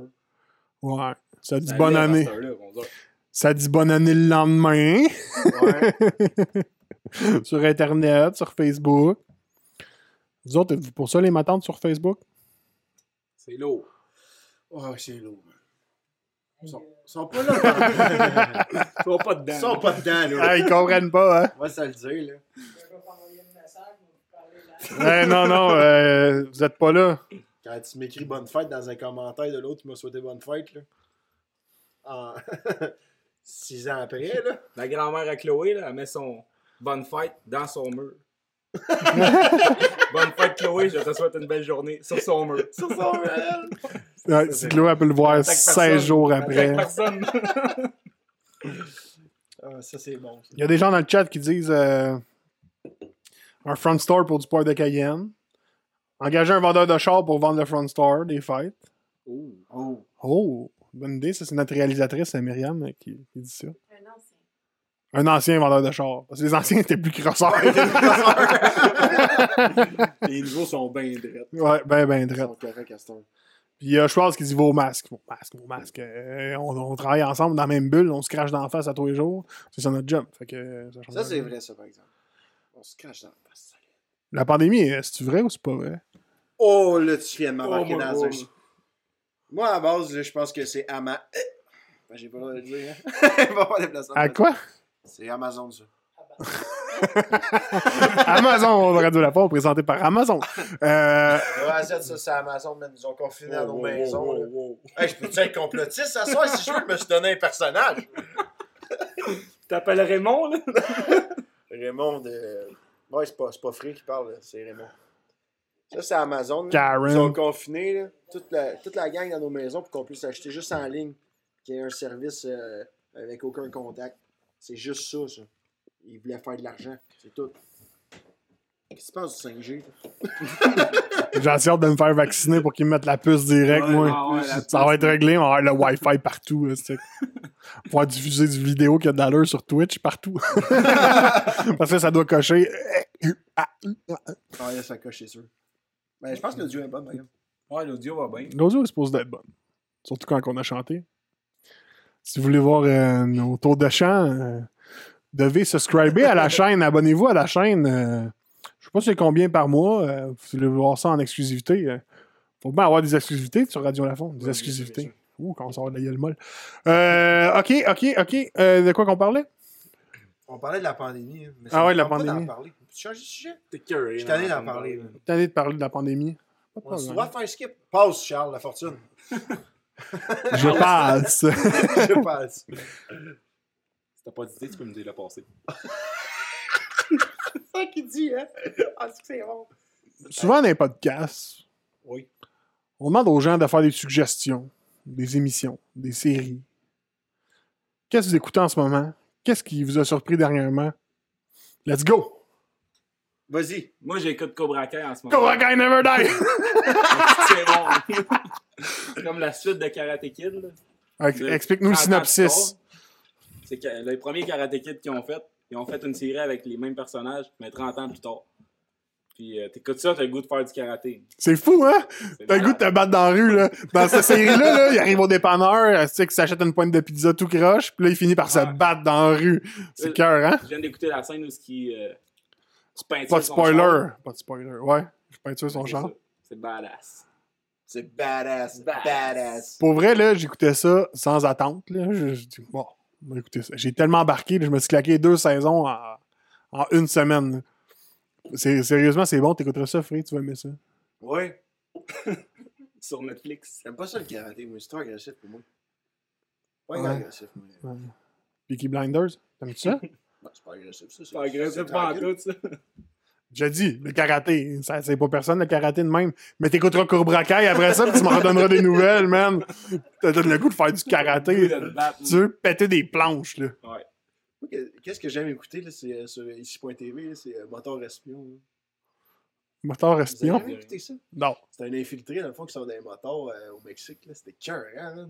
[SPEAKER 1] Ouais. Ça dit
[SPEAKER 2] Ça
[SPEAKER 1] bonne
[SPEAKER 2] lève à
[SPEAKER 1] année.
[SPEAKER 2] cette heure-là, on dirait.
[SPEAKER 1] Ça dit bonne année le lendemain.
[SPEAKER 3] Ouais.
[SPEAKER 1] sur Internet, sur Facebook. Vous autres, êtes-vous pour ça les matantes sur Facebook?
[SPEAKER 2] C'est lourd.
[SPEAKER 3] oh, c'est lourd. Ils sont, ils sont pas là.
[SPEAKER 2] Ils sont pas
[SPEAKER 3] Ils
[SPEAKER 2] dedans.
[SPEAKER 3] sont pas dedans, là.
[SPEAKER 1] Ah, ils comprennent pas, hein?
[SPEAKER 3] On va se le dire, là.
[SPEAKER 4] Je vais t'envoyer un message, mais vous parlez
[SPEAKER 1] Ouais,
[SPEAKER 4] là.
[SPEAKER 1] non, non, euh, vous êtes pas là.
[SPEAKER 3] Quand tu m'écris bonne fête dans un commentaire de l'autre, tu m'as souhaité bonne fête, là. En... Six ans après, là.
[SPEAKER 2] La grand-mère à Chloé, là, elle met son bonne fête dans son mur. bonne fête, Chloé, je te souhaite une belle journée sur son mur.
[SPEAKER 3] Sur son mail.
[SPEAKER 1] Ouais, si Chloé, elle peut le voir
[SPEAKER 2] Attaque
[SPEAKER 1] 16
[SPEAKER 2] personne.
[SPEAKER 1] jours
[SPEAKER 2] Fait que
[SPEAKER 1] après.
[SPEAKER 2] Personne.
[SPEAKER 3] Ah, ça, c'est bon. ça.
[SPEAKER 1] Il y a des gens dans le chat qui disent euh, un front store pour du poivre de Cayenne. Engager un vendeur de char pour vendre le front store des fêtes.
[SPEAKER 2] Ouh.
[SPEAKER 3] Oh.
[SPEAKER 1] Oh, bonne idée. Ça, c'est notre réalisatrice, euh, Myriam, euh, qui, qui dit ça.
[SPEAKER 4] Un ancien.
[SPEAKER 1] Un ancien vendeur de char. Parce que les anciens étaient plus crosseurs.
[SPEAKER 2] Les nouveaux sont bien drettes.
[SPEAKER 1] ouais, ben, ben,
[SPEAKER 3] Ils
[SPEAKER 1] drette.
[SPEAKER 3] sont corrects à ce temps.
[SPEAKER 1] Puis euh, il y a Schwartz qui dit vos masques, vos masques, vos masques. Euh, on, on travaille ensemble dans la même bulle, on se crache dans la face à tous les jours. C'est ça notre job. Fait que, euh, ça, change
[SPEAKER 3] Ça, c'est
[SPEAKER 1] rien.
[SPEAKER 3] vrai, ça, par exemple. On se cache dans la face.
[SPEAKER 1] La pandémie, euh, c'est-tu vrai ou c'est pas vrai?
[SPEAKER 3] Oh, là, tu viens de m'embarquer
[SPEAKER 2] Oh, moi,
[SPEAKER 3] dans
[SPEAKER 2] moi,
[SPEAKER 3] un...
[SPEAKER 2] moi.
[SPEAKER 3] Moi, à la base, là, je pense que c'est Ama... Eh! Ben, J'ai pas le droit de le dire, hein. Il va pas les placer.
[SPEAKER 1] À quoi?
[SPEAKER 3] C'est Amazon, ça.
[SPEAKER 1] Amazon, on aurait dû la part présenté par Amazon. Euh,
[SPEAKER 3] Ouais, ça, ça, c'est Amazon, mais nous ont confinés
[SPEAKER 2] Ah
[SPEAKER 3] à nos
[SPEAKER 2] ben,
[SPEAKER 3] maisons. là.
[SPEAKER 2] wow.
[SPEAKER 3] Hey, je peux-tu être complotiste ce soir? Si je veux, je me suis donné un personnage.
[SPEAKER 2] T'appelles Raymond, là?
[SPEAKER 3] Raymond de... Ouais, c'est pas, c'est pas Free qui parle, là, c'est Raymond. Ça, c'est Amazon. là. Ils sont
[SPEAKER 1] Karen.
[SPEAKER 3] confinés, là. Toute la, toute la gang dans nos maisons pour qu'on puisse acheter juste en ligne. Qu'il y ait un service euh, avec aucun contact. C'est juste ça, ça. Ils voulaient faire de l'argent. C'est tout. Qu'est-ce qui se passe du 5G?
[SPEAKER 1] J'ai assez hâte de me faire vacciner pour qu'ils me mettent la puce direct,
[SPEAKER 2] Ouais,
[SPEAKER 1] moi.
[SPEAKER 2] ouais, ouais, la
[SPEAKER 1] ça
[SPEAKER 2] puce.
[SPEAKER 1] va être réglé, on va avoir le Wi-Fi partout. là, c'est- Pour pouvoir diffuser du vidéo qui a de l'allure sur Twitch partout. Parce que ça doit cocher.
[SPEAKER 3] Ah, là, ça coche, c'est sûr. Ben, je pense que le dieu est bon, d'ailleurs.
[SPEAKER 2] Ouais, l'audio va bien.
[SPEAKER 1] L'audio est supposé d'être bonne. Surtout quand on a chanté. Si vous voulez voir euh, nos tours de chant, euh, devez subscriber à la chaîne. Abonnez-vous à la chaîne. euh, je sais pas c'est combien par mois. euh, si vous voulez voir ça en exclusivité. euh, faut bien avoir des exclusivités sur Radio Lafond. Des
[SPEAKER 3] Ouais, bien
[SPEAKER 1] exclusivités. Ouh, quand on sort de la gueule molle. Euh, ok, ok, ok. Euh, de quoi qu'on parlait?
[SPEAKER 3] On parlait de la pandémie. hein, mais
[SPEAKER 1] Ah
[SPEAKER 3] ça
[SPEAKER 1] ouais,
[SPEAKER 3] me
[SPEAKER 1] de la
[SPEAKER 3] tente pas d'en
[SPEAKER 1] pandémie.
[SPEAKER 3] parler. Tu changes de sujet?
[SPEAKER 2] T'es curieux. hein,
[SPEAKER 3] Je suis tanné d'en parler. là.
[SPEAKER 1] T'as envie de parler de la pandémie. Pas de
[SPEAKER 3] On se
[SPEAKER 1] problème.
[SPEAKER 3] doit faire un skip. Passe, Charles, la fortune.
[SPEAKER 1] Je passe.
[SPEAKER 3] Je passe.
[SPEAKER 2] Si t'as pas d'idée, tu peux me dire le passé.
[SPEAKER 3] C'est ça qu'il dit, hein? Ah, c'est que c'est bon.
[SPEAKER 1] Souvent dans les podcasts,
[SPEAKER 3] Oui.
[SPEAKER 1] on demande aux gens de faire des suggestions, des émissions, des séries. Qu'est-ce que vous écoutez en ce moment? Qu'est-ce qui vous a surpris dernièrement? Let's go!
[SPEAKER 3] Vas-y.
[SPEAKER 2] Moi, j'écoute Cobra Kai en ce moment.
[SPEAKER 1] Cobra Kai Never Die!
[SPEAKER 2] C'est bon. C'est comme la suite de Karate Kid. là.
[SPEAKER 1] Ok,
[SPEAKER 2] De-
[SPEAKER 1] Explique-nous le
[SPEAKER 2] 30 ans plus
[SPEAKER 1] synopsis.
[SPEAKER 2] tard, C'est que les premiers Karate Kid qu'ils ont fait, ils ont fait une série avec les mêmes personnages, mais 30 ans plus tard. Puis euh, t'écoutes ça, t'as le goût de faire du karaté.
[SPEAKER 1] C'est fou, hein?
[SPEAKER 2] C'est
[SPEAKER 1] T'as le goût de
[SPEAKER 2] malade.
[SPEAKER 1] te battre dans la rue, là. Dans cette série-là, là, il arrive au dépanneur, euh, tu sais, qu'il s'achète une pointe de pizza tout croche, puis là, il finit par se
[SPEAKER 2] Ouais.
[SPEAKER 1] battre dans la rue. C'est
[SPEAKER 2] Euh,
[SPEAKER 1] cœur, hein?
[SPEAKER 2] Je viens d'écouter la scène où ce qui euh, se peinture
[SPEAKER 1] Pas de
[SPEAKER 2] son
[SPEAKER 1] spoiler.
[SPEAKER 2] char.
[SPEAKER 1] Pas de spoiler, ouais. Je peinture son
[SPEAKER 2] C'est
[SPEAKER 1] genre.
[SPEAKER 2] ça. C'est badass.
[SPEAKER 3] C'est badass.
[SPEAKER 2] Badass.
[SPEAKER 3] Badass.
[SPEAKER 1] Pour vrai, là, j'écoutais ça sans attente. Là. Je, je dis, bon, on va écouter ça. J'ai tellement embarqué, là, je me suis claqué deux saisons en, en une semaine. C'est- Sérieusement, c'est bon, t'écouteras ça, Free, tu vas aimer ça.
[SPEAKER 3] Ouais.
[SPEAKER 2] Sur Netflix.
[SPEAKER 3] J'aime pas ça le karaté, moi. C'est trop agressif pour moi. Pas
[SPEAKER 1] Ouais.
[SPEAKER 3] agressif, moi.
[SPEAKER 1] Peaky Blinders, t'aimes-tu ça?
[SPEAKER 3] Non, c'est pas agressif, ça.
[SPEAKER 2] C'est agressif pas en
[SPEAKER 3] tranquille.
[SPEAKER 2] tout, ça.
[SPEAKER 1] J'ai dit, le karaté, ça c'est pas personne le karaté de même. Mais t'écouteras Cobra Kai après ça, puis tu m'en redonneras des nouvelles, man. T'as donné le goût de faire du
[SPEAKER 2] Le
[SPEAKER 1] karaté.
[SPEAKER 2] goût de te battre.
[SPEAKER 1] Tu veux péter des planches, là.
[SPEAKER 3] Moi, que- Qu'est-ce que j'aime écouter, là, c'est euh, sur ici.tv, là, c'est euh, Moteur Espion. là.
[SPEAKER 1] Moteur
[SPEAKER 3] Vous avez
[SPEAKER 1] espion?
[SPEAKER 3] jamais écouté ça?
[SPEAKER 1] Non.
[SPEAKER 3] C'est un infiltré, dans le fond, qui sort d'un moteur au Mexique. là. C'était cœur, hein?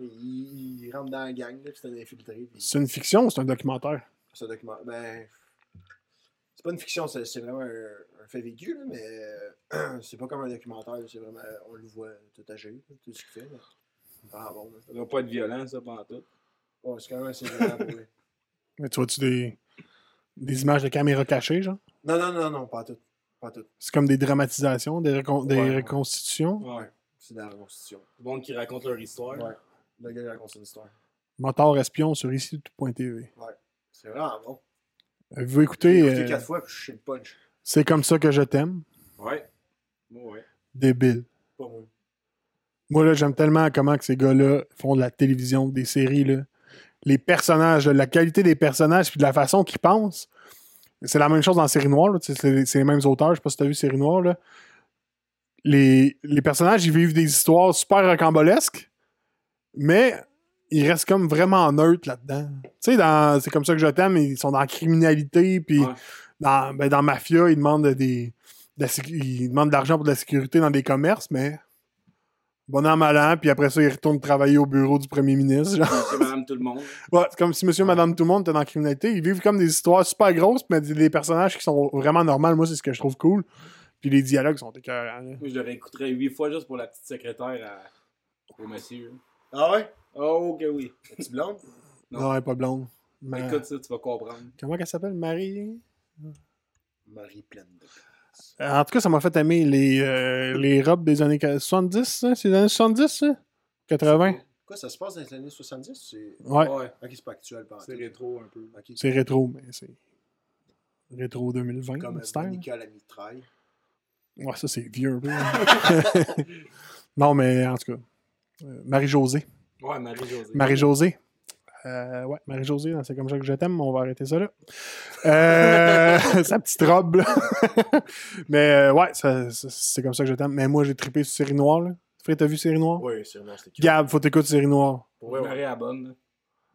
[SPEAKER 3] Il, il rentre dans la gang, là, puis c'est un infiltré. puis
[SPEAKER 1] C'est une fiction ou c'est un documentaire?
[SPEAKER 3] C'est un document. Ben. C'est pas une fiction, c'est c'est vraiment un, un fait vécu, là, mais euh, c'est pas comme un documentaire. C'est vraiment. On le voit tout âgé, là, tout ce qu'il fait. là. Ah bon, là.
[SPEAKER 2] Ça doit pas être violent, ça, pas en tout.
[SPEAKER 3] Ouais, c'est quand même assez violent pour lui.
[SPEAKER 1] Mais tu vois-tu des, des images de caméras cachées, genre?
[SPEAKER 3] Non, non, non, non, pas tout. Pas tout.
[SPEAKER 1] C'est comme des dramatisations, des, recon- des
[SPEAKER 3] Ouais, ouais.
[SPEAKER 1] reconstitutions.
[SPEAKER 2] Ouais.
[SPEAKER 3] C'est dans la reconstitution.
[SPEAKER 2] Le monde qui raconte leur histoire.
[SPEAKER 3] Ouais. Le gars il raconte une histoire.
[SPEAKER 1] Moteur espion sur ici tout.tv.
[SPEAKER 3] C'est vraiment bon.
[SPEAKER 1] Vous
[SPEAKER 3] J'ai
[SPEAKER 1] écoutez,
[SPEAKER 3] écouté
[SPEAKER 1] euh,
[SPEAKER 3] quatre fois, puis je sais le punch.
[SPEAKER 1] c'est comme ça que je t'aime.
[SPEAKER 2] Ouais. Ouais.
[SPEAKER 1] Débile.
[SPEAKER 3] Pas moi.
[SPEAKER 1] Moi, là, j'aime tellement comment que ces gars-là font de la télévision, des séries, là. Les personnages, là, la qualité des personnages, puis de la façon qu'ils pensent. C'est la même chose dans Série Noire, là, tu sais, c'est c'est les mêmes auteurs, je sais pas si t'as vu Série Noire, là. Les, les personnages, ils vivent des histoires super rocambolesques, mais ils restent comme vraiment neutres là-dedans. Tu sais, dans C'est comme ça que je t'aime, ils sont dans la criminalité, puis
[SPEAKER 2] Ouais.
[SPEAKER 1] dans, ben, dans Mafia, ils demandent des... de la sécu- ils demandent de l'argent pour de la sécurité dans des commerces, mais bon an, mal an, puis après ça, il retourne travailler au bureau du premier ministre. genre.
[SPEAKER 2] C'est madame tout le monde.
[SPEAKER 1] Ouais, c'est comme si monsieur, madame, tout le monde était dans la criminalité. Ils vivent comme des histoires super grosses, mais des, des personnages qui sont vraiment normaux. Moi, c'est ce que je trouve cool. Puis les dialogues sont écœurants. là.
[SPEAKER 2] Moi, je le réécouterais huit fois juste pour la petite secrétaire à... au monsieur.
[SPEAKER 3] Ah ouais?
[SPEAKER 2] Oh, que oui.
[SPEAKER 3] Tu blonde?
[SPEAKER 2] Non.
[SPEAKER 1] Non, elle est pas blonde. Ma-
[SPEAKER 2] Écoute ça, tu vas comprendre.
[SPEAKER 1] Comment elle s'appelle, Marie
[SPEAKER 3] Marie pleine de.
[SPEAKER 1] Euh, En tout cas, ça m'a fait aimer les, euh, les robes des années 70, ça? C'est les années 70, ça? 80?
[SPEAKER 3] Quoi, ça se passe dans les années 70? C'est.
[SPEAKER 1] Ouais,
[SPEAKER 3] Ok, c'est pas actuel, par
[SPEAKER 2] C'est rétro hein. un peu.
[SPEAKER 3] Ok.
[SPEAKER 1] c'est rétro, mais c'est. Rétro 2020,
[SPEAKER 3] Comme
[SPEAKER 1] c'est ça?
[SPEAKER 3] Monica la mitraille.
[SPEAKER 1] Ouais, ça, c'est vieux un peu. hein. non, mais en tout cas, euh, Marie-Josée.
[SPEAKER 2] Ouais, Marie-Josée.
[SPEAKER 1] Marie-Josée. Euh, ouais, Marie-Josée, hein, c'est comme ça que je t'aime, on va arrêter ça là. Euh, sa petite robe, là. Mais euh, ouais, ça- ça- c'est comme ça que je t'aime. Mais moi, j'ai trippé sur Série Noire, là. Fred, t'as vu Série Noire?
[SPEAKER 3] Oui, c'est vraiment, c'était
[SPEAKER 1] Gab, faut t'écouter Série Noire.
[SPEAKER 3] Ouais,
[SPEAKER 2] Marie
[SPEAKER 3] ouais.
[SPEAKER 2] la bonne.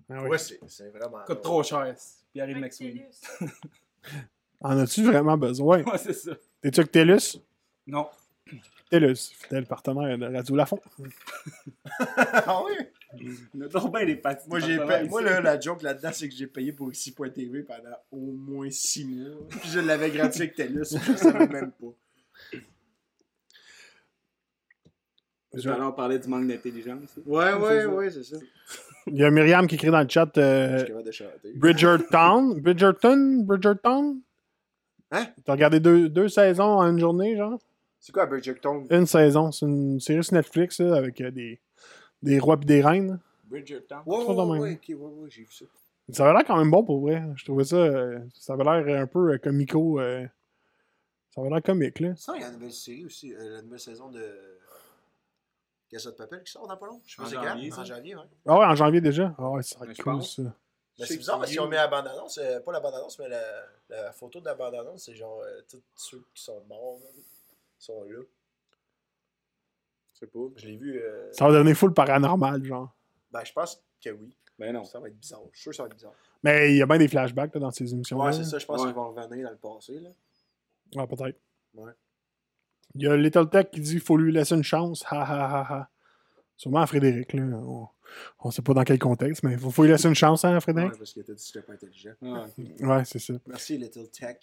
[SPEAKER 1] Ah oui.
[SPEAKER 3] Ouais, c'est c'est vraiment.
[SPEAKER 2] Coûte trop cher. Puis arrive Maxime.
[SPEAKER 4] Actilus.
[SPEAKER 1] En as-tu vraiment besoin?
[SPEAKER 2] Ouais, c'est ça.
[SPEAKER 1] T'es-tu avec TELUS?
[SPEAKER 2] Non.
[SPEAKER 1] TELUS, fidèle partenaire de Radio Lafont.
[SPEAKER 3] ah oui?
[SPEAKER 2] Il y en a donc bien des patins.
[SPEAKER 3] Moi, j'ai payé- Moi là, la joke là-dedans, c'est que j'ai payé pour ici.tv pendant au moins 6 mois. Puis je l'avais gratuit avec TELUS, je le savais même pas.
[SPEAKER 2] Je vais alors parler du manque d'intelligence. ouais,
[SPEAKER 3] Ouais, ouais, ouais, c'est ça.
[SPEAKER 1] Il y a Myriam qui écrit dans le chat
[SPEAKER 3] Je
[SPEAKER 1] euh,
[SPEAKER 3] suis capable de chanter.
[SPEAKER 1] Bridgerton. Bridgerton? Bridgerton?
[SPEAKER 3] Hein?
[SPEAKER 1] T'as regardé deux, deux saisons en une journée, genre?
[SPEAKER 3] C'est quoi Bridgerton?
[SPEAKER 1] Une saison. C'est une série sur Netflix, là, avec euh, des, des rois pis des reines.
[SPEAKER 2] Bridgerton.
[SPEAKER 3] Ouais,
[SPEAKER 1] Trop
[SPEAKER 3] ouais,
[SPEAKER 1] dans
[SPEAKER 3] ouais,
[SPEAKER 1] même.
[SPEAKER 3] ok, ouais, ouais, j'ai vu ça.
[SPEAKER 1] Ça avait l'air quand même bon pour vrai. Je trouvais ça. euh, ça avait l'air un peu euh, comico. euh, ça avait l'air comique, là.
[SPEAKER 3] Ça, il y a une nouvelle série aussi, euh, la nouvelle saison de Casa de Papel qui sort dans pas long. Je sais
[SPEAKER 2] En
[SPEAKER 3] pas c'est
[SPEAKER 2] janvier,
[SPEAKER 3] quand.
[SPEAKER 2] ça.
[SPEAKER 3] En janvier, ouais.
[SPEAKER 1] Ah ouais, en janvier déjà. Ah ouais, ça va
[SPEAKER 2] Mais
[SPEAKER 1] être
[SPEAKER 2] je
[SPEAKER 1] cool,
[SPEAKER 2] pense.
[SPEAKER 1] ça.
[SPEAKER 2] Je
[SPEAKER 3] Mais
[SPEAKER 2] sais
[SPEAKER 3] Ben, c'est bizarre
[SPEAKER 2] que
[SPEAKER 3] parce
[SPEAKER 2] c'est
[SPEAKER 3] qu'on
[SPEAKER 2] vieux.
[SPEAKER 3] met la bande-annonce, euh, pas la bande-annonce, mais la, la photo de la bande-annonce, c'est genre euh, tous ceux qui sont morts, là, sont là.
[SPEAKER 2] Je sais pas.
[SPEAKER 3] Je l'ai vu. euh,
[SPEAKER 1] Ça va devenir full paranormal, genre.
[SPEAKER 3] Ben, je pense que oui.
[SPEAKER 2] Ben non.
[SPEAKER 3] Ça va être bizarre. Je suis sûr que ça va être bizarre.
[SPEAKER 1] Mais il y a bien des flashbacks là, dans ces émissions.
[SPEAKER 3] Ouais, c'est ça. Je pense
[SPEAKER 2] Ouais.
[SPEAKER 3] qu'ils vont revenir dans le passé. Là.
[SPEAKER 1] Ah, peut-être.
[SPEAKER 3] Ouais.
[SPEAKER 1] Il y a Little Tech qui dit faut lui laisser une chance. Ha ha ha ha. Sûrement à Frédéric, là. On, on sait pas dans quel contexte, mais faut, faut lui laisser une chance, hein, à
[SPEAKER 3] Ouais,
[SPEAKER 1] Frédéric?
[SPEAKER 3] parce qu'il était dit que c'était pas intelligent.
[SPEAKER 2] Ah,
[SPEAKER 1] Ouais, c'est ça.
[SPEAKER 3] Merci, Little Tech.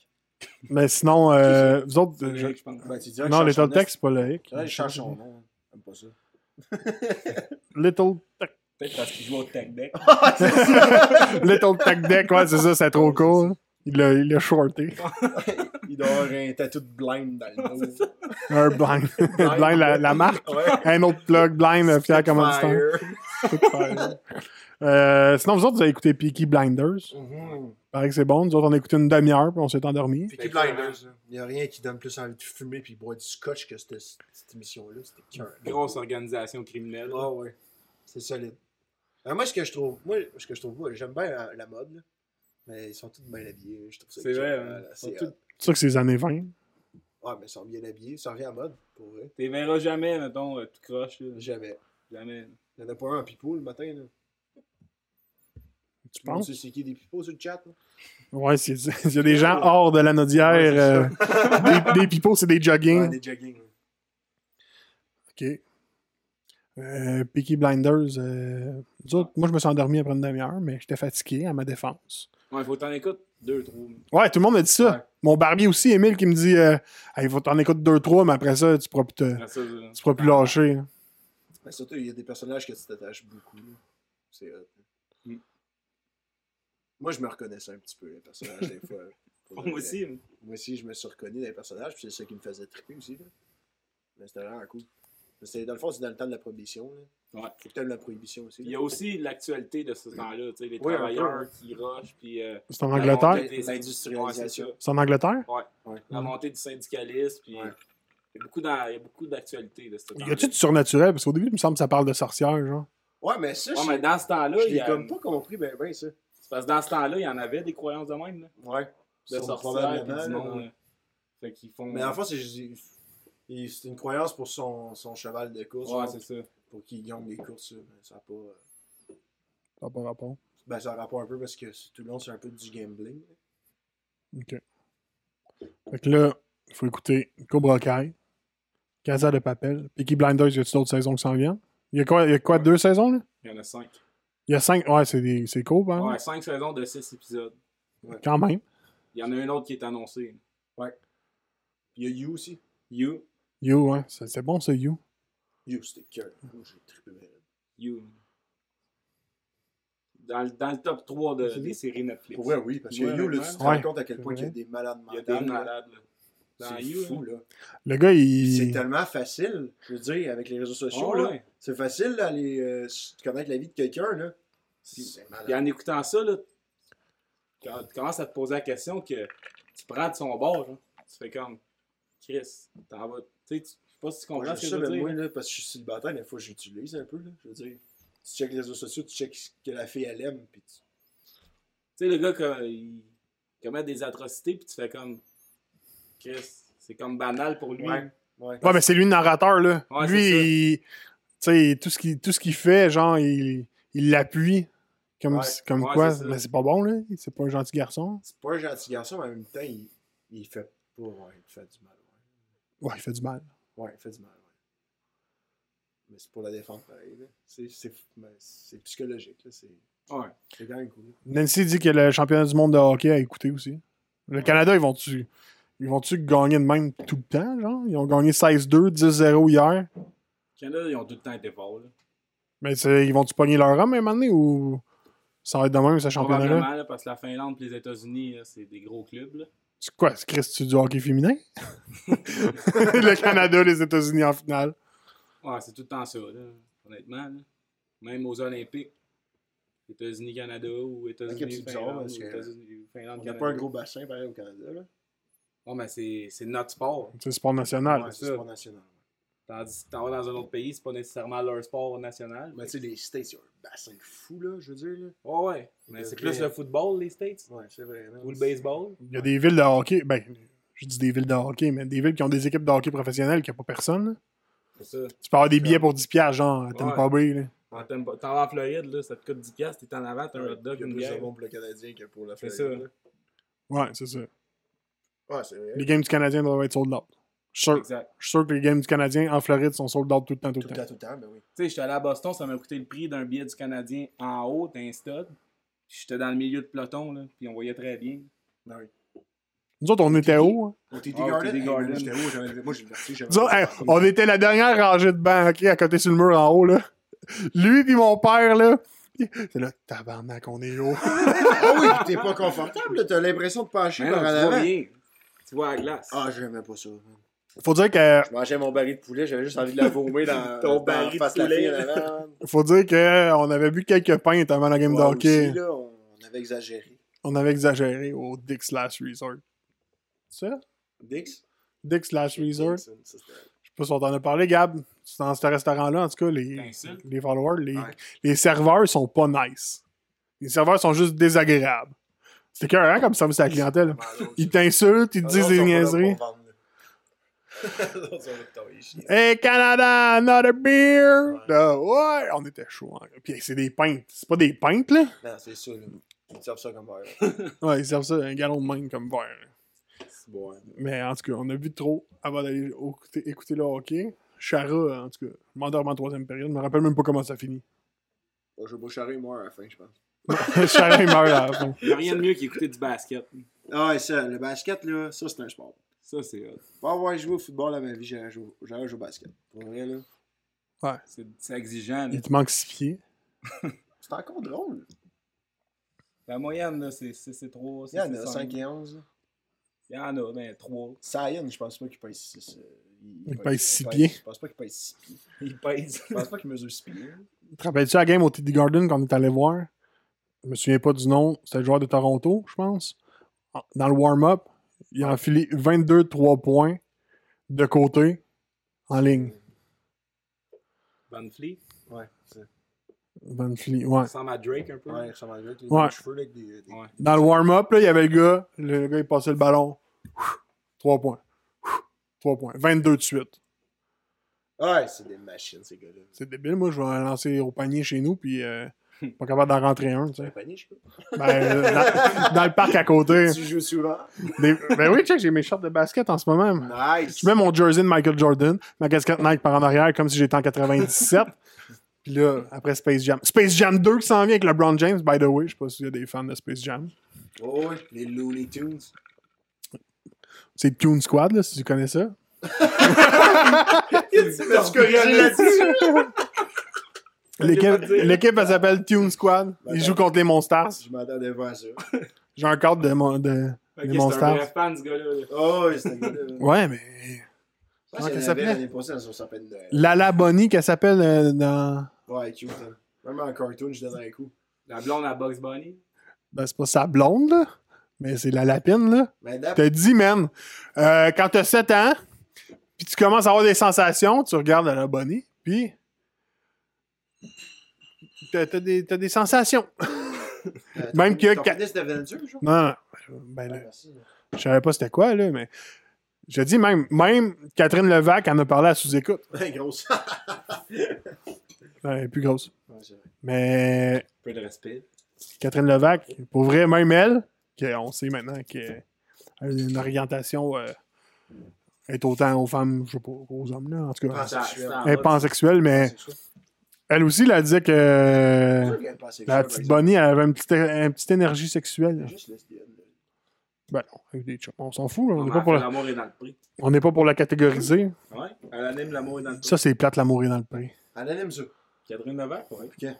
[SPEAKER 1] Mais sinon, euh, vous autres. euh, je-
[SPEAKER 2] Frédéric, je pense.
[SPEAKER 3] Ben, tu dirais
[SPEAKER 1] Non,
[SPEAKER 3] que
[SPEAKER 1] Little
[SPEAKER 3] Charles
[SPEAKER 1] Tech, c'est pas Loïc.
[SPEAKER 3] Chanel- Ouais, il change son nom. hein. J'aime pas ça.
[SPEAKER 1] Little Tech.
[SPEAKER 2] Peut-être parce qu'il joue au tech deck.
[SPEAKER 1] Little Tech Deck, ouais, c'est ça, c'est trop cool. Il l'a il l'a shorté.
[SPEAKER 3] Il doit avoir un tatou de blind dans le dos.
[SPEAKER 1] Un blind. blind, la, la marque.
[SPEAKER 3] Ouais.
[SPEAKER 1] Un autre plug, blind, euh, fier comme un
[SPEAKER 3] Spitfire.
[SPEAKER 1] euh, Sinon, vous autres, vous avez écouté Peaky Blinders.
[SPEAKER 3] Mhm.
[SPEAKER 1] Pareil que c'est bon. Nous autres, on a écouté une demi-heure, puis on s'est endormi.
[SPEAKER 3] Peaky Blinders. là. Il y a rien qui donne plus envie de fumer puis boire du scotch que cette, cette émission-là. C'était cœur.
[SPEAKER 2] Grosse organisation criminelle.
[SPEAKER 3] Ah ouais. C'est solide. Alors moi, ce que je trouve, moi, ce que je trouve, moi, j'aime bien la, la mode, là. mais ils sont tous bien habillés. Je trouve ça
[SPEAKER 2] C'est vrai,
[SPEAKER 3] cœur,
[SPEAKER 2] hein.
[SPEAKER 3] là,
[SPEAKER 2] Ils
[SPEAKER 3] c'est
[SPEAKER 2] sont tous-
[SPEAKER 3] hot.
[SPEAKER 1] C'est sûr que c'est les années 20.
[SPEAKER 3] Ah, mais ils sont bien habillés. Ça revient à mode, pour vrai.
[SPEAKER 2] T'es verras jamais, mettons, euh, tout croche. là.
[SPEAKER 3] Jamais.
[SPEAKER 2] Jamais.
[SPEAKER 3] Il n'y en a pas un en pipeau le matin, là.
[SPEAKER 1] Tu
[SPEAKER 3] Tout le monde
[SPEAKER 1] penses?
[SPEAKER 3] sait c'est qui des pipeaux sur le chat, là.
[SPEAKER 1] Ouais, c'est- il y a des gens hors de la Nodière.
[SPEAKER 3] Ouais, c'est
[SPEAKER 1] euh, des, des pipos, c'est des
[SPEAKER 3] Ouais,
[SPEAKER 1] jogging.
[SPEAKER 3] des jogging. là.
[SPEAKER 1] OK. Euh, Peaky Blinders. euh, nous autres, moi, je me suis endormi après une demi-heure, mais j'étais fatigué à ma défense.
[SPEAKER 2] Ouais, faut que t'en écoutes deux, trois.
[SPEAKER 1] Ouais, tout le monde me dit ça.
[SPEAKER 3] Ouais.
[SPEAKER 1] Mon barbier aussi, Émile, qui me dit euh, Hey, faut t'en écouter deux, trois, mais après ça, tu pourras plus, te-
[SPEAKER 2] Après ça, euh,
[SPEAKER 1] tu pourras plus lâcher. hein.
[SPEAKER 3] Mais surtout, il y a des personnages que tu t'attaches beaucoup. là. C'est hot. là.
[SPEAKER 2] Mm.
[SPEAKER 3] Moi, je me reconnaissais un petit peu, les personnages, des fois. Pour
[SPEAKER 2] Moi
[SPEAKER 3] vrai.
[SPEAKER 2] aussi. hein. mais-
[SPEAKER 3] Moi aussi, je me suis reconnu dans les personnages, puis c'est ça qui me faisait triper aussi. Là. Mais c'était vraiment cool. Mais c'était- dans le fond, c'est dans le temps de la prohibition. Là.
[SPEAKER 2] Ouais.
[SPEAKER 3] Faut que t'aimes la prohibition aussi.
[SPEAKER 2] Il y a aussi l'actualité de ce temps-là, tu sais, les
[SPEAKER 3] Oui, un peu,
[SPEAKER 2] travailleurs qui rushent, puis euh,
[SPEAKER 1] C'est en
[SPEAKER 2] La
[SPEAKER 1] Angleterre
[SPEAKER 2] montée des-
[SPEAKER 3] L'industrialisation.
[SPEAKER 2] Ouais, c'est
[SPEAKER 1] C'est en Angleterre
[SPEAKER 2] ça. Ouais,
[SPEAKER 3] Ouais.
[SPEAKER 2] la
[SPEAKER 1] Mm.
[SPEAKER 2] montée du syndicalisme, puis
[SPEAKER 3] Ouais.
[SPEAKER 2] il y a beaucoup d'en- il y a beaucoup d'actualité de ce temps-là.
[SPEAKER 1] Y a-tu du surnaturel Parce qu'au début, il me semble que ça parle de sorcières, genre.
[SPEAKER 3] Ouais, mais ça,
[SPEAKER 2] Ouais,
[SPEAKER 3] je-
[SPEAKER 2] mais dans ce temps-là,
[SPEAKER 3] je
[SPEAKER 2] il y
[SPEAKER 3] l'ai
[SPEAKER 2] a...
[SPEAKER 3] comme pas compris, ben, ben, ça.
[SPEAKER 2] c'est parce que dans ce temps-là, il y en avait des croyances de même, là,
[SPEAKER 3] Ouais.
[SPEAKER 2] de
[SPEAKER 3] Sur-
[SPEAKER 2] sorcières,
[SPEAKER 3] probablement,
[SPEAKER 2] puis du
[SPEAKER 3] là,
[SPEAKER 2] monde.
[SPEAKER 3] ouais.
[SPEAKER 2] là. Fait qu'ils font...
[SPEAKER 3] Mais en fait, c'est juste- il- c'est une croyance pour son, son cheval de course.
[SPEAKER 2] Ouais,
[SPEAKER 3] genre,
[SPEAKER 2] c'est ça.
[SPEAKER 3] pour qu'il gagne des courses, ça. Mais ça a pas. euh,
[SPEAKER 1] Ça n'a pas rapport.
[SPEAKER 3] Ben, ça a rapport un peu parce que c'est- tout le long, c'est un peu du gambling.
[SPEAKER 1] OK. Fait que là, il faut écouter Cobra Kai, Casa de Papel, Peaky Blinders, y a-tu d'autres saisons qui s'en viennent Y a quoi, y a quoi deux saisons, là
[SPEAKER 2] Il y en a cinq.
[SPEAKER 1] Y a cinq. Ah Ouais, c'est, des, c'est cool, par
[SPEAKER 2] Ouais, cinq saisons de six épisodes.
[SPEAKER 1] Quand même.
[SPEAKER 2] Il y en a une autre qui est annoncée.
[SPEAKER 3] Il y a You aussi.
[SPEAKER 2] You,
[SPEAKER 1] You, ouais. C'est, c'est bon, ça, You.
[SPEAKER 3] You, c'était cœur. Moi, J'ai trippé. ben.
[SPEAKER 2] you. Dans, le- dans le top 3 de,
[SPEAKER 1] C'est
[SPEAKER 2] des séries Netflix.
[SPEAKER 3] Pour vrai, oui. Parce que
[SPEAKER 2] Ouais,
[SPEAKER 3] You, là,
[SPEAKER 2] ouais.
[SPEAKER 3] tu te rends
[SPEAKER 1] Ouais.
[SPEAKER 3] compte à quel
[SPEAKER 1] C'est
[SPEAKER 3] point il y a
[SPEAKER 1] vrai.
[SPEAKER 3] des malades
[SPEAKER 2] Il y a
[SPEAKER 3] mentales.
[SPEAKER 2] des
[SPEAKER 3] là.
[SPEAKER 2] malades, là. Dans
[SPEAKER 3] C'est
[SPEAKER 2] You, hein.
[SPEAKER 3] fou, là.
[SPEAKER 1] Le gars,
[SPEAKER 3] C'est
[SPEAKER 1] il.
[SPEAKER 3] tellement facile, je veux dire, avec les réseaux sociaux,
[SPEAKER 2] Oh,
[SPEAKER 3] là.
[SPEAKER 2] ouais.
[SPEAKER 3] C'est facile d'aller euh, s- connaître la vie de quelqu'un, là.
[SPEAKER 2] Puis-
[SPEAKER 3] C'est
[SPEAKER 2] Puis
[SPEAKER 3] malade.
[SPEAKER 2] en écoutant ça, là, quand tu commences à te poser la question que tu prends de son bord, genre, tu fais comme Chris, t'en vas. Tu sais, tu- je sais pas si tu comprends
[SPEAKER 3] Moi,
[SPEAKER 2] ce que
[SPEAKER 3] je sais
[SPEAKER 2] je
[SPEAKER 3] ça,
[SPEAKER 2] veux
[SPEAKER 3] mais
[SPEAKER 2] dire.
[SPEAKER 3] moi, là, parce que je suis célibataire, mais il faut que j'utilise un peu, là. Je veux dire, tu checkes les réseaux sociaux, tu checkes ce que la fille, elle aime, puis tu...
[SPEAKER 2] hein. Tu sais, le gars, quand il commet des atrocités, puis tu fais comme Chris, c'est comme banal pour lui.
[SPEAKER 3] Ouais. Ouais.
[SPEAKER 1] Ouais, mais c'est lui le narrateur, là.
[SPEAKER 2] Ouais,
[SPEAKER 1] lui,
[SPEAKER 2] c'est ça.
[SPEAKER 1] il. Tu sais, tout ce qu'il tout ce qu'il fait, genre, il il l'appuie. Comme,
[SPEAKER 3] Ouais.
[SPEAKER 1] comme
[SPEAKER 2] Ouais,
[SPEAKER 1] quoi.
[SPEAKER 2] c'est ça.
[SPEAKER 1] mais c'est pas bon, là. C'est pas un gentil garçon.
[SPEAKER 3] C'est pas un gentil garçon, mais en même temps, il, il fait pas, ouais, il fait du mal, ouais.
[SPEAKER 1] Ouais, il fait du mal.
[SPEAKER 3] Ouais, il fait du mal, ouais. Mais c'est pour la défendre, pareil, là. C'est- C'est mais c'est psychologique, là. C'est
[SPEAKER 2] Ouais.
[SPEAKER 3] c'est quand même cool.
[SPEAKER 1] Nancy dit que le championnat du monde de hockey a écouté aussi. Le Canada, ils vont-tu ils vont-tu gagner de même tout le temps, genre? Ils ont gagné 16-2, 10-0 hier.
[SPEAKER 2] Canada, ils ont tout le temps été forts. Là.
[SPEAKER 1] Mais c'est- ils vont-tu pogner leur homme à un moment donné ou ça va être de même ce championnat-là?
[SPEAKER 2] Probablement, là, parce que la Finlande et les États-Unis, là, c'est des gros clubs. Là.
[SPEAKER 1] C'est quoi, c'est Chris, c'est du hockey féminin? le Canada, les États-Unis en finale.
[SPEAKER 2] Ouais, c'est tout le temps ça, là, honnêtement. là. Même aux Olympiques. États-Unis-Canada ou États-Unis-Finlande.
[SPEAKER 3] c'est bizarre, parce
[SPEAKER 2] ou
[SPEAKER 3] que euh,
[SPEAKER 2] États-Unis-
[SPEAKER 3] On
[SPEAKER 2] Finlande,
[SPEAKER 3] n'a
[SPEAKER 2] Canada.
[SPEAKER 3] pas un gros bassin pareil au Canada, là.
[SPEAKER 2] Non, mais c'est c'est notre sport.
[SPEAKER 1] C'est le sport national.
[SPEAKER 3] Ouais,
[SPEAKER 2] ça.
[SPEAKER 3] c'est pas national.
[SPEAKER 2] Tandis que t'en vas dans un autre pays, c'est pas nécessairement leur sport national.
[SPEAKER 3] Mais tu sais, les States, il y a un bassin fou, là, je veux dire, là.
[SPEAKER 2] Ouais, ouais. Mais c'est plus le football, les States,
[SPEAKER 3] Ouais, c'est vrai.
[SPEAKER 2] ou le baseball.
[SPEAKER 1] Il y a des villes de hockey. Ben, je dis des villes de hockey, mais des villes qui ont des équipes de hockey professionnelles qui a pas personne. là.
[SPEAKER 2] C'est ça.
[SPEAKER 1] Tu peux avoir des billets pour 10$, piastres, genre, à Tampa Bay. là.
[SPEAKER 2] Quand T'en t'en vas en Floride, là, ça te coûte 10 piastres, t'es en avant, t'as
[SPEAKER 3] Il
[SPEAKER 2] un hot dog,
[SPEAKER 3] y a
[SPEAKER 2] une
[SPEAKER 3] plus de
[SPEAKER 2] bière.
[SPEAKER 3] bon pour le Canadien que pour la
[SPEAKER 2] C'est
[SPEAKER 3] Floride.
[SPEAKER 2] ça.
[SPEAKER 1] Ouais, c'est ça.
[SPEAKER 3] là. Ouais, c'est vrai.
[SPEAKER 1] Les games du Canadien doivent être sold out. Je suis sûr-
[SPEAKER 2] Exact.
[SPEAKER 1] je suis sûr que les games du Canadien en Floride sont sold out tout le temps, tout
[SPEAKER 3] Tout
[SPEAKER 1] le
[SPEAKER 3] le
[SPEAKER 1] temps.
[SPEAKER 3] temps, tout le temps, ben oui.
[SPEAKER 2] Tu sais, j'étais allé à Boston, ça m'a coûté le prix d'un billet du Canadien en haut, d'un stud. Puis J'étais dans le milieu de peloton, là, puis on voyait très bien.
[SPEAKER 3] Ben oui.
[SPEAKER 1] Nous autres, on était où? hein?
[SPEAKER 3] Au TD
[SPEAKER 2] Ah, au
[SPEAKER 3] Garden,
[SPEAKER 2] TD
[SPEAKER 3] hey, moi,
[SPEAKER 2] Garden.
[SPEAKER 3] j'étais où? J'avais- Moi, j'ai versé, j'avais.
[SPEAKER 1] Nous autres, hey, on était la dernière rangée de bancs, ok, à côté sur le mur en haut, là. Lui puis mon père, là. C'est là, tabarnak, on est haut.
[SPEAKER 3] Ah oui, puis t'es pas confortable, là, t'as l'impression de pencher
[SPEAKER 2] Mais
[SPEAKER 3] par
[SPEAKER 2] non,
[SPEAKER 3] en
[SPEAKER 2] tu vois
[SPEAKER 3] avant.
[SPEAKER 2] bien. Tu vois à la glace.
[SPEAKER 3] Ah, j'aimais pas ça.
[SPEAKER 1] Faut dire que,
[SPEAKER 3] Je mangeais mon baril de poulet, j'avais juste envie de la vomir dans
[SPEAKER 2] Ton
[SPEAKER 3] dans-
[SPEAKER 2] baril de
[SPEAKER 3] face à la
[SPEAKER 2] poulet.
[SPEAKER 3] fille en avant.
[SPEAKER 1] faut dire que on avait bu quelques pintes avant la game
[SPEAKER 3] Ouais,
[SPEAKER 1] de hockey.
[SPEAKER 3] aussi, là, on avait exagéré.
[SPEAKER 1] On avait exagéré au Dick's Last Resort. C'est ça?
[SPEAKER 3] Dix?
[SPEAKER 1] Dick's Last Resort.
[SPEAKER 3] Ça, c'était-
[SPEAKER 1] Je sais pas si on t'en a parlé, Gab. C'est Dans ce restaurant-là, en tout cas, les,
[SPEAKER 2] T'insultes.
[SPEAKER 1] les followers, les,
[SPEAKER 3] Ouais.
[SPEAKER 1] les serveurs sont pas nice. Les serveurs sont juste désagréables. C'est écœurant comme service à la clientèle. Ils t'insultent, ils te
[SPEAKER 3] Ah,
[SPEAKER 1] disent
[SPEAKER 3] non, ils
[SPEAKER 1] des
[SPEAKER 3] sont pas là
[SPEAKER 1] niaiseries.
[SPEAKER 3] pour vendre, là. Non, ils sont là pour t'envoyer chier.
[SPEAKER 1] Hey Canada, another beer!
[SPEAKER 3] Ouais.
[SPEAKER 1] Là, ouais, on était chaud. hein. Puis c'est des pintes. C'est pas des pintes, là?
[SPEAKER 3] Non, c'est ça, là. Ils servent ça comme verre.
[SPEAKER 1] Ouais, ils servent ça un galon de même comme verre.
[SPEAKER 2] C'est bon, hein.
[SPEAKER 1] Mais en tout cas, on a vu trop avant d'aller au- écouter, écouter le hockey. Chara, en tout cas, je m'endorme en troisième période. Je me rappelle même pas comment ça finit.
[SPEAKER 3] Bon, je vais charrer, moi, à la fin, je pense.
[SPEAKER 1] Chara, il meurt à la fin.
[SPEAKER 2] Y a rien de mieux qu'écouter du basket.
[SPEAKER 3] Ah ouais, ça, le basket, là, ça, c'est un sport.
[SPEAKER 2] Ça, c'est hot.
[SPEAKER 3] Pour avoir joué au football à ma vie, j'aurais joué, j'aurais joué au basket. Pour vrai, là.
[SPEAKER 2] C'est c'est exigeant. là.
[SPEAKER 1] Il te manque six pieds.
[SPEAKER 3] C'est encore drôle.
[SPEAKER 2] La moyenne, là, c'est 3.
[SPEAKER 3] Il y en a 5 et 11.
[SPEAKER 2] Il y en a, ben 3.
[SPEAKER 3] Cyan, je pense pas qu'il pèse euh, 6.
[SPEAKER 1] Il pèse six pieds.
[SPEAKER 3] Je pense pas qu'il pèse 6 pieds.
[SPEAKER 2] Ils pèsent.
[SPEAKER 3] Je pense pas qu'il mesure 6 pieds.
[SPEAKER 1] Te rappelles-tu ben, la game au TD Garden qu'on est allé voir? Je me souviens pas du nom. C'était le joueur de Toronto, je pense. En- Dans le warm-up, il a enfilé 22 de 3 points de côté en ligne.
[SPEAKER 2] Van Fleet.
[SPEAKER 3] Ouais, c'est ça.
[SPEAKER 1] Van Fleet, ouais.
[SPEAKER 2] Ça ressemble à Drake un peu.
[SPEAKER 3] Ouais, il ressemble à Drake. Il
[SPEAKER 1] Ouais.
[SPEAKER 3] a des cheveux, là, avec des. des-
[SPEAKER 2] Ouais.
[SPEAKER 1] Dans le warm-up, là, il y avait le gars. Le gars, il passait le ballon. 3 points. 3 points. 22 de suite.
[SPEAKER 3] Ah, Ouais, c'est des machines, ces gars-là.
[SPEAKER 1] C'est débile, moi, je vais en lancer au panier chez nous, puis euh, pas capable d'en rentrer un, tu
[SPEAKER 3] C'est un
[SPEAKER 1] sais.
[SPEAKER 3] panier, je crois.
[SPEAKER 1] Ben, euh, dans, dans le parc à côté.
[SPEAKER 3] Tu joues souvent.
[SPEAKER 1] Des- Ben oui, check, j'ai mes shorts de basket en ce moment.
[SPEAKER 3] Nice.
[SPEAKER 1] Je mets mon jersey de Michael Jordan, ma casquette Nike par en arrière, comme si j'étais en 97. Puis là, après Space Jam. Space Jam 2 qui s'en vient avec LeBron James, by the way. Je sais pas s'il y a des fans de Space Jam.
[SPEAKER 3] Oh, ouais, les Looney Tunes.
[SPEAKER 1] C'est Toon Squad, là, si tu connais ça.
[SPEAKER 3] Parce que
[SPEAKER 1] L'équipe, l'équipe, elle s'appelle Toon Squad. Ils jouent contre les Monsters.
[SPEAKER 3] Je m'attendais pas à ça.
[SPEAKER 1] J'ai un cadre de, mon- de.
[SPEAKER 2] Ok,
[SPEAKER 1] Les
[SPEAKER 2] c'est
[SPEAKER 1] Monsters.
[SPEAKER 2] un vrai fan, ce gars-là. là.
[SPEAKER 3] Oh, ouais, c'est un gars-là.
[SPEAKER 1] Ouais, mais.
[SPEAKER 3] Comment
[SPEAKER 1] qu'elle s'appelait?
[SPEAKER 3] qu'elle s'appelait? L'année passée, euh, dans son sapin de Noël.
[SPEAKER 1] Lala Bonnie, qu'elle s'appelle euh, dans.
[SPEAKER 3] Ouais, cute, hein. Même en cartoon, je donne un coup.
[SPEAKER 2] La blonde à Bugs Bunny.
[SPEAKER 1] Ben, c'est pas sa blonde, là. Mais c'est la lapine, là.
[SPEAKER 3] Mais d'ab-
[SPEAKER 1] te dit, man, euh, quand t'as 7 ans, puis tu commences à avoir des sensations, tu regardes à l'abonné, puis t'as t'as des, t'as des sensations.
[SPEAKER 3] euh,
[SPEAKER 1] même que-
[SPEAKER 3] T'en connais cette aventure, genre?
[SPEAKER 1] Non, non, non. ben,
[SPEAKER 3] Ah,
[SPEAKER 1] là,
[SPEAKER 3] merci.
[SPEAKER 1] je savais pas c'était quoi, là, mais je dis même, même Catherine Levac en a parlé à sous-écoute. Ben,
[SPEAKER 3] Ouais, grosse.
[SPEAKER 1] Elle est plus grosse.
[SPEAKER 3] Ouais, c'est vrai.
[SPEAKER 1] Mais
[SPEAKER 2] Peu de respect.
[SPEAKER 1] Catherine Levac, pour vrai, même elle, que on sait maintenant qu'elle a une orientation euh, est autant aux femmes, je sais pas, aux hommes, là, en tout
[SPEAKER 2] Ah,
[SPEAKER 1] cas.
[SPEAKER 3] Pansexuel.
[SPEAKER 2] Ça- ça-
[SPEAKER 1] Elle Eh, est pansexuelle, mais
[SPEAKER 3] C'est ça.
[SPEAKER 1] Elle aussi, elle disait
[SPEAKER 3] C'est
[SPEAKER 1] que
[SPEAKER 3] sûr qu'elle passe avec
[SPEAKER 1] la
[SPEAKER 3] ça,
[SPEAKER 1] petite
[SPEAKER 3] par exemple.
[SPEAKER 1] Bonnie, elle avait une petite, une petite énergie sexuelle.
[SPEAKER 3] Juste lesbienne, là.
[SPEAKER 1] Ben non, avec des chums, on s'en fout. là.
[SPEAKER 2] Non,
[SPEAKER 1] On n'est
[SPEAKER 2] mais
[SPEAKER 1] pas, pour la-
[SPEAKER 2] L'amour est dans le prix.
[SPEAKER 1] on n'est pas pour la catégoriser.
[SPEAKER 2] Ouais. Elle anime l'amour est dans le prix.
[SPEAKER 1] Ça, c'est plate, l'amour est dans le prix.
[SPEAKER 3] Anonyme, ça.
[SPEAKER 2] Catherine Levac, ouais.
[SPEAKER 3] Ok.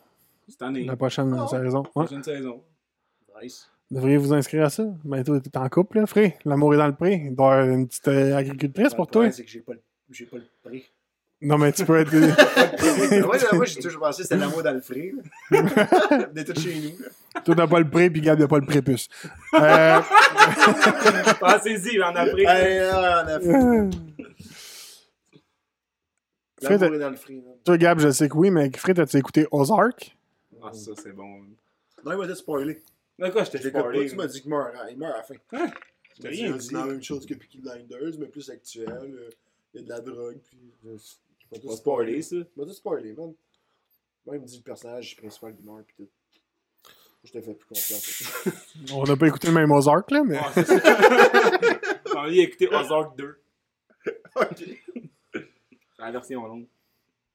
[SPEAKER 2] Cette année.
[SPEAKER 1] La prochaine
[SPEAKER 3] Ah ouais.
[SPEAKER 1] saison. Ouais.
[SPEAKER 2] Prochaine saison.
[SPEAKER 3] Nice.
[SPEAKER 1] Devriez vous inscrire à ça. Ben, toi, t'es en couple, là, frère. L'amour est dans le prix. Il doit y avoir une petite euh, agricultrice
[SPEAKER 3] Le
[SPEAKER 1] pour toi.
[SPEAKER 3] problème, C'est que j'ai pas le- j'ai pas le prix.
[SPEAKER 1] Non, mais tu peux être.
[SPEAKER 3] moi, j'ai- moi, j'ai toujours pensé que c'était l'amour d'Alfred. On est tous chez nous.
[SPEAKER 1] Toi, t'as pas le pré, puis Gab, n'a pas le prépuce. Euh,
[SPEAKER 2] Pensez-y, en Afrique.
[SPEAKER 3] Hey, là, on a fait
[SPEAKER 1] Fred,
[SPEAKER 3] l'amour d'Alfred. là.
[SPEAKER 1] toi, Gab, je sais que oui, mais Fred, as-tu écouté Ozark?
[SPEAKER 2] Ah, ça, c'est bon.
[SPEAKER 3] Non, il m'a dit spoiler.
[SPEAKER 2] Mais quoi, je t'ai
[SPEAKER 3] Je
[SPEAKER 2] fait
[SPEAKER 3] l'écoute pas.
[SPEAKER 2] parler.
[SPEAKER 3] Tu m'as dit qu'il meurt, hein, il meurt à la fin. Tu
[SPEAKER 2] t'ai
[SPEAKER 3] m'as dit,
[SPEAKER 2] rien
[SPEAKER 3] on dit
[SPEAKER 2] dit.
[SPEAKER 3] la même chose que Peaky Blinders, mais plus actuel. euh, Il y a de la drogue, puis. euh, je vais
[SPEAKER 2] C'est
[SPEAKER 3] tout
[SPEAKER 2] pas spoiler, ça.
[SPEAKER 3] Il m'a tout spoilé, man. Moi, il me dit le personnage principal qui meurt, pis tout. Je te fais plus confiance.
[SPEAKER 1] On n'a pas écouté le même Ozark, là, mais.
[SPEAKER 2] Ouais, Ah, c'est ça. J'ai envie d'écouter Ozark 2.
[SPEAKER 3] ok.
[SPEAKER 2] La version longue.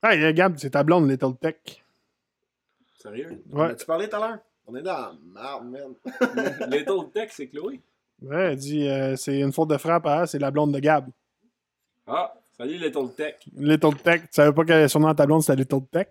[SPEAKER 1] Hey, euh, Gab, c'est ta blonde, Little Tech.
[SPEAKER 2] Sérieux?
[SPEAKER 1] Ouais.
[SPEAKER 3] tu parlais tout à l'heure? On est dans la merde, man.
[SPEAKER 2] Little Tech, c'est Chloé.
[SPEAKER 1] Ouais, elle dit, euh, c'est une faute de frappe, hein, c'est la blonde de Gab.
[SPEAKER 2] Ah, salut Little Tech.
[SPEAKER 1] Little Tech, tu savais pas qu'elle est surnom à ta blonde, c'était Little Tech?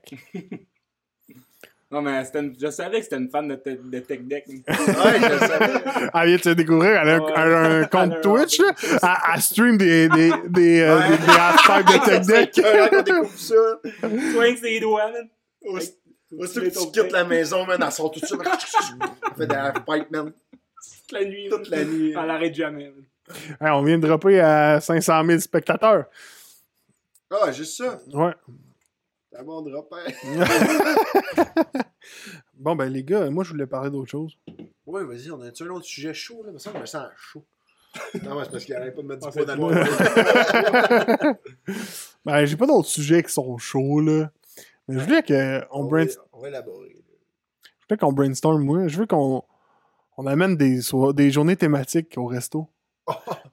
[SPEAKER 2] Non, mais c'était une- je savais que c'était une fan de, te- de Tech Deck.
[SPEAKER 3] Ouais, je le savais.
[SPEAKER 1] Elle vient de se découvrir, elle a un,
[SPEAKER 2] Ouais.
[SPEAKER 1] elle a un compte
[SPEAKER 2] Elle a un
[SPEAKER 1] Twitch, là. Elle, elle stream des, des, des, euh,
[SPEAKER 3] Ouais.
[SPEAKER 1] des, des hashtags de Tech Deck.
[SPEAKER 3] Quand on découvre ça,
[SPEAKER 2] Swing ses doigts, man.
[SPEAKER 3] auss- aussitôt que tu quittes la maison, man, elles sont toutes ça. On fait des half-pipe, man,
[SPEAKER 2] Toute la nuit.
[SPEAKER 3] toute
[SPEAKER 2] man.
[SPEAKER 3] la nuit.
[SPEAKER 2] Elle arrête jamais. man.
[SPEAKER 1] Hey, on vient de dropper à 500 000 spectateurs.
[SPEAKER 3] Ah, juste ça.
[SPEAKER 1] Ouais.
[SPEAKER 3] La bande repère.
[SPEAKER 1] Bon, ben, les gars, moi, je voulais parler d'autre chose.
[SPEAKER 3] Ouais, vas-y, on a-tu un autre sujet chaud, là? Mais ça, on me sent chaud. Non, mais c'est parce qu'il arrête pas de mettre
[SPEAKER 2] Ah,
[SPEAKER 3] du poids
[SPEAKER 2] c'est
[SPEAKER 3] dans le
[SPEAKER 2] toi.
[SPEAKER 3] monde.
[SPEAKER 1] Ben, j'ai pas d'autres sujets qui sont chauds, là. Mais je voulais qu'on
[SPEAKER 3] va-
[SPEAKER 1] brainstorm,
[SPEAKER 3] on va élaborer.
[SPEAKER 1] je voulais qu'on brainstorm, moi. Je veux qu'on on amène des, so- des journées thématiques au resto.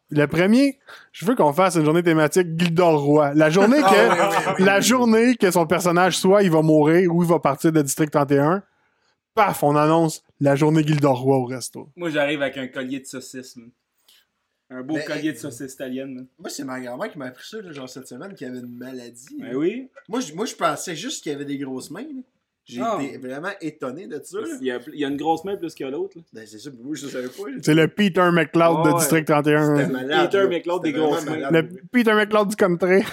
[SPEAKER 1] Le premier, je veux qu'on fasse une journée thématique Gildor Roy. La journée que, la journée que son personnage, soit il va mourir ou il va partir de District 31, paf, on annonce la journée Gildor Roy au resto.
[SPEAKER 2] Moi, j'arrive avec un collier de saucisse, man. Un beau
[SPEAKER 3] Mais-
[SPEAKER 2] collier de saucisse italienne, man.
[SPEAKER 3] Moi, c'est ma grand-mère qui m'a appris ça, là, genre cette semaine, qu'il y avait une maladie.
[SPEAKER 2] Ben oui.
[SPEAKER 3] Moi, je, moi, je pensais juste qu'il y avait des grosses mains. là. J'ai
[SPEAKER 2] Ah.
[SPEAKER 3] été vraiment étonné de ça. là.
[SPEAKER 2] Il y, a, il y a une grosse main plus que l'autre. là.
[SPEAKER 3] Ben, c'est ça, mais moi, je le savais pas. là.
[SPEAKER 1] C'est le Peter McLeod
[SPEAKER 2] Ah
[SPEAKER 1] de
[SPEAKER 2] ouais.
[SPEAKER 1] District 31.
[SPEAKER 3] C'était malade.
[SPEAKER 2] Peter
[SPEAKER 3] là.
[SPEAKER 2] McLeod
[SPEAKER 3] C'était
[SPEAKER 2] des
[SPEAKER 3] vraiment
[SPEAKER 2] grosses mains.
[SPEAKER 3] malade,
[SPEAKER 1] Le Peter McLeod du country.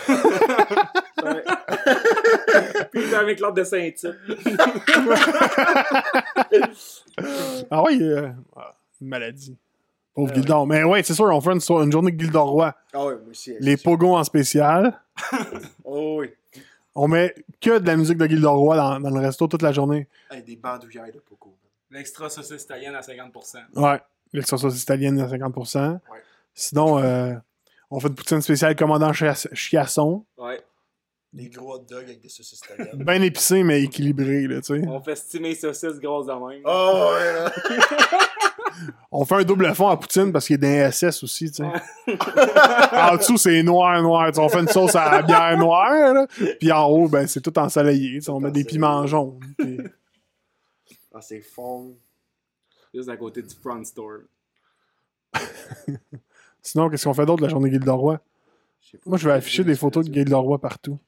[SPEAKER 3] ouais.
[SPEAKER 2] Puis avec l'autre de Saint-Tite.
[SPEAKER 1] Ah ouais, euh, ah, une maladie. Pauvre Gildor. Mais ouais, c'est sûr, on fait une, so- une journée de Gildor Roy.
[SPEAKER 3] Ah ouais, moi aussi.
[SPEAKER 1] Les pogons en spécial.
[SPEAKER 3] Oh oui.
[SPEAKER 1] On met que de la musique de Gildor Roy dans, dans le resto toute la journée.
[SPEAKER 3] Hey, des bandoulières de Poco.
[SPEAKER 2] L'extra saucisse italienne à 50%.
[SPEAKER 1] Ouais. L'extra-sauce italienne à 50%.
[SPEAKER 3] Ouais.
[SPEAKER 1] Sinon, euh, on fait une poutine spéciale commandant Chias- Chiasson.
[SPEAKER 2] Ouais.
[SPEAKER 3] Des gros hot dogs avec des saucisses italiennes.
[SPEAKER 1] Bien épicé, mais équilibré, là, tu sais.
[SPEAKER 2] On fait steamer saucisse grosse de même.
[SPEAKER 3] oh ouais. là.
[SPEAKER 1] On fait un double fond à poutine parce qu'il est dans SS aussi, tu sais.
[SPEAKER 2] Ouais.
[SPEAKER 1] en dessous, c'est noir, noir. tu sais, on fait une sauce à la bière noire, là. Puis en haut, ben, c'est tout ensoleillé. tu sais, On met des
[SPEAKER 3] ensoleillé.
[SPEAKER 1] piments jaunes. puis-
[SPEAKER 3] Ah, c'est fond.
[SPEAKER 2] Juste à côté du front store.
[SPEAKER 1] Sinon, qu'est-ce qu'on fait d'autre la journée Gildor Roy?
[SPEAKER 3] Je sais pas.
[SPEAKER 1] Moi, je vais afficher des photos de Gildor Roy partout.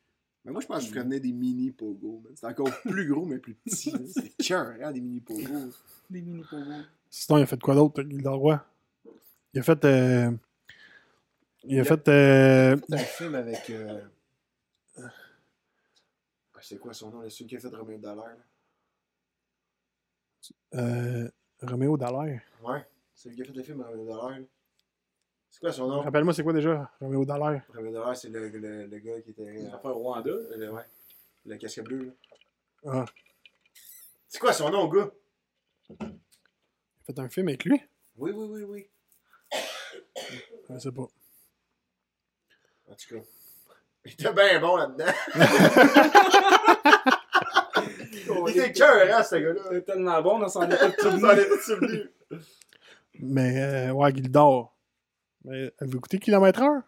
[SPEAKER 3] Mais moi, je pense que je ferais venir des mini Pogo. man. C'est encore plus gros, mais plus petit. là. C'est cœur, hein, des mini Pogo.
[SPEAKER 2] Des mini pogos.
[SPEAKER 1] Sinon, il a fait quoi d'autre, Gildor Roy? Il a fait. euh, Il a
[SPEAKER 3] Il a-
[SPEAKER 1] fait. euh,
[SPEAKER 3] C'est un film avec. euh, ah, C'est quoi son nom, là, celui qui a fait Roméo Dallaire? là?
[SPEAKER 1] euh, Roméo Dallaire.
[SPEAKER 3] Ouais, celui qui a fait le film Roméo Dallaire. là. C'est quoi son nom?
[SPEAKER 1] Rappelle-moi, c'est quoi déjà, Roméo Dallaire?
[SPEAKER 3] Roméo Dallaire, c'est le, le, le gars qui était. euh,
[SPEAKER 2] On va faire Rwanda.
[SPEAKER 3] Le, ouais, le casque bleu. là.
[SPEAKER 1] Ah.
[SPEAKER 3] C'est quoi son nom, gars?
[SPEAKER 1] Il a fait un film avec lui?
[SPEAKER 3] Oui, oui, oui, oui.
[SPEAKER 1] Je sais pas.
[SPEAKER 3] En tout cas. Il était bien bon là-dedans. Il était cœur, hein, ce gars-là.
[SPEAKER 2] C'est tellement bon, on s'en est pas
[SPEAKER 3] Tout le monde est souvenu.
[SPEAKER 1] Mais, euh, ouais, Gildor. Mais, avez-vous écouté Kilomètre Heure?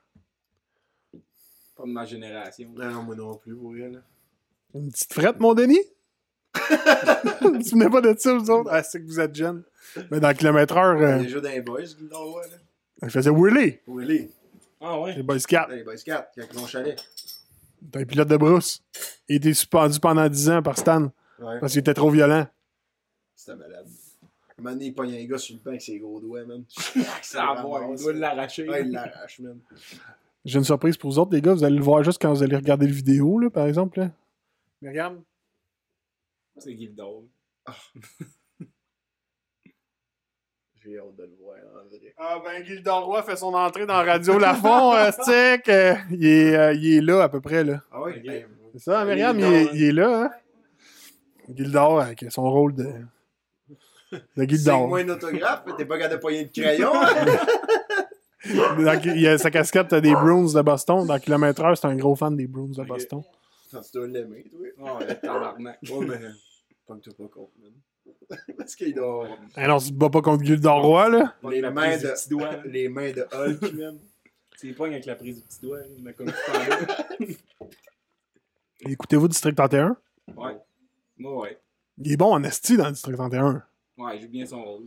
[SPEAKER 2] Pas de ma génération.
[SPEAKER 3] Non, non, moi non plus, pour elle.
[SPEAKER 1] Une petite frette, mon Denis? vous vous souvenez pas de ça, vous autres? Ah, c'est que vous êtes jeunes. Mais dans Kilomètre Heure,
[SPEAKER 3] Il est
[SPEAKER 1] euh,
[SPEAKER 3] déjà dans les boys, Gildon, ouais,
[SPEAKER 1] je
[SPEAKER 3] là.
[SPEAKER 1] faisais Willy,
[SPEAKER 3] Où elle est?
[SPEAKER 2] Ah ouais.
[SPEAKER 1] les Boy Scouts.
[SPEAKER 3] Dans les boys 4, avec mon chalet.
[SPEAKER 1] T'es un pilote de brousse. Il a été suspendu pendant 10 ans par Stan
[SPEAKER 3] Ouais.
[SPEAKER 1] parce qu'il était trop violent.
[SPEAKER 3] C'était malade. Un moment donné, il pogne un gars sur le pain avec ses gros doigts, man.
[SPEAKER 2] Ça va, il Ah, doit l'arracher.
[SPEAKER 3] Ouais, il l'arrache, man.
[SPEAKER 1] J'ai une surprise pour vous autres, les gars. Vous allez le voir juste quand vous allez regarder le vidéo, là, par exemple. là. Mais regarde.
[SPEAKER 2] C'est Gildor.
[SPEAKER 3] J'ai hâte de le voir en vrai.
[SPEAKER 1] Ah ben, Gildor Roy fait son entrée dans Radio Lafont, euh, stick. Euh, il, est, euh, il est là, à peu près, là.
[SPEAKER 3] Ah ouais,
[SPEAKER 2] Ok.
[SPEAKER 3] ben,
[SPEAKER 1] C'est ça,
[SPEAKER 3] Salut,
[SPEAKER 1] Myriam, il,
[SPEAKER 3] Gildor,
[SPEAKER 1] est-
[SPEAKER 3] hein.
[SPEAKER 1] il est là, hein? Gildor, avec son rôle de... De Gildor.
[SPEAKER 3] Signe-moi un autographe, mais t'es pas capable de poigner de crayon. hein?
[SPEAKER 1] Dans- il y a sa casquette des Bruins de Boston. Dans Kilomètre Heure, c'est un gros fan des Bruins de
[SPEAKER 3] Ok.
[SPEAKER 1] Boston.
[SPEAKER 3] Putain, tu dois l'aimer, toi.
[SPEAKER 2] Oh, le tabarnak.
[SPEAKER 3] Ouais, mais. Pogne-toi pas contre, man. Parce qu'il doit avoir
[SPEAKER 1] Ah non, tu te bats pas contre Gildor Roy, là.
[SPEAKER 3] les
[SPEAKER 2] La
[SPEAKER 3] mains
[SPEAKER 2] prise du
[SPEAKER 3] de.
[SPEAKER 2] petit doigt. là.
[SPEAKER 3] Les mains de Hulk, man.
[SPEAKER 2] Tu les pognes avec la prise du petit doigt, là, mais comme tu parlais.
[SPEAKER 1] Écoutez-vous District 31?
[SPEAKER 2] Ouais. Moi, ouais.
[SPEAKER 1] Il est bon en esti dans District 31.
[SPEAKER 2] Ouais, il joue bien son rôle.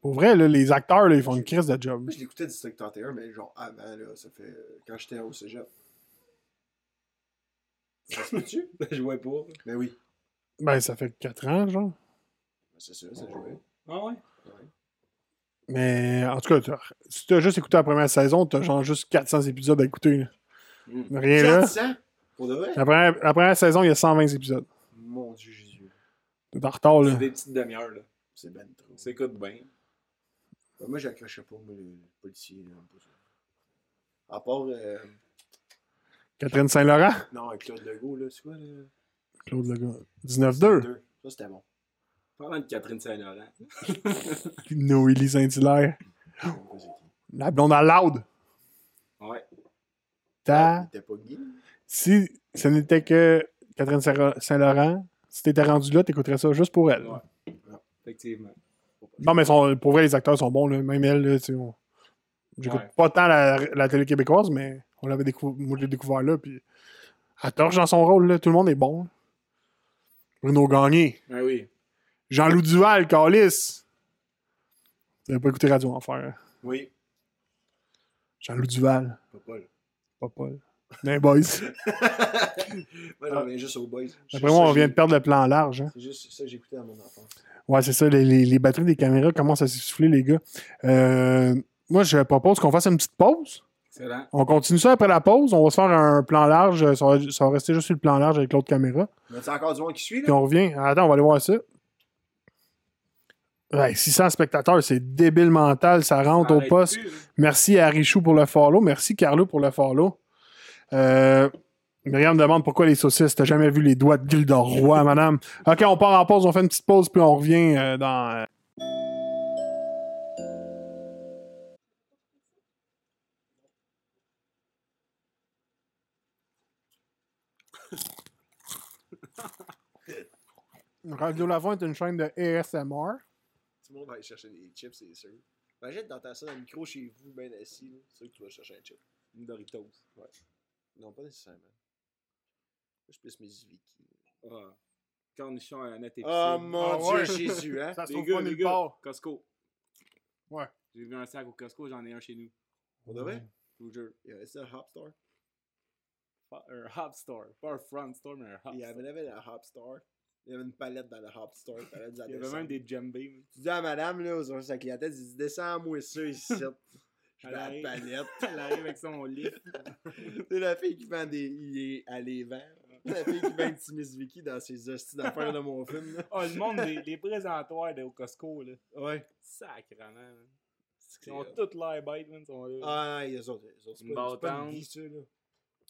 [SPEAKER 1] Pour vrai, là, les acteurs, là, ils font une crise de job.
[SPEAKER 3] Moi, je l'écoutais District 31, mais genre avant, là, ça fait. euh, Quand j'étais au cégep. Ça se peut-tu?
[SPEAKER 2] Ça jouait pas.
[SPEAKER 3] Ben oui.
[SPEAKER 1] Ben, ça fait 4 ans, genre.
[SPEAKER 3] Ben, C'est ça, ça jouait.
[SPEAKER 2] Ah ouais?
[SPEAKER 1] Mais en tout cas, t'as- si t'as juste écouté la première saison, t'as genre juste 400 épisodes à écouter. là.
[SPEAKER 2] Mm.
[SPEAKER 1] Rien là.
[SPEAKER 3] 400? Pour de vrai?
[SPEAKER 1] La première, la première saison, il y a 120 épisodes.
[SPEAKER 3] Mon dieu Jésus.
[SPEAKER 1] T'es en retard, là.
[SPEAKER 2] C'est des petites demi-heures, là.
[SPEAKER 3] C'est ben trop.
[SPEAKER 2] Ça écoute bien.
[SPEAKER 3] Ben, moi, j'accrochais pas, moi, les policiers, là. pas ça. À part. euh,
[SPEAKER 1] Catherine Saint-Laurent,
[SPEAKER 3] Non, avec Claude Legault, là, c'est quoi, là?
[SPEAKER 1] Claude Legault. 19-2.
[SPEAKER 3] Deux. Ça, c'était bon.
[SPEAKER 2] Parlant de Catherine Saint-Laurent.
[SPEAKER 1] Noélie Saint-Hilaire.
[SPEAKER 3] Je sais pas c'est qui.
[SPEAKER 1] La blonde à Loud.
[SPEAKER 2] Ouais.
[SPEAKER 3] Ah,
[SPEAKER 1] Ta-
[SPEAKER 3] T'es pas gay?
[SPEAKER 1] Si ce n'était que Catherine Saint- Saint-Laurent, si t'étais rendu là, t'écouterais ça juste pour elle.
[SPEAKER 2] Ouais. Effectivement.
[SPEAKER 1] Non, mais son- pour vrai, les acteurs sont bons, là. Même elle, là, tu sais, on- J'écoute
[SPEAKER 2] Ouais.
[SPEAKER 1] pas tant la, la télé québécoise, mais on l'avait décou- moi, je l'ai découvert là, puis elle torche dans son rôle, là. Tout le monde est bon. Bruno Gagné.
[SPEAKER 3] Ben
[SPEAKER 2] Ah oui.
[SPEAKER 1] Jean-Loup Duval, Calis. T'avais pas écouté Radio Enfer. hein?
[SPEAKER 3] Oui.
[SPEAKER 1] Jean-Loup Duval.
[SPEAKER 3] Pas Paul.
[SPEAKER 1] Pas Paul. Les boys.
[SPEAKER 3] Moi, j'en viens juste aux boys.
[SPEAKER 1] Ah. Après moi, on vient de perdre le plan large. hein.
[SPEAKER 3] C'est juste ça que j'écoutais à mon enfance.
[SPEAKER 1] Ouais, c'est ça. Les, les- les batteries des caméras commencent à s'essouffler, les gars. Euh, moi, je propose qu'on fasse une petite pause.
[SPEAKER 2] Excellent.
[SPEAKER 1] On continue ça après la pause. On va se faire un plan large. euh, Ça va, ça va rester juste sur le plan large avec l'autre caméra.
[SPEAKER 3] Mais c'est encore du monde qui suit,
[SPEAKER 1] Puis
[SPEAKER 3] là?
[SPEAKER 1] on revient. Attends, on va aller voir ça. Ouais, 600 spectateurs, c'est débile mental. Ça rentre au
[SPEAKER 2] Arrête
[SPEAKER 1] poste.
[SPEAKER 2] plus, là.
[SPEAKER 1] Merci à Richou pour le follow. Merci Carlo pour le follow. Euh, Myriam demande pourquoi les saucisses. T'as jamais vu les doigts de Gildor Roy, madame? Ok, on part en pause. On fait une petite pause, puis on revient euh, dans. euh, Radio Lavon est une chaîne de ASMR.
[SPEAKER 3] Tout le monde va aller chercher des chips, c'est sûr. Imagine d'entendre ça dans le micro chez vous, ben assis, là. C'est sûr que tu vas chercher un chip.
[SPEAKER 2] Une Doritos.
[SPEAKER 3] Ouais. Non, pas nécessairement. Moi, je suis plus mes Vicky.
[SPEAKER 2] Ah. Cornichon à la nette épicée.
[SPEAKER 3] Oh mon
[SPEAKER 1] Ah
[SPEAKER 3] dieu,
[SPEAKER 1] ouais.
[SPEAKER 3] Jésus, hein?
[SPEAKER 1] Ça se
[SPEAKER 2] Les
[SPEAKER 1] trouve
[SPEAKER 2] gars,
[SPEAKER 1] pas
[SPEAKER 2] les
[SPEAKER 1] nulle
[SPEAKER 2] gars.
[SPEAKER 1] part.
[SPEAKER 2] Costco.
[SPEAKER 1] Ouais.
[SPEAKER 2] J'ai vu un sac au Costco, j'en ai un chez nous.
[SPEAKER 3] On devrait?
[SPEAKER 2] Je vous jure.
[SPEAKER 3] Il y avait ça, Hop Star.
[SPEAKER 2] Pas un Hop Store. Pas un Front Store, mais un Hop
[SPEAKER 3] Il y
[SPEAKER 2] Store.
[SPEAKER 3] avait, il y avait la Hop Star. Il y avait une palette dans le Hop Star. t'avais de la
[SPEAKER 2] Il y avait
[SPEAKER 3] descente.
[SPEAKER 2] même des djembés.
[SPEAKER 3] Tu dis à madame, là, aux services à la clientèle, tu dis, descends-moi ça ici. Je
[SPEAKER 2] Elle
[SPEAKER 3] vais à la
[SPEAKER 2] arrive.
[SPEAKER 3] palette.
[SPEAKER 2] Elle arrive avec son lit.
[SPEAKER 3] C'est la fille qui vend des. Il est à les vend. La fille qui vend des petits Miss Vicky dans ses hosties d'affaires de mon film, là.
[SPEAKER 2] Oh, le monde des, des présentoirs de, au Costco, là.
[SPEAKER 3] Ouais.
[SPEAKER 2] Sacrement, man.
[SPEAKER 3] C'est- euh,
[SPEAKER 2] Ils ont toutes l'air bêtes, man. ils Sont là.
[SPEAKER 3] Ah, ils autres, eux autres, c'est
[SPEAKER 2] Une
[SPEAKER 3] pas, c'est pas
[SPEAKER 2] bâtante.
[SPEAKER 3] une vie, ça, là.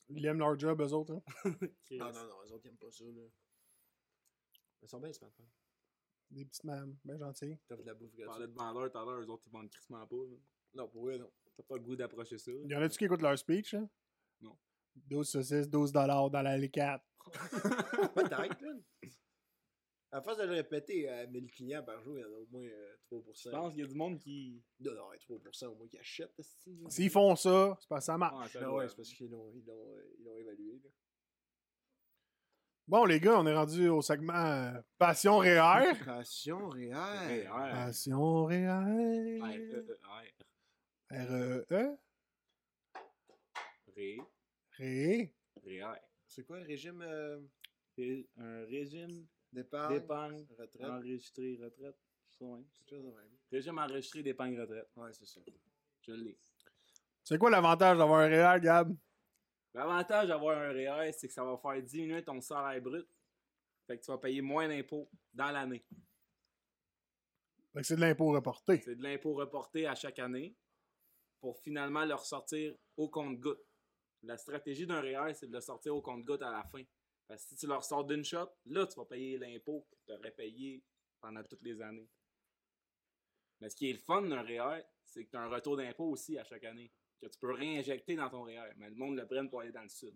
[SPEAKER 1] Ils aiment leur job, eux autres. hein.
[SPEAKER 2] Chris.
[SPEAKER 3] Non, non, non, eux autres, ils aiment pas ça, là. Ils sont bien, ce matin.
[SPEAKER 1] Des ben, petites mères, bien gentilles.
[SPEAKER 3] T'as de la bouffe
[SPEAKER 2] On parlait
[SPEAKER 3] gratuite.
[SPEAKER 2] de vendeurs tout à l'heure, eux autres, ils vendent crissement pas. là.
[SPEAKER 3] Non, pour eux, non.
[SPEAKER 2] T'as pas le goût d'approcher ça.
[SPEAKER 1] Il y en a-tu qui écoutent leur speech? hein?
[SPEAKER 2] Non.
[SPEAKER 1] 12 saucisses, 12 dollars dans l'allée 4.
[SPEAKER 3] Peut-être, là. À force de le répéter à 1000 clients par jour, il y en a au moins euh, 3%.
[SPEAKER 2] Je pense qu'il y a du monde qui.
[SPEAKER 3] Non, non, 3% au moins qui achètent, esti, là.
[SPEAKER 1] S'ils font ça, c'est pas ça marche.
[SPEAKER 2] Ah, ça
[SPEAKER 3] Ben
[SPEAKER 2] doit-
[SPEAKER 3] ouais, c'est parce qu'ils l'ont, ils l'ont, euh, ils l'ont évalué. Là.
[SPEAKER 1] Bon, les gars, on est rendu au segment euh, Passion REER.
[SPEAKER 3] Passion
[SPEAKER 2] Ouais, ouais.
[SPEAKER 3] réelle.
[SPEAKER 1] Ah, Passion E. REER.
[SPEAKER 2] Ouais, euh, euh, ouais.
[SPEAKER 1] R-E-E.
[SPEAKER 2] Ré,
[SPEAKER 1] Ré. E.
[SPEAKER 2] ré, ouais.
[SPEAKER 3] C'est quoi le régime euh,
[SPEAKER 2] C'est un régime
[SPEAKER 3] d'épargne,
[SPEAKER 2] d'épargne
[SPEAKER 3] Ah, retraite,
[SPEAKER 2] enregistré retraite. Je sais pas, hein.
[SPEAKER 3] quelque chose de même?
[SPEAKER 2] Régime enregistré d'épargne retraite.
[SPEAKER 3] Ouais, c'est ça.
[SPEAKER 2] Je l'ai.
[SPEAKER 1] C'est quoi l'avantage d'avoir un REER, Gab?
[SPEAKER 2] L'avantage d'avoir un REER, c'est que ça va faire diminuer ton salaire brut. Fait que tu vas payer moins d'impôts dans l'année.
[SPEAKER 1] Fait que Ben, c'est de l'impôt reporté.
[SPEAKER 2] C'est de l'impôt reporté à chaque année pour finalement le ressortir au compte-goutte. La stratégie d'un REER, c'est de le sortir au compte-goutte à la fin. Parce que si tu le ressors d'une shot, là, tu vas payer l'impôt que tu aurais payé pendant toutes les années. Mais ce qui est le fun d'un REER, c'est que tu as un retour d'impôt aussi à chaque année, que tu peux réinjecter dans ton REER. Mais le monde le prenne pour aller dans le sud.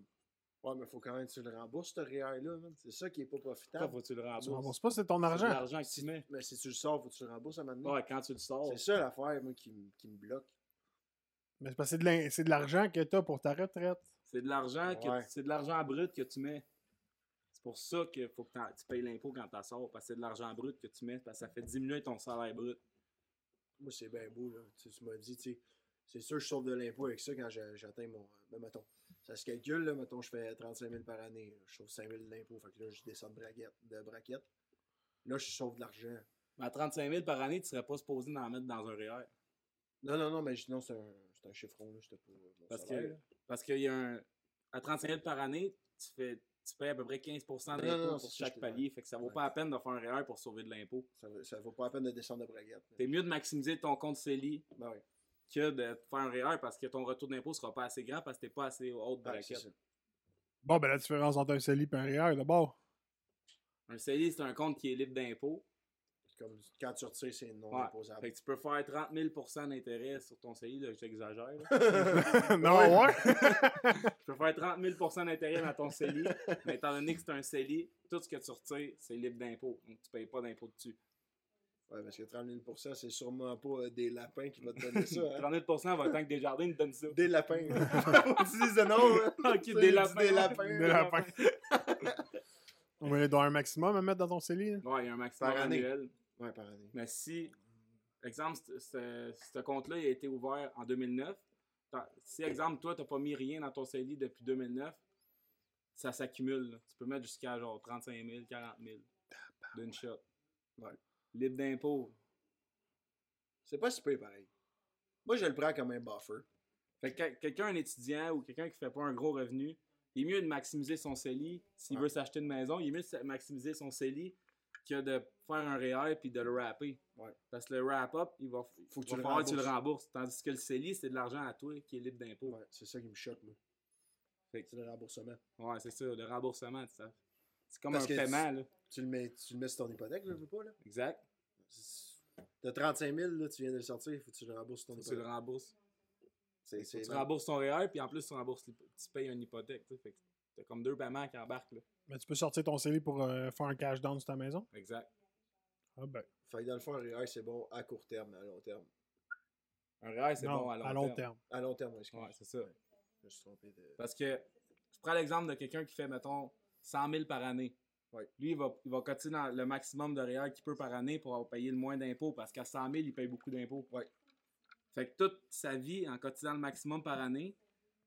[SPEAKER 3] Ouais, mais faut quand même que tu le rembourses, ce REER-là. man. C'est ça qui est pas
[SPEAKER 2] Pourquoi
[SPEAKER 3] profitable.
[SPEAKER 2] faut que tu le
[SPEAKER 1] Tu
[SPEAKER 2] rembourses?
[SPEAKER 1] rembourses pas, c'est ton
[SPEAKER 2] C'est de
[SPEAKER 1] argent.
[SPEAKER 2] L'argent que tu mets.
[SPEAKER 3] Mais si tu le sors, faut que tu le rembourses à maintenant.
[SPEAKER 2] Ouais, quand tu le sors.
[SPEAKER 3] C'est ça l'affaire, moi, qui, me- qui me bloque.
[SPEAKER 1] Mais c'est parce que c'est de l'in- c'est de l'argent que t'as pour ta retraite.
[SPEAKER 2] C'est de l'argent que
[SPEAKER 3] Ouais.
[SPEAKER 2] c'est de l'argent brut que tu mets. C'est pour ça qu'il faut que t'en- tu payes l'impôt quand t'en sors, parce que c'est de l'argent brut que tu mets, parce que ça fait diminuer ton salaire brut.
[SPEAKER 3] Moi, c'est bien beau, là. Tu, sais, tu m'as dit, tu sais, c'est sûr que je sauve de l'impôt avec ça quand j'a- j'atteins mon. Ben, mettons, ça se calcule, là. Mettons, je fais 35 000 par année. là. Je sauve 5 000 d'impôt. Fait que là, je descends de braquette. De braquette. Là, je sauve de l'argent.
[SPEAKER 2] Mais à 35 000 par année, tu serais pas supposé d'en mettre dans un E REER.
[SPEAKER 3] Non, non, non, mais non, c'est un, c'est un chiffron, là. C'était pour euh, mon
[SPEAKER 2] Parce
[SPEAKER 3] salaire,
[SPEAKER 2] que-
[SPEAKER 3] là.
[SPEAKER 2] Parce qu'il y a un. À 35 000 par année, tu fais tu payes à peu près 15
[SPEAKER 3] Non, non, non,
[SPEAKER 2] d'impôt pour
[SPEAKER 3] c'est ça,
[SPEAKER 2] chaque
[SPEAKER 3] je-
[SPEAKER 2] palier. Fait que ça vaut
[SPEAKER 3] Ouais.
[SPEAKER 2] pas la peine de faire un REER pour sauver de l'impôt.
[SPEAKER 3] Ça, vaut- ça vaut pas la peine de descendre de braguette. là.
[SPEAKER 2] C'est mieux de maximiser ton compte CELI
[SPEAKER 3] Ben ouais.
[SPEAKER 2] que de faire un REER parce que ton retour d'impôt sera pas assez grand parce que t'es pas assez haute
[SPEAKER 3] Ah, c'est
[SPEAKER 2] braquette.
[SPEAKER 3] ça.
[SPEAKER 1] Bon, ben la différence entre un CELI et un REER, d'abord.
[SPEAKER 2] un CELI, c'est un compte qui est libre d'impôt.
[SPEAKER 3] Comme quand tu retires, c'est non
[SPEAKER 2] Ouais.
[SPEAKER 3] imposable.
[SPEAKER 2] Fait que tu peux faire 30 000 d'intérêt sur ton CELI, là, j'exagère. là.
[SPEAKER 1] non, ouais.
[SPEAKER 2] tu peux faire 30 000 d'intérêt dans ton CELI, mais étant donné que c'est un CELI, tout ce que tu retires, c'est libre d'impôt. Donc tu payes pas d'impôt dessus.
[SPEAKER 3] Ouais, parce que 30 000 c'est sûrement pas euh, des lapins qui vont te donner ça. hein.
[SPEAKER 2] 30 000 va tant que Desjardins nous donne ça.
[SPEAKER 3] Des lapins. On utilise le nom. hein.
[SPEAKER 2] Ok,
[SPEAKER 3] Tu sais,
[SPEAKER 2] des
[SPEAKER 3] il dit
[SPEAKER 2] lapins.
[SPEAKER 3] Des lapins.
[SPEAKER 1] Des lapins. On va aller dans un maximum à mettre dans ton CELI. là.
[SPEAKER 2] Ouais, il y a un maximum
[SPEAKER 3] Par année.
[SPEAKER 2] annuel.
[SPEAKER 3] Ouais, par année.
[SPEAKER 2] Mais si, exemple, ce- ce ce compte-là il a été ouvert en 2009, t'as- si, exemple, toi, tu n'as pas mis rien dans ton CELI depuis 2009, ça s'accumule. là. Tu peux mettre jusqu'à genre 35 000, 40 000 d'une shot.
[SPEAKER 3] Ouais.
[SPEAKER 2] Libre d'impôt.
[SPEAKER 3] C'est pas si peu pareil. Moi, je le prends comme un buffer.
[SPEAKER 2] Fait que quand- quelqu'un, un étudiant ou quelqu'un qui fait pas un gros revenu, il est mieux de maximiser son CELI s'il
[SPEAKER 3] Ouais.
[SPEAKER 2] veut s'acheter une maison, il est mieux de sa- maximiser son CELI que de faire un REER puis de le rapper.
[SPEAKER 3] Ouais.
[SPEAKER 2] Parce que le wrap-up, il va,
[SPEAKER 3] Faut que
[SPEAKER 2] il va
[SPEAKER 3] tu le
[SPEAKER 2] falloir que tu le
[SPEAKER 3] rembourses.
[SPEAKER 2] rembourses. Tandis que le CELI, c'est de l'argent à toi qui est libre d'impôt.
[SPEAKER 3] Ouais, c'est ça qui me choque, moi.
[SPEAKER 2] Fait que-
[SPEAKER 3] C'est le remboursement.
[SPEAKER 2] Ouais, c'est ça, le remboursement, ça. C'est comme
[SPEAKER 3] Parce
[SPEAKER 2] un
[SPEAKER 3] que
[SPEAKER 2] paiement, là.
[SPEAKER 3] Tu le mets, tu le mets sur ton hypothèque, je veux pas, là.
[SPEAKER 2] Exact.
[SPEAKER 3] C'est- T'as 35 000, là, tu viens de le sortir, il faut que tu le rembourses sur ton
[SPEAKER 2] Faut que tu le
[SPEAKER 3] hypothèque.
[SPEAKER 2] rembourses.
[SPEAKER 3] C'est
[SPEAKER 2] Faut que
[SPEAKER 3] c'est
[SPEAKER 2] tu rembourses ton REER, puis en plus, tu rembourses, l'hypo- tu payes une hypothèque. tu sais. Fait que t'as comme deux paiements qui embarquent, là.
[SPEAKER 1] Mais tu peux sortir ton CELI pour euh, faire un cash down sur ta maison.
[SPEAKER 2] Exact.
[SPEAKER 1] Ah ben.
[SPEAKER 3] Fait que dans le fond, un REER, c'est bon à court terme, à long terme.
[SPEAKER 2] Un REER, c'est
[SPEAKER 1] non,
[SPEAKER 2] bon à long, terme.
[SPEAKER 3] À long terme, excuse.
[SPEAKER 2] Ouais, c'est ça.
[SPEAKER 3] Je me suis trompé de.
[SPEAKER 2] Euh, Parce que je prends l'exemple de quelqu'un qui fait, mettons, 100 000 par année.
[SPEAKER 3] Ouais.
[SPEAKER 2] Lui, il va, il va cotiser dans le maximum de REER qu'il peut par année pour avoir payé le moins d'impôts parce qu'à 100 000, il paye beaucoup d'impôts.
[SPEAKER 3] Ouais.
[SPEAKER 2] Fait que toute sa vie, en cotisant le maximum par année,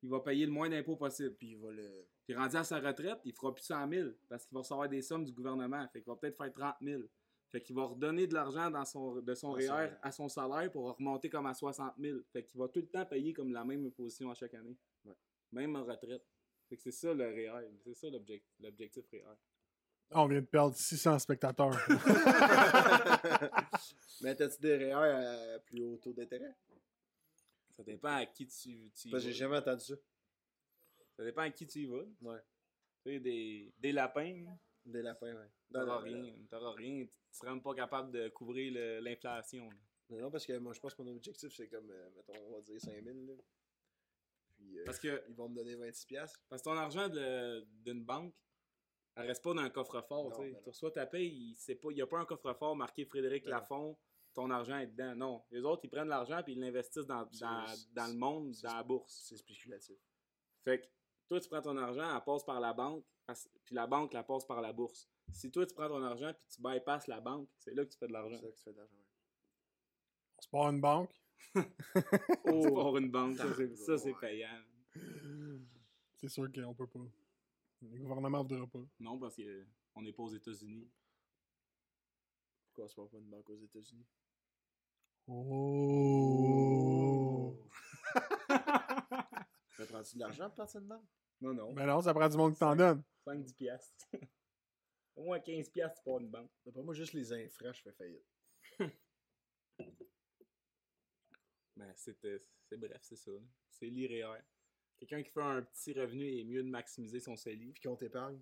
[SPEAKER 2] il va payer le moins d'impôts possible.
[SPEAKER 3] Puis il va le.
[SPEAKER 2] Puis rendu à sa retraite, il fera plus 100 000 parce qu'il va recevoir des sommes du gouvernement. Fait qu'il va peut-être faire 30 000. Fait qu'il va redonner de l'argent dans son, de son
[SPEAKER 3] Ouais, c'est
[SPEAKER 2] REER
[SPEAKER 3] vrai.
[SPEAKER 2] à son salaire pour remonter comme à 60 000. Fait qu'il va tout le temps payer comme la même position à chaque année.
[SPEAKER 3] Ouais.
[SPEAKER 2] Même en retraite. Fait que c'est ça le REER. C'est ça l'objec- l'objectif E REER.
[SPEAKER 1] Ah, on vient de perdre 600 spectateurs.
[SPEAKER 3] Mais t'as-tu des REER à plus haut taux d'intérêt?
[SPEAKER 2] Ça dépend à qui tu, tu y vas.
[SPEAKER 3] Parce que j'ai jamais entendu ça.
[SPEAKER 2] Ça dépend à qui tu y vas.
[SPEAKER 3] Ouais.
[SPEAKER 2] Tu sais, des, des lapins, là,
[SPEAKER 3] Dès la fin, ouais. Non,
[SPEAKER 2] t'auras
[SPEAKER 3] non,
[SPEAKER 2] rien. T'auras rien. Tu seras même pas capable de couvrir le- l'inflation. là.
[SPEAKER 3] Non, non, parce que moi, je pense que mon objectif, c'est comme, euh, mettons, on va dire 5000, là. Puis, euh,
[SPEAKER 2] Parce que
[SPEAKER 3] ils vont me donner 26$. piastres.
[SPEAKER 2] Parce que ton argent de- d'une banque, elle reste pas dans un coffre-fort.
[SPEAKER 3] Non,
[SPEAKER 2] tu sais.
[SPEAKER 3] ben non.
[SPEAKER 2] Tu reçois ta paye, il sait pas- il n'y a pas un coffre-fort marqué Frédéric
[SPEAKER 3] Ben non.
[SPEAKER 2] Lafont, ton argent est dedans. Non. Les autres, ils prennent l'argent et ils l'investissent dans,
[SPEAKER 3] C'est-
[SPEAKER 2] dans-
[SPEAKER 3] c'est-
[SPEAKER 2] dans le monde,
[SPEAKER 3] c'est-
[SPEAKER 2] dans la bourse.
[SPEAKER 3] C'est spéculatif.
[SPEAKER 2] Fait que toi, tu prends ton argent, elle passe par la banque, elle s- puis la banque la passe par la bourse. Si toi, tu prends ton argent puis tu bypasses la banque, c'est là que tu fais de
[SPEAKER 3] C'est
[SPEAKER 2] l'argent.
[SPEAKER 3] ça que tu fais de l'argent. ouais.
[SPEAKER 1] On se part une banque.
[SPEAKER 2] C'est pour
[SPEAKER 3] Oh!
[SPEAKER 2] une banque, ça, c'est-
[SPEAKER 3] Ouais.
[SPEAKER 2] ça, c'est payant.
[SPEAKER 1] C'est sûr qu'on peut pas. Le gouvernement voudra pas.
[SPEAKER 2] Non, parce qu'on n'est pas aux États-Unis.
[SPEAKER 3] Pourquoi on se prend pas une banque aux États-Unis?
[SPEAKER 1] Oh!
[SPEAKER 2] Oh.
[SPEAKER 3] Ça prend-tu de l'argent pour partir de banque?
[SPEAKER 2] Non, non.
[SPEAKER 1] Mais non, ça prend du monde qui t'en donne.
[SPEAKER 2] 5-10 piastres. Au moins 15 piastres, tu pars une banque.
[SPEAKER 3] D'après moi, juste les infras, je fais faillite.
[SPEAKER 2] Ben, c'est euh, c'est bref, c'est ça. là. C'est l'IRER. Quelqu'un qui fait un petit revenu il est mieux de maximiser son CELI.
[SPEAKER 3] Puis qu'on t'épargne.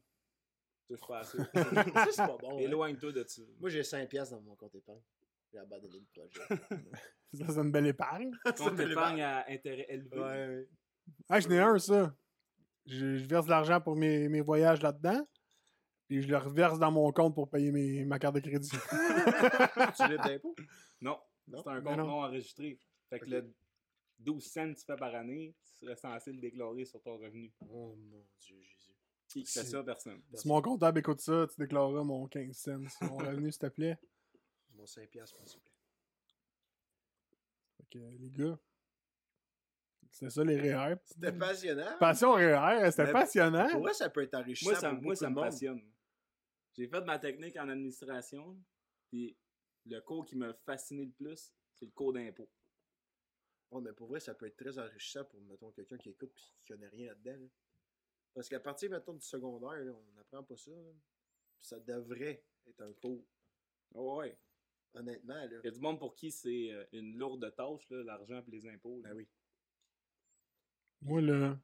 [SPEAKER 2] Touche pas à ça.
[SPEAKER 3] ça, c'est pas bon. hein.
[SPEAKER 2] Éloigne-toi de ça.
[SPEAKER 3] Moi, j'ai 5 piastres dans mon compte épargne. J'ai abandonné le projet.
[SPEAKER 1] Ça, c'est une belle épargne.
[SPEAKER 2] Compte d'épargne à intérêt élevé.
[SPEAKER 3] Ouais.
[SPEAKER 1] Ah, je n'ai un, ça. Je, je verse de l'argent pour mes, mes voyages là-dedans. Puis je le reverse dans mon compte pour payer mes, ma carte de crédit.
[SPEAKER 3] tu l'as d'impôt?
[SPEAKER 2] Non,
[SPEAKER 3] Non.
[SPEAKER 2] c'est
[SPEAKER 1] Mais
[SPEAKER 2] un compte
[SPEAKER 1] non.
[SPEAKER 2] non. enregistré. Fait que
[SPEAKER 3] Ok.
[SPEAKER 2] le 12 cents que tu fais par année, tu serais censé le déclarer sur ton revenu.
[SPEAKER 3] Oh mon Dieu, Jésus.
[SPEAKER 2] Qui fait
[SPEAKER 1] Si.
[SPEAKER 2] ça, personne.
[SPEAKER 1] si mon comptable écoute ça, tu déclareras mon 15 cents, mon revenu, s'il te plaît.
[SPEAKER 3] Mon 5 piastres, s'il vous plaît.
[SPEAKER 1] Fait que, les gars, c'était ça les REER.
[SPEAKER 3] C'était passionnant.
[SPEAKER 1] Passion REER, c'était
[SPEAKER 3] Ah. Mais-
[SPEAKER 1] passionnant.
[SPEAKER 3] Pour vrai, ça peut être enrichissant
[SPEAKER 2] Moi, ça,
[SPEAKER 3] pour
[SPEAKER 2] moi, ça
[SPEAKER 3] beaucoup
[SPEAKER 2] me
[SPEAKER 3] de monde.
[SPEAKER 2] passionne. J'ai fait ma technique en administration, puis le cours qui m'a fasciné le plus, c'est le cours d'impôt.
[SPEAKER 3] Bon, mais pour vrai, ça peut être très enrichissant pour, mettons, quelqu'un qui écoute et qui connaît rien là-dedans. là. Parce qu'à partir, mettons, du secondaire, là, on n'apprend pas ça. là. Puis ça devrait être un cours,
[SPEAKER 2] Oh, ouais.
[SPEAKER 3] honnêtement. Là.
[SPEAKER 2] Il y a du monde pour qui c'est euh, une lourde tâche, là, l'argent et les impôts. là.
[SPEAKER 3] Ben oui.
[SPEAKER 1] Moi, là,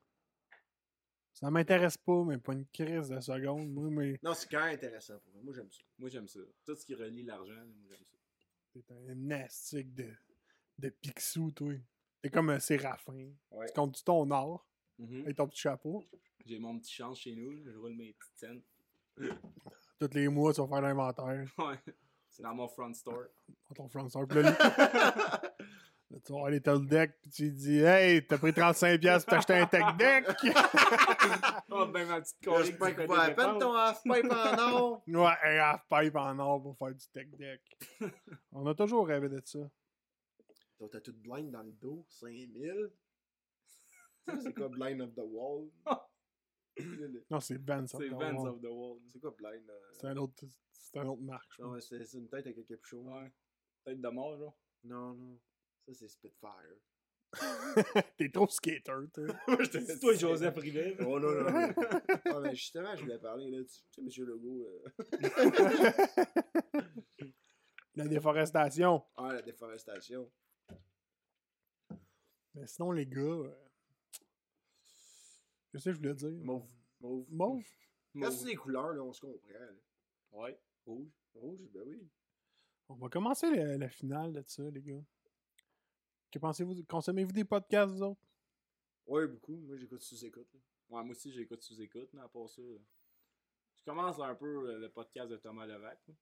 [SPEAKER 1] ça m'intéresse pas, mais pas une crise de seconde. Moi, mais
[SPEAKER 3] Non, c'est quand même intéressant pour moi. Moi, j'aime ça.
[SPEAKER 2] Moi, j'aime ça. Tout ce qui relie l'argent, là, moi, j'aime ça.
[SPEAKER 1] t'es un astique de, de pixou, toi. T'es comme un séraphin.
[SPEAKER 2] Ouais.
[SPEAKER 1] Tu comptes du ton or
[SPEAKER 3] Mm-hmm.
[SPEAKER 2] Mhm.
[SPEAKER 1] et ton petit chapeau.
[SPEAKER 2] J'ai mon petit champ chez nous, là, je roule mes petites scènes.
[SPEAKER 1] Tous les mois, tu vas faire l'inventaire.
[SPEAKER 2] Ouais. C'est dans mon front store.
[SPEAKER 1] dans ton front store. Puis là, là, tu vas voir les tell deck, puis tu dis Hey, t'as pris 35$ pour t'acheter un tech deck.
[SPEAKER 2] Oh, ben ma petite collègue. qui
[SPEAKER 3] J'espère
[SPEAKER 2] fait
[SPEAKER 3] qu'il va à
[SPEAKER 2] des
[SPEAKER 3] peine
[SPEAKER 2] dépenses.
[SPEAKER 3] ton half-pipe en or.
[SPEAKER 1] ouais, un half-pipe en or pour faire du tech deck. On a toujours rêvé de ça.
[SPEAKER 3] Donc, t'as toute blind dans le dos, 5000. Ça, c'est quoi blind of the wall?
[SPEAKER 1] Non, c'est Vans.
[SPEAKER 2] C'est
[SPEAKER 1] Uptown
[SPEAKER 2] Vans
[SPEAKER 1] Wall.
[SPEAKER 2] of the World.
[SPEAKER 3] c'est quoi blind? euh?
[SPEAKER 1] C'est un autre, c'est un autre marque. je
[SPEAKER 3] Non,
[SPEAKER 1] pense.
[SPEAKER 3] mais c'est c'est une tête avec un capuchon.
[SPEAKER 2] Ouais. Tête de mort, genre.
[SPEAKER 3] Non, non. Ça, c'est Spitfire.
[SPEAKER 1] T'es trop skater, toi.
[SPEAKER 2] C'est toi, Joseph Rivet.
[SPEAKER 3] Oh non, non, non. Ah, mais justement, je voulais parler, là. Tu tu sais, M. Legault. euh,
[SPEAKER 1] La déforestation.
[SPEAKER 3] Ah, la déforestation.
[SPEAKER 1] Mais sinon, les gars, euh, je sais que je voulais dire.
[SPEAKER 3] Mauve. Mauve.
[SPEAKER 1] Bon,
[SPEAKER 3] Quand c'est des couleurs, là, on se comprend. là.
[SPEAKER 2] Ouais. Rouge.
[SPEAKER 3] Rouge, ben oui.
[SPEAKER 1] on va commencer la, la finale de ça, les gars. Que pensez-vous? Consommez-vous des podcasts, vous autres?
[SPEAKER 3] Ouais, beaucoup. Moi, j'écoute sous-écoute. là.
[SPEAKER 2] Ouais, moi aussi, j'écoute sous-écoute, mais à part ça. euh, Je commence un peu euh, le podcast de Thomas Levac. là.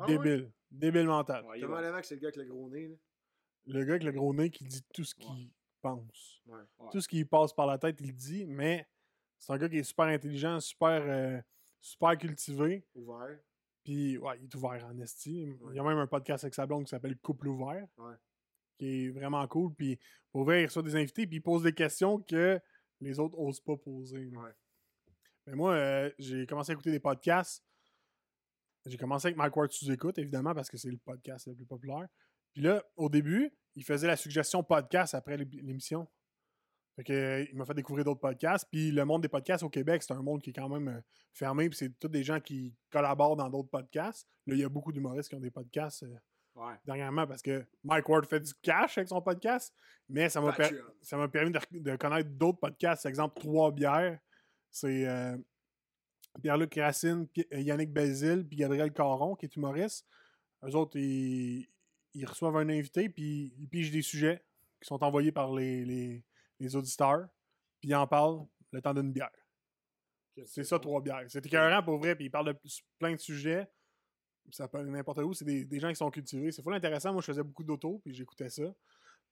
[SPEAKER 3] Ah,
[SPEAKER 1] Débile. Débile mental.
[SPEAKER 2] Ouais, il
[SPEAKER 3] Thomas
[SPEAKER 2] va-
[SPEAKER 3] Lavac, c'est le gars avec le gros nez, là.
[SPEAKER 1] Le gars avec le gros nez qui dit tout ce qu'il pense.
[SPEAKER 3] Ouais.
[SPEAKER 2] Ouais.
[SPEAKER 1] Tout ce qui lui passe par la tête, il le dit, mais c'est un gars qui est super intelligent, super, euh, super cultivé.
[SPEAKER 3] Ouvert.
[SPEAKER 1] Puis, ouais, il est ouvert en esti. Il y a
[SPEAKER 3] Ouais.
[SPEAKER 1] même un podcast avec sa blonde qui s'appelle Couple ouvert.
[SPEAKER 3] Ouais.
[SPEAKER 1] Qui est vraiment cool. Puis, pour vrai, il reçoit des invités, puis il pose des questions que les autres osent pas poser. là.
[SPEAKER 3] Ouais.
[SPEAKER 1] Mais moi, euh, j'ai commencé à écouter des podcasts. J'ai commencé avec Mike Ward sous-écoute, évidemment, parce que c'est le podcast le plus populaire. Puis là, au début, il faisait la suggestion podcast après l'ép- l'émission. Fait que, euh, il m'a fait découvrir d'autres podcasts. Puis le monde des podcasts au Québec, c'est un monde qui est quand même euh, fermé. Puis c'est tous des gens qui collaborent dans d'autres podcasts. Là, il y a beaucoup d'humoristes qui ont des podcasts euh,
[SPEAKER 2] Ouais.
[SPEAKER 1] dernièrement parce que Mike Ward fait du cash avec son podcast. Mais ça m'a per-
[SPEAKER 3] Patreon.
[SPEAKER 1] ça m'a permis de, de connaître d'autres podcasts. Exemple, Trois bières. C'est euh, Pierre-Luc Racine, Pi- euh, Yannick Basile, puis Gabriel Caron, qui est humoriste. Eux autres, ils, ils reçoivent un invité, puis ils pigent des sujets qui sont envoyés par les, les- les auditeurs, puis ils en parlent le temps d'une bière. C'est ça, Trois bières. C'est écœurant pour vrai, puis ils parlent de s- plein de sujets. Ça peut aller n'importe où. C'est des, des gens qui sont cultivés. C'est full intéressant. Moi, je faisais beaucoup d'auto, puis j'écoutais ça.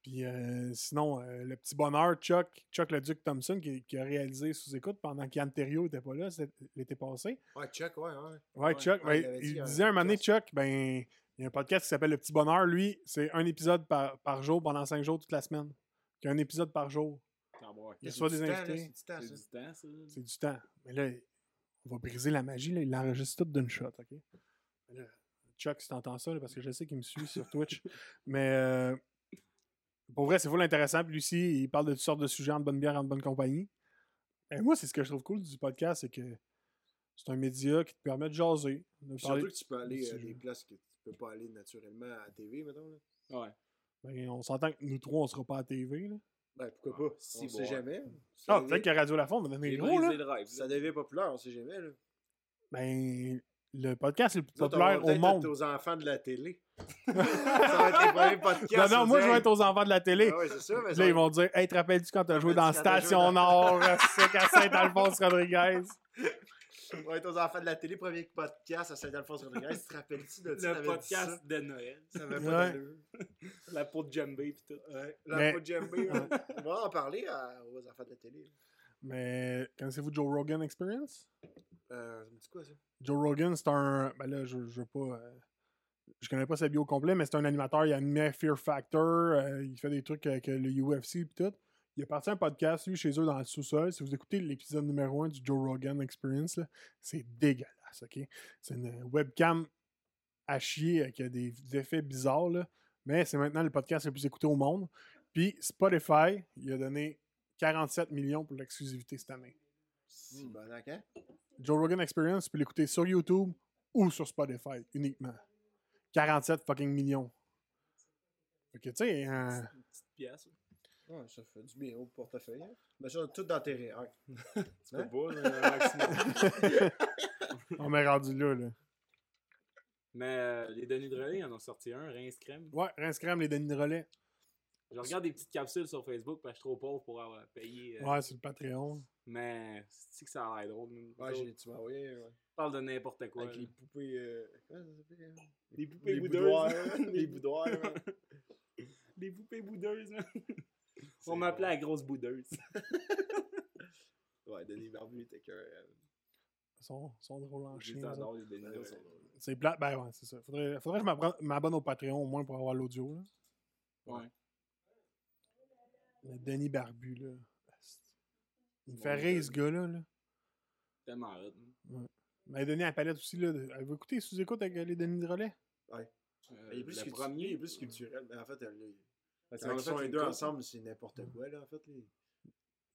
[SPEAKER 1] Puis euh, sinon, euh, le petit bonheur, Chuck, Chuck le Duc Thompson, qui, qui a réalisé sous-écoute pendant qu'Yann Terrio n'était pas là cet- l'été passé.
[SPEAKER 3] Ouais, check, ouais, ouais.
[SPEAKER 1] Ouais,
[SPEAKER 2] Ouais,
[SPEAKER 1] Chuck,
[SPEAKER 3] ouais,
[SPEAKER 1] ouais,
[SPEAKER 3] il avait
[SPEAKER 1] il,
[SPEAKER 3] dit un
[SPEAKER 1] disait un moment donné,
[SPEAKER 3] podcast.
[SPEAKER 1] Chuck, ben, il y a un podcast qui s'appelle Le Petit Bonheur. Lui, c'est un épisode par, par jour pendant cinq jours toute la semaine. Il y a un épisode par jour.
[SPEAKER 2] T'en bois.
[SPEAKER 1] Il
[SPEAKER 3] C'est
[SPEAKER 1] reçoit
[SPEAKER 3] du
[SPEAKER 1] des
[SPEAKER 3] temps, là,
[SPEAKER 1] invités.
[SPEAKER 3] C'est du temps,
[SPEAKER 2] C'est
[SPEAKER 3] ça.
[SPEAKER 2] du temps, ça.
[SPEAKER 1] C'est du temps. Mais là, on va briser la magie. Là. Il l'enregistre tout d'une shot, OK? Mais là, Chuck, si t'entends ça, là, parce que je sais qu'il me suit sur Twitch. Mais euh, pour vrai, c'est full intéressant. Puis Lucie, il parle de toutes sortes de sujets en bonne bière, en bonne compagnie. Et moi, c'est ce que je trouve cool du podcast, c'est que c'est un média qui te permet de jaser. De parler.
[SPEAKER 3] Surtout que tu peux aller à
[SPEAKER 1] C'est-
[SPEAKER 3] des places que tu peux pas aller naturellement à la TV, mettons. Là.
[SPEAKER 2] Ouais.
[SPEAKER 1] Ben, on s'entend que nous trois, on sera pas à TV. Là.
[SPEAKER 3] Ben, pourquoi pas?
[SPEAKER 2] Si,
[SPEAKER 3] on sait
[SPEAKER 2] bon,
[SPEAKER 3] jamais. Ça
[SPEAKER 1] hein. Ah,
[SPEAKER 3] devient-
[SPEAKER 1] peut-être que Radio Lafond va donner
[SPEAKER 2] J'ai
[SPEAKER 1] le gros, là.
[SPEAKER 2] brisé le rêve.
[SPEAKER 3] Ça devient populaire, on sait jamais. Là.
[SPEAKER 1] Ben, le podcast le plus
[SPEAKER 3] Nous autres, on
[SPEAKER 1] populaire
[SPEAKER 3] va
[SPEAKER 1] au
[SPEAKER 3] peut-être être
[SPEAKER 1] monde.
[SPEAKER 3] aux enfants de la télé. ça va être les premiers
[SPEAKER 1] Non,
[SPEAKER 3] podcasts.
[SPEAKER 1] non, moi, je vais être aux enfants de la télé.
[SPEAKER 3] Ah ouais, c'est ça, mais ça
[SPEAKER 1] Là, ils
[SPEAKER 3] va-
[SPEAKER 1] vont dire Hey, te rappelles-tu quand t'as joué dans
[SPEAKER 3] Rappelles-tu quand t'as joué
[SPEAKER 1] Station
[SPEAKER 3] dans-
[SPEAKER 1] Nord, sec à Saint-Alphonse Rodriguez
[SPEAKER 3] on va être aux enfants de la télé, premier podcast à Saint-Alphonse Rodriguez. Tu te rappelles-tu de ça?
[SPEAKER 2] Le podcast de Noël.
[SPEAKER 3] Ça avait
[SPEAKER 1] Ouais.
[SPEAKER 3] pas d'allure.
[SPEAKER 2] La peau de Jambé pis tout.
[SPEAKER 3] Ouais, la
[SPEAKER 1] Mais-
[SPEAKER 3] peau de Jambé, on on va en parler à- aux enfants de la télé.
[SPEAKER 1] Mais connaissez-vous Joe Rogan Experience
[SPEAKER 3] Euh, ça me dit quoi, ça?
[SPEAKER 1] Joe Rogan, c'est un. Ben là, je, je veux pas. euh, Je connais pas sa bio au complet, mais c'est un animateur. Il animait Fear Factor. euh, il fait des trucs avec euh, le UFC et tout. Il a parti un podcast, lui, chez eux, dans le sous-sol. Si vous écoutez l'épisode numéro 1 du Joe Rogan Experience, là, c'est dégueulasse, OK? C'est une webcam à chier avec euh, des effets bizarres, là. Mais c'est maintenant le podcast le plus écouté au monde. Puis Spotify, il a donné 47 millions pour l'exclusivité cette année.
[SPEAKER 3] Si, bon, hein?
[SPEAKER 1] Joe Rogan Experience, tu peux l'écouter sur YouTube ou sur Spotify uniquement. 47 fucking millions. Fait que, tu sais, euh,
[SPEAKER 2] Une petite pièce.
[SPEAKER 3] Ouais, ça fait du bien au portefeuille. hein. Mais ça, tout dans tes ah, rires.
[SPEAKER 2] Tu peux pas, là, maximum.
[SPEAKER 1] on m'est rendu là, là.
[SPEAKER 2] Mais euh, les Denis de relais, ils en ont sorti un, Rince Crème.
[SPEAKER 1] Ouais, Rince Crème, les Denis de relais.
[SPEAKER 2] Je regarde des petites capsules sur Facebook parce que je suis trop pauvre pour avoir payé. euh,
[SPEAKER 1] Ouais, sur le Patreon.
[SPEAKER 2] Mais c'est que ça a l'air drôle. nous
[SPEAKER 3] Ouais,
[SPEAKER 2] autres,
[SPEAKER 3] j'ai- tu m'as envoyé, ouais.
[SPEAKER 2] parle de n'importe quoi.
[SPEAKER 3] Avec les
[SPEAKER 2] là.
[SPEAKER 3] poupées. euh, comment ça s'appelle, hein?
[SPEAKER 2] Les poupées
[SPEAKER 3] les
[SPEAKER 2] boudeuses.
[SPEAKER 3] boudoirs, les boudoirs. hein.
[SPEAKER 2] Les poupées boudeuses. man.
[SPEAKER 3] C'est-
[SPEAKER 2] On m'appelait la grosse boudeuse.
[SPEAKER 3] Ouais, Denis Barbu était que. euh,
[SPEAKER 1] Ils sont, ils sont drôles en
[SPEAKER 2] Je
[SPEAKER 1] chien.
[SPEAKER 2] les
[SPEAKER 1] eux autres.
[SPEAKER 2] adore, les Denis de
[SPEAKER 3] Denis
[SPEAKER 2] relais.
[SPEAKER 3] sont drôles.
[SPEAKER 1] C'est plat. Ben ouais, c'est ça. Faudrait, faudrait que je m'appren- m'abonne au Patreon au moins pour avoir l'audio, là.
[SPEAKER 2] Ouais.
[SPEAKER 1] Le Denis Barbu, là. Il me
[SPEAKER 2] Ouais,
[SPEAKER 1] fait rire, ce gars-là, là.
[SPEAKER 2] Tellement hot. hein.
[SPEAKER 1] Mais Denis à la palette aussi, là. de- Avez-vous écouté sous-écoute avec euh, les Denis de relais?
[SPEAKER 2] Euh,
[SPEAKER 3] Il est plus
[SPEAKER 2] le
[SPEAKER 3] cultu-
[SPEAKER 2] premier.
[SPEAKER 3] il est plus culturel. Mais en fait, euh, les-
[SPEAKER 2] Parce
[SPEAKER 3] quand
[SPEAKER 2] qu'en
[SPEAKER 3] ils sont
[SPEAKER 2] fait,
[SPEAKER 3] les
[SPEAKER 2] une
[SPEAKER 3] deux
[SPEAKER 2] couple-
[SPEAKER 3] ensemble, c'est n'importe quoi, là, en fait. les-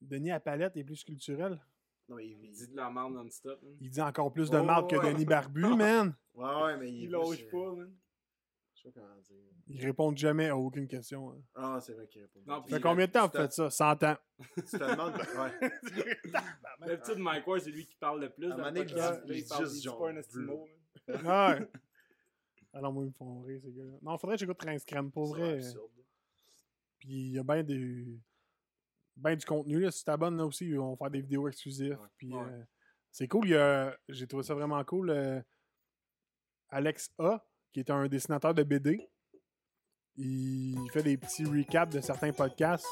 [SPEAKER 1] Denis à palette est plus culturel.
[SPEAKER 3] Non, mais il,
[SPEAKER 2] Il
[SPEAKER 3] il-
[SPEAKER 2] dit de la merde non-stop. hein. man.
[SPEAKER 1] Il dit encore plus de
[SPEAKER 3] Oh,
[SPEAKER 1] marde que
[SPEAKER 3] ouais.
[SPEAKER 1] Denis Barbu, man.
[SPEAKER 3] Ouais, ouais, mais il.
[SPEAKER 2] Il
[SPEAKER 3] est plus,
[SPEAKER 2] lâche
[SPEAKER 3] euh,
[SPEAKER 2] pas, man.
[SPEAKER 3] Je sais pas comment dire.
[SPEAKER 1] Ils répondent jamais à aucune question. hein.
[SPEAKER 3] Ah, c'est vrai qu'il répond.
[SPEAKER 2] Non,
[SPEAKER 3] pas.
[SPEAKER 1] Ça fait
[SPEAKER 2] Puis,
[SPEAKER 1] combien de temps
[SPEAKER 3] tu
[SPEAKER 1] vous faites ça? 100 ans.
[SPEAKER 3] Tu te demandes. ben, Ouais.
[SPEAKER 2] Le petit de Mike Ward, c'est lui qui parle le plus.
[SPEAKER 3] Ah, À
[SPEAKER 2] dans
[SPEAKER 3] un moment
[SPEAKER 2] le
[SPEAKER 3] donné,
[SPEAKER 2] podcast.
[SPEAKER 1] il
[SPEAKER 2] Là,
[SPEAKER 3] dit
[SPEAKER 2] il parle
[SPEAKER 3] juste
[SPEAKER 2] il dit
[SPEAKER 3] genre
[SPEAKER 2] pas un estimo. man.
[SPEAKER 1] Ouais. Alors, moi, ils me font rire, ces gars-là. Non, faudrait que j'écoute Rince Crème, pour
[SPEAKER 3] C'est
[SPEAKER 1] vrai. hein.
[SPEAKER 3] absurde.
[SPEAKER 1] Puis il y a bien des... ben du contenu. Là. Si tu t'abonnes, là aussi, ils vont faire des vidéos exclusives.
[SPEAKER 3] Ouais.
[SPEAKER 1] Puis
[SPEAKER 2] Ouais.
[SPEAKER 1] euh, c'est cool. il y a- J'ai trouvé ça vraiment cool. euh, Alex A, qui est un dessinateur de BD, il fait des petits recaps de certains podcasts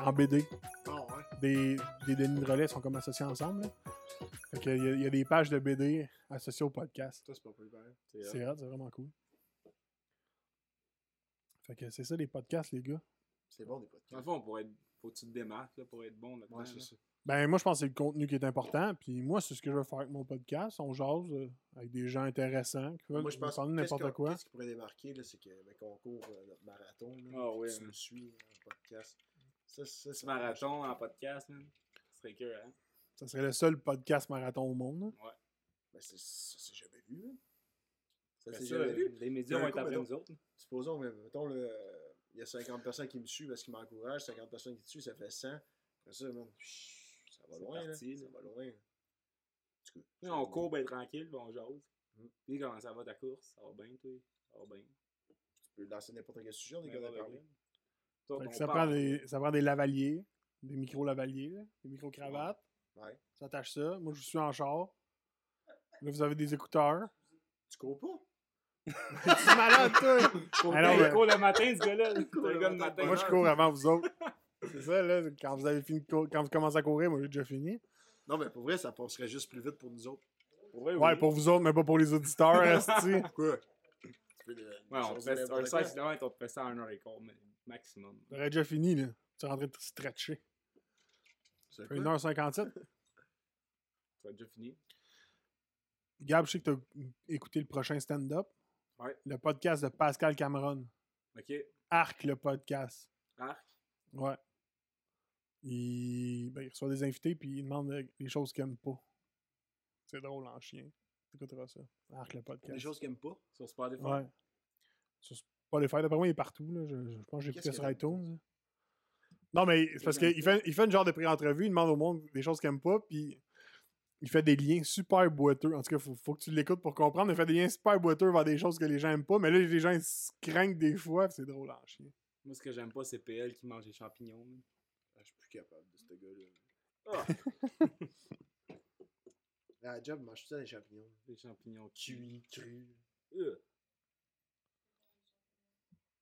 [SPEAKER 1] en BD.
[SPEAKER 3] Bon, ouais.
[SPEAKER 1] des, des Denis de relais sont comme associés ensemble. là. Fait que il y, a- il y a des pages de BD associées au podcast.
[SPEAKER 3] Toi, c'est pas plus pareil.
[SPEAKER 1] C'est hot, c'est vraiment cool. Fait que c'est ça les podcasts, les gars.
[SPEAKER 3] C'est bon, des
[SPEAKER 2] Dans le
[SPEAKER 3] podcasts.
[SPEAKER 2] fond, pour être... faut que tu te démarques là, pour être bon. là-dedans,
[SPEAKER 3] Ouais, c'est
[SPEAKER 2] là.
[SPEAKER 3] ça.
[SPEAKER 1] Ben moi je pense que c'est le contenu qui est important. Puis moi, c'est ce que je veux faire avec mon podcast. On jase euh, avec des gens intéressants qui veulent
[SPEAKER 3] Moi, je pense
[SPEAKER 1] parler de
[SPEAKER 3] qu'est-ce
[SPEAKER 1] n'importe
[SPEAKER 3] qu'on-
[SPEAKER 1] quoi.
[SPEAKER 3] qu'est-ce qui pourrait démarquer, là, c'est que ben, qu'on court euh, notre marathon. Là,
[SPEAKER 2] Ah
[SPEAKER 3] puis
[SPEAKER 2] ouais,
[SPEAKER 3] Tu
[SPEAKER 2] hein.
[SPEAKER 3] nous suis en euh, podcast. Ça, ça,
[SPEAKER 2] Petit
[SPEAKER 3] ça-
[SPEAKER 2] marathon en podcast, man. Ce serait que, hein.
[SPEAKER 1] Ça serait le seul podcast marathon au monde. là.
[SPEAKER 3] Ben, c'est- ça, c'est jamais vu. hein. Ça,
[SPEAKER 2] Ben
[SPEAKER 3] c'est
[SPEAKER 2] ça,
[SPEAKER 3] jamais vu.
[SPEAKER 2] les médias vont
[SPEAKER 3] D'un
[SPEAKER 2] être
[SPEAKER 3] coup,
[SPEAKER 2] après
[SPEAKER 3] mettons.
[SPEAKER 2] nous autres.
[SPEAKER 3] Supposons, mais, mettons, le- il y a 50 personnes qui me suivent parce qu'ils m'encouragent, 50 personnes qui te suivent, ça fait 100. Après ça, man, chut, ça va
[SPEAKER 2] C'est
[SPEAKER 3] loin. là.
[SPEAKER 2] parti,
[SPEAKER 3] Ça
[SPEAKER 2] là.
[SPEAKER 3] va loin. En tout cas,
[SPEAKER 2] Là, on court ben tranquille, puis on jase.
[SPEAKER 3] Mm.
[SPEAKER 2] Puis comment ça va ta course? Ça va bien, toi? Ça va bien.
[SPEAKER 3] Tu peux lancer n'importe quel sujet, on
[SPEAKER 2] Ben
[SPEAKER 3] est capable de parler.
[SPEAKER 2] Toi,
[SPEAKER 1] Fait
[SPEAKER 2] on
[SPEAKER 1] que ça,
[SPEAKER 2] parle.
[SPEAKER 1] prend des, ça prend des lavaliers, des micro-lavaliers, là, des micro-cravates.
[SPEAKER 3] Ouais.
[SPEAKER 1] Ça attache ça. Moi, je suis en char. Là, vous avez des écouteurs.
[SPEAKER 3] Tu cours pas?
[SPEAKER 1] C'est malade, toi!
[SPEAKER 2] Faut
[SPEAKER 1] Alors,
[SPEAKER 2] que
[SPEAKER 1] ben-
[SPEAKER 2] il court le matin, ce gars-là. C'est un
[SPEAKER 3] le
[SPEAKER 2] gars de
[SPEAKER 3] matin.
[SPEAKER 2] matin.
[SPEAKER 1] Moi, je cours avant vous autres. C'est ça, là. Quand vous avez fini de cour- quand vous commencez à courir, moi, j'ai déjà fini.
[SPEAKER 3] Non, mais pour vrai, ça passerait juste plus vite pour nous autres.
[SPEAKER 2] Ouais,
[SPEAKER 1] Ouais,
[SPEAKER 2] oui.
[SPEAKER 1] pour vous autres, mais pas pour les auditeurs, esti.
[SPEAKER 3] Pourquoi? Tu peux, euh,
[SPEAKER 2] Ouais, on
[SPEAKER 3] choisir
[SPEAKER 2] te fait un
[SPEAKER 3] n'importe
[SPEAKER 2] 16
[SPEAKER 3] quoi.
[SPEAKER 2] km, on te fait ça en 1h15 mais- maximum.
[SPEAKER 1] J'aurais déjà fini, là. Tu rentrais te stretcher.
[SPEAKER 3] C'est quoi?
[SPEAKER 1] 1h57.
[SPEAKER 2] Tu as déjà fini?
[SPEAKER 1] Gab, je sais que t'as écouté le prochain stand-up.
[SPEAKER 2] Ouais.
[SPEAKER 1] Le podcast de Pascal Cameron.
[SPEAKER 2] Ok.
[SPEAKER 1] Arc, le podcast.
[SPEAKER 2] Arc.
[SPEAKER 1] Ouais. il, ben, il reçoit des invités puis il demande euh, les choses qu'il aime pas. C'est drôle en chien. T'écouteras ça. Arc le podcast.
[SPEAKER 2] Des choses qu'il aime pas sur Spotify.
[SPEAKER 1] Ouais. Sur Spotify, d'après moi, il est partout. Là. Je, je pense que j'ai
[SPEAKER 3] Qu'est-ce
[SPEAKER 1] écouté sur
[SPEAKER 3] qu'il
[SPEAKER 1] iTunes. Non, mais c'est parce qu'il fait, il fait une genre de pré-entrevue, il demande au monde des choses qu'il aime pas, puis il fait des liens super boiteux. En tout cas, faut, faut que tu l'écoutes pour comprendre. Il fait des liens super boiteux vers des choses que les gens aiment pas, mais là, les gens ils se craignent des fois, puis c'est drôle en chien.
[SPEAKER 2] Moi, ce que j'aime pas, c'est PL qui mange des champignons. là.
[SPEAKER 3] Ah, Je suis plus capable de ce gars-là.
[SPEAKER 2] Ah,
[SPEAKER 3] À la job, mange tout ça des champignons.
[SPEAKER 2] des champignons cuits.
[SPEAKER 3] Cuits, crus.
[SPEAKER 2] Euh,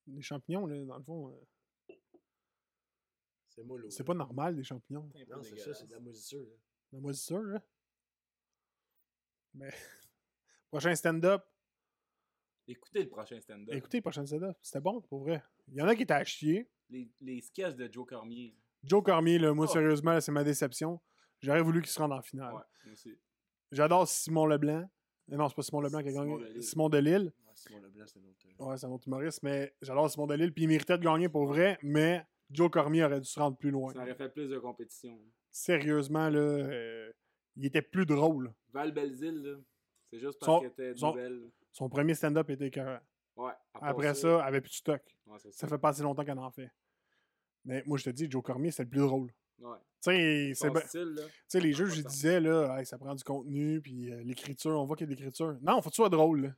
[SPEAKER 1] Les champignons, là, dans le fond, euh,
[SPEAKER 3] C'est mollo.
[SPEAKER 1] c'est
[SPEAKER 3] là.
[SPEAKER 1] pas normal, les champignons.
[SPEAKER 2] c'est un peu
[SPEAKER 3] Non, c'est ça, c'est de la
[SPEAKER 2] dégueulasse.
[SPEAKER 3] moisissure. là.
[SPEAKER 1] La moisissure, là. Mais. Prochain stand-up.
[SPEAKER 2] Écoutez le prochain
[SPEAKER 3] Ben.
[SPEAKER 2] stand-up.
[SPEAKER 1] Écoutez, prochain stand-up. C'était bon, pour vrai. Il y en a qui étaient à chier.
[SPEAKER 2] Les, les sketchs de Joe Cormier.
[SPEAKER 1] Joe Cormier, là, moi,
[SPEAKER 2] Oh.
[SPEAKER 1] sérieusement, là, c'est ma déception. J'aurais voulu qu'il se rende en
[SPEAKER 2] Ouais,
[SPEAKER 1] finale.
[SPEAKER 2] moi aussi.
[SPEAKER 1] J'adore Simon Leblanc. Eh Non, c'est pas Simon Leblanc qui a
[SPEAKER 2] Simon
[SPEAKER 1] gagné.
[SPEAKER 2] Delille.
[SPEAKER 1] Simon Delille.
[SPEAKER 3] Ouais, Simon Leblanc, c'est un autre. euh,
[SPEAKER 1] Ouais, c'est un autre humoriste, mais j'adore Simon Delille. Puis il méritait de gagner pour vrai, mais Joe Cormier aurait dû se rendre plus loin.
[SPEAKER 2] Ça aurait fait plus de compétition.
[SPEAKER 1] Sérieusement, là, euh, il était plus drôle.
[SPEAKER 2] Val Belzile, là, c'est juste
[SPEAKER 1] Son-
[SPEAKER 2] parce qu'elle était
[SPEAKER 1] son-
[SPEAKER 2] nouvelle.
[SPEAKER 1] Son premier stand-up était écœurant.
[SPEAKER 2] Ouais, à part
[SPEAKER 1] Après ça, il avait plus de stock.
[SPEAKER 2] ouais, c'est ça.
[SPEAKER 1] Ça fait pas assez longtemps qu'elle en fait. Mais moi, je te dis, Joe Cormier, c'est le plus drôle.
[SPEAKER 2] Ouais.
[SPEAKER 1] Tu sais, c'est
[SPEAKER 2] Son
[SPEAKER 1] ben-
[SPEAKER 2] style, là.
[SPEAKER 1] tu sais, les jeux, je
[SPEAKER 2] Important.
[SPEAKER 1] disais, là, Hey, ça prend du contenu, puis euh, l'écriture, on voit qu'il y a de l'écriture. Non, faut que tu sois drôle, là.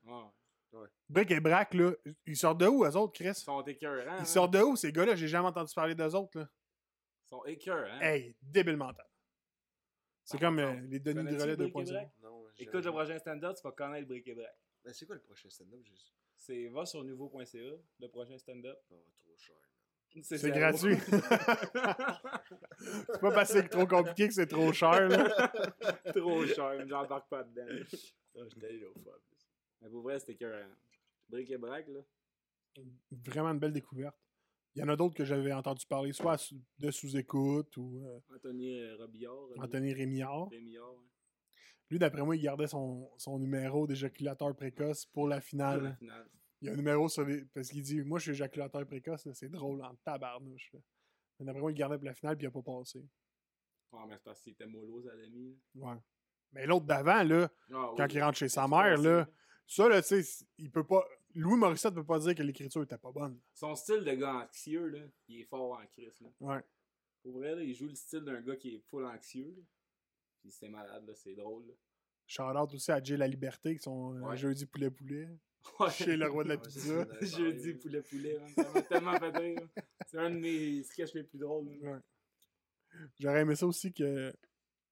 [SPEAKER 2] Ouais.
[SPEAKER 1] Brick et Brac, là, ils sortent de où, eux autres,
[SPEAKER 2] Ils
[SPEAKER 1] Chris?
[SPEAKER 2] sont écœurants. hein.
[SPEAKER 1] Ils sortent de où, ces gars-là? J'ai jamais entendu parler d'eux autres, là.
[SPEAKER 2] Ils sont écœurants.
[SPEAKER 1] Hey, débile mental. C'est
[SPEAKER 2] Par
[SPEAKER 1] comme
[SPEAKER 2] contre,
[SPEAKER 1] euh, les Denis
[SPEAKER 2] Ah, connais-tu
[SPEAKER 1] Drolet
[SPEAKER 2] Brick et
[SPEAKER 1] 2.0.
[SPEAKER 2] Brac?
[SPEAKER 3] Non, j'ai-
[SPEAKER 2] Écoute le prochain stand-up, tu vas connaître Brick et Brac.
[SPEAKER 3] Mais c'est quoi le prochain stand-up? Je...
[SPEAKER 2] C'est va sur nouveau.ca, le prochain stand-up.
[SPEAKER 3] Oh, trop cher.
[SPEAKER 1] C'est
[SPEAKER 2] zéro.
[SPEAKER 1] gratuit. C'est pas parce que c'est trop compliqué que c'est trop cher, là.
[SPEAKER 2] Trop cher, j'embarque pas dedans.
[SPEAKER 3] Ah, j'étais allé l'autre fois. en plus.
[SPEAKER 2] Mais pour vrai, c'était écœurant. Brick et Brac, là.
[SPEAKER 1] Vraiment une belle découverte. Il y en a d'autres que j'avais entendu parler, soit à sous- de sous-écoute ou euh,
[SPEAKER 2] Anthony euh, Robillard. euh,
[SPEAKER 1] Anthony Rémillard.
[SPEAKER 2] Rémillard, hein. ouais.
[SPEAKER 1] Lui, d'après moi, il gardait son, son numéro d'éjaculateur précoce pour la
[SPEAKER 2] Pour la
[SPEAKER 1] finale.
[SPEAKER 2] finale.
[SPEAKER 1] Il y a un numéro sur les. Parce qu'il dit Moi, je suis éjaculateur précoce, là, c'est drôle en tabarnouche. là. Mais d'après moi, il gardait pour la finale, puis il a pas passé.
[SPEAKER 2] Ah, mais c'est parce qu'il était mollo, ça l'a mis.
[SPEAKER 1] Ouais. Mais l'autre d'avant, là,
[SPEAKER 2] Ah, oui.
[SPEAKER 1] quand il rentre chez sa mère, là, ça, là, tu sais, il peut pas. Louis Morissette peut pas dire que l'écriture était pas bonne.
[SPEAKER 2] Son style de gars anxieux, là, il est fort en crise, là.
[SPEAKER 1] Ouais.
[SPEAKER 2] Pour vrai, là, il joue le style d'un gars qui est full anxieux, là. Puis c'est malade, là, c'est drôle, là.
[SPEAKER 1] Shout out aussi à Jay La Liberté, qui sont euh,
[SPEAKER 2] Ouais.
[SPEAKER 1] jeudi poulet-poulet.
[SPEAKER 2] Ouais.
[SPEAKER 1] Chez le roi de la
[SPEAKER 3] Ouais, c'est
[SPEAKER 1] pizza.
[SPEAKER 3] ça, on avait parlé,
[SPEAKER 2] Jeudi
[SPEAKER 3] là.
[SPEAKER 2] poulet poulet, hein. ça m'a tellement fait rire. là. C'est un de mes sketchs les plus drôles. là.
[SPEAKER 1] Ouais. J'aurais aimé ça aussi que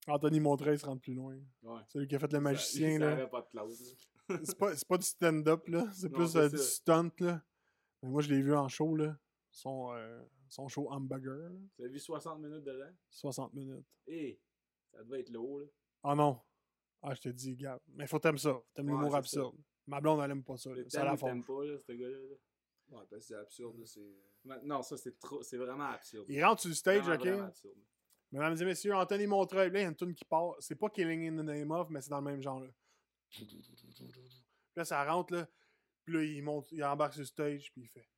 [SPEAKER 1] Anthony Montreuil se rende plus loin.
[SPEAKER 2] Ouais.
[SPEAKER 1] Celui qui a fait le
[SPEAKER 2] ça,
[SPEAKER 1] magicien,
[SPEAKER 2] ça
[SPEAKER 1] là.
[SPEAKER 2] avait pas de clause. là.
[SPEAKER 1] c'est pas, c'est pas du stand-up, là. C'est
[SPEAKER 2] Non,
[SPEAKER 1] plus
[SPEAKER 2] c'est
[SPEAKER 1] euh, du
[SPEAKER 2] ça.
[SPEAKER 1] stunt, là. Mais moi, je l'ai vu en show, là. Son, euh, son show Hamburger, là.
[SPEAKER 2] Tu as vu 60 minutes dedans?
[SPEAKER 1] 60 minutes.
[SPEAKER 2] Hé! Ça devait être lourd, là.
[SPEAKER 1] Ah non! Ah, je te dis, gars. Mais faut t'aimer ça. Faut T'aimes
[SPEAKER 2] Ouais,
[SPEAKER 1] l'humour
[SPEAKER 2] c'est
[SPEAKER 1] absurde. Ma blonde, elle aime pas ça, là.
[SPEAKER 2] Le
[SPEAKER 1] Ça la
[SPEAKER 2] thème,
[SPEAKER 1] fond.
[SPEAKER 2] t'aimes pas, là, ce gars-là. là.
[SPEAKER 3] Ouais, parce que c'est absurde. là, C'est...
[SPEAKER 2] Ma- Non, ça, c'est trop... C'est vraiment absurde.
[SPEAKER 1] Il rentre sur le stage,
[SPEAKER 2] Vraiment,
[SPEAKER 1] OK?
[SPEAKER 2] vraiment absurde.
[SPEAKER 1] Mesdames et messieurs, Anthony Montreuil, là, il y a une tune qui part. C'est pas Killing in the Name of, mais c'est dans le même genre, là. Puis là, ça rentre, là. Puis là, il monte, il embarque sur le stage, puis il fait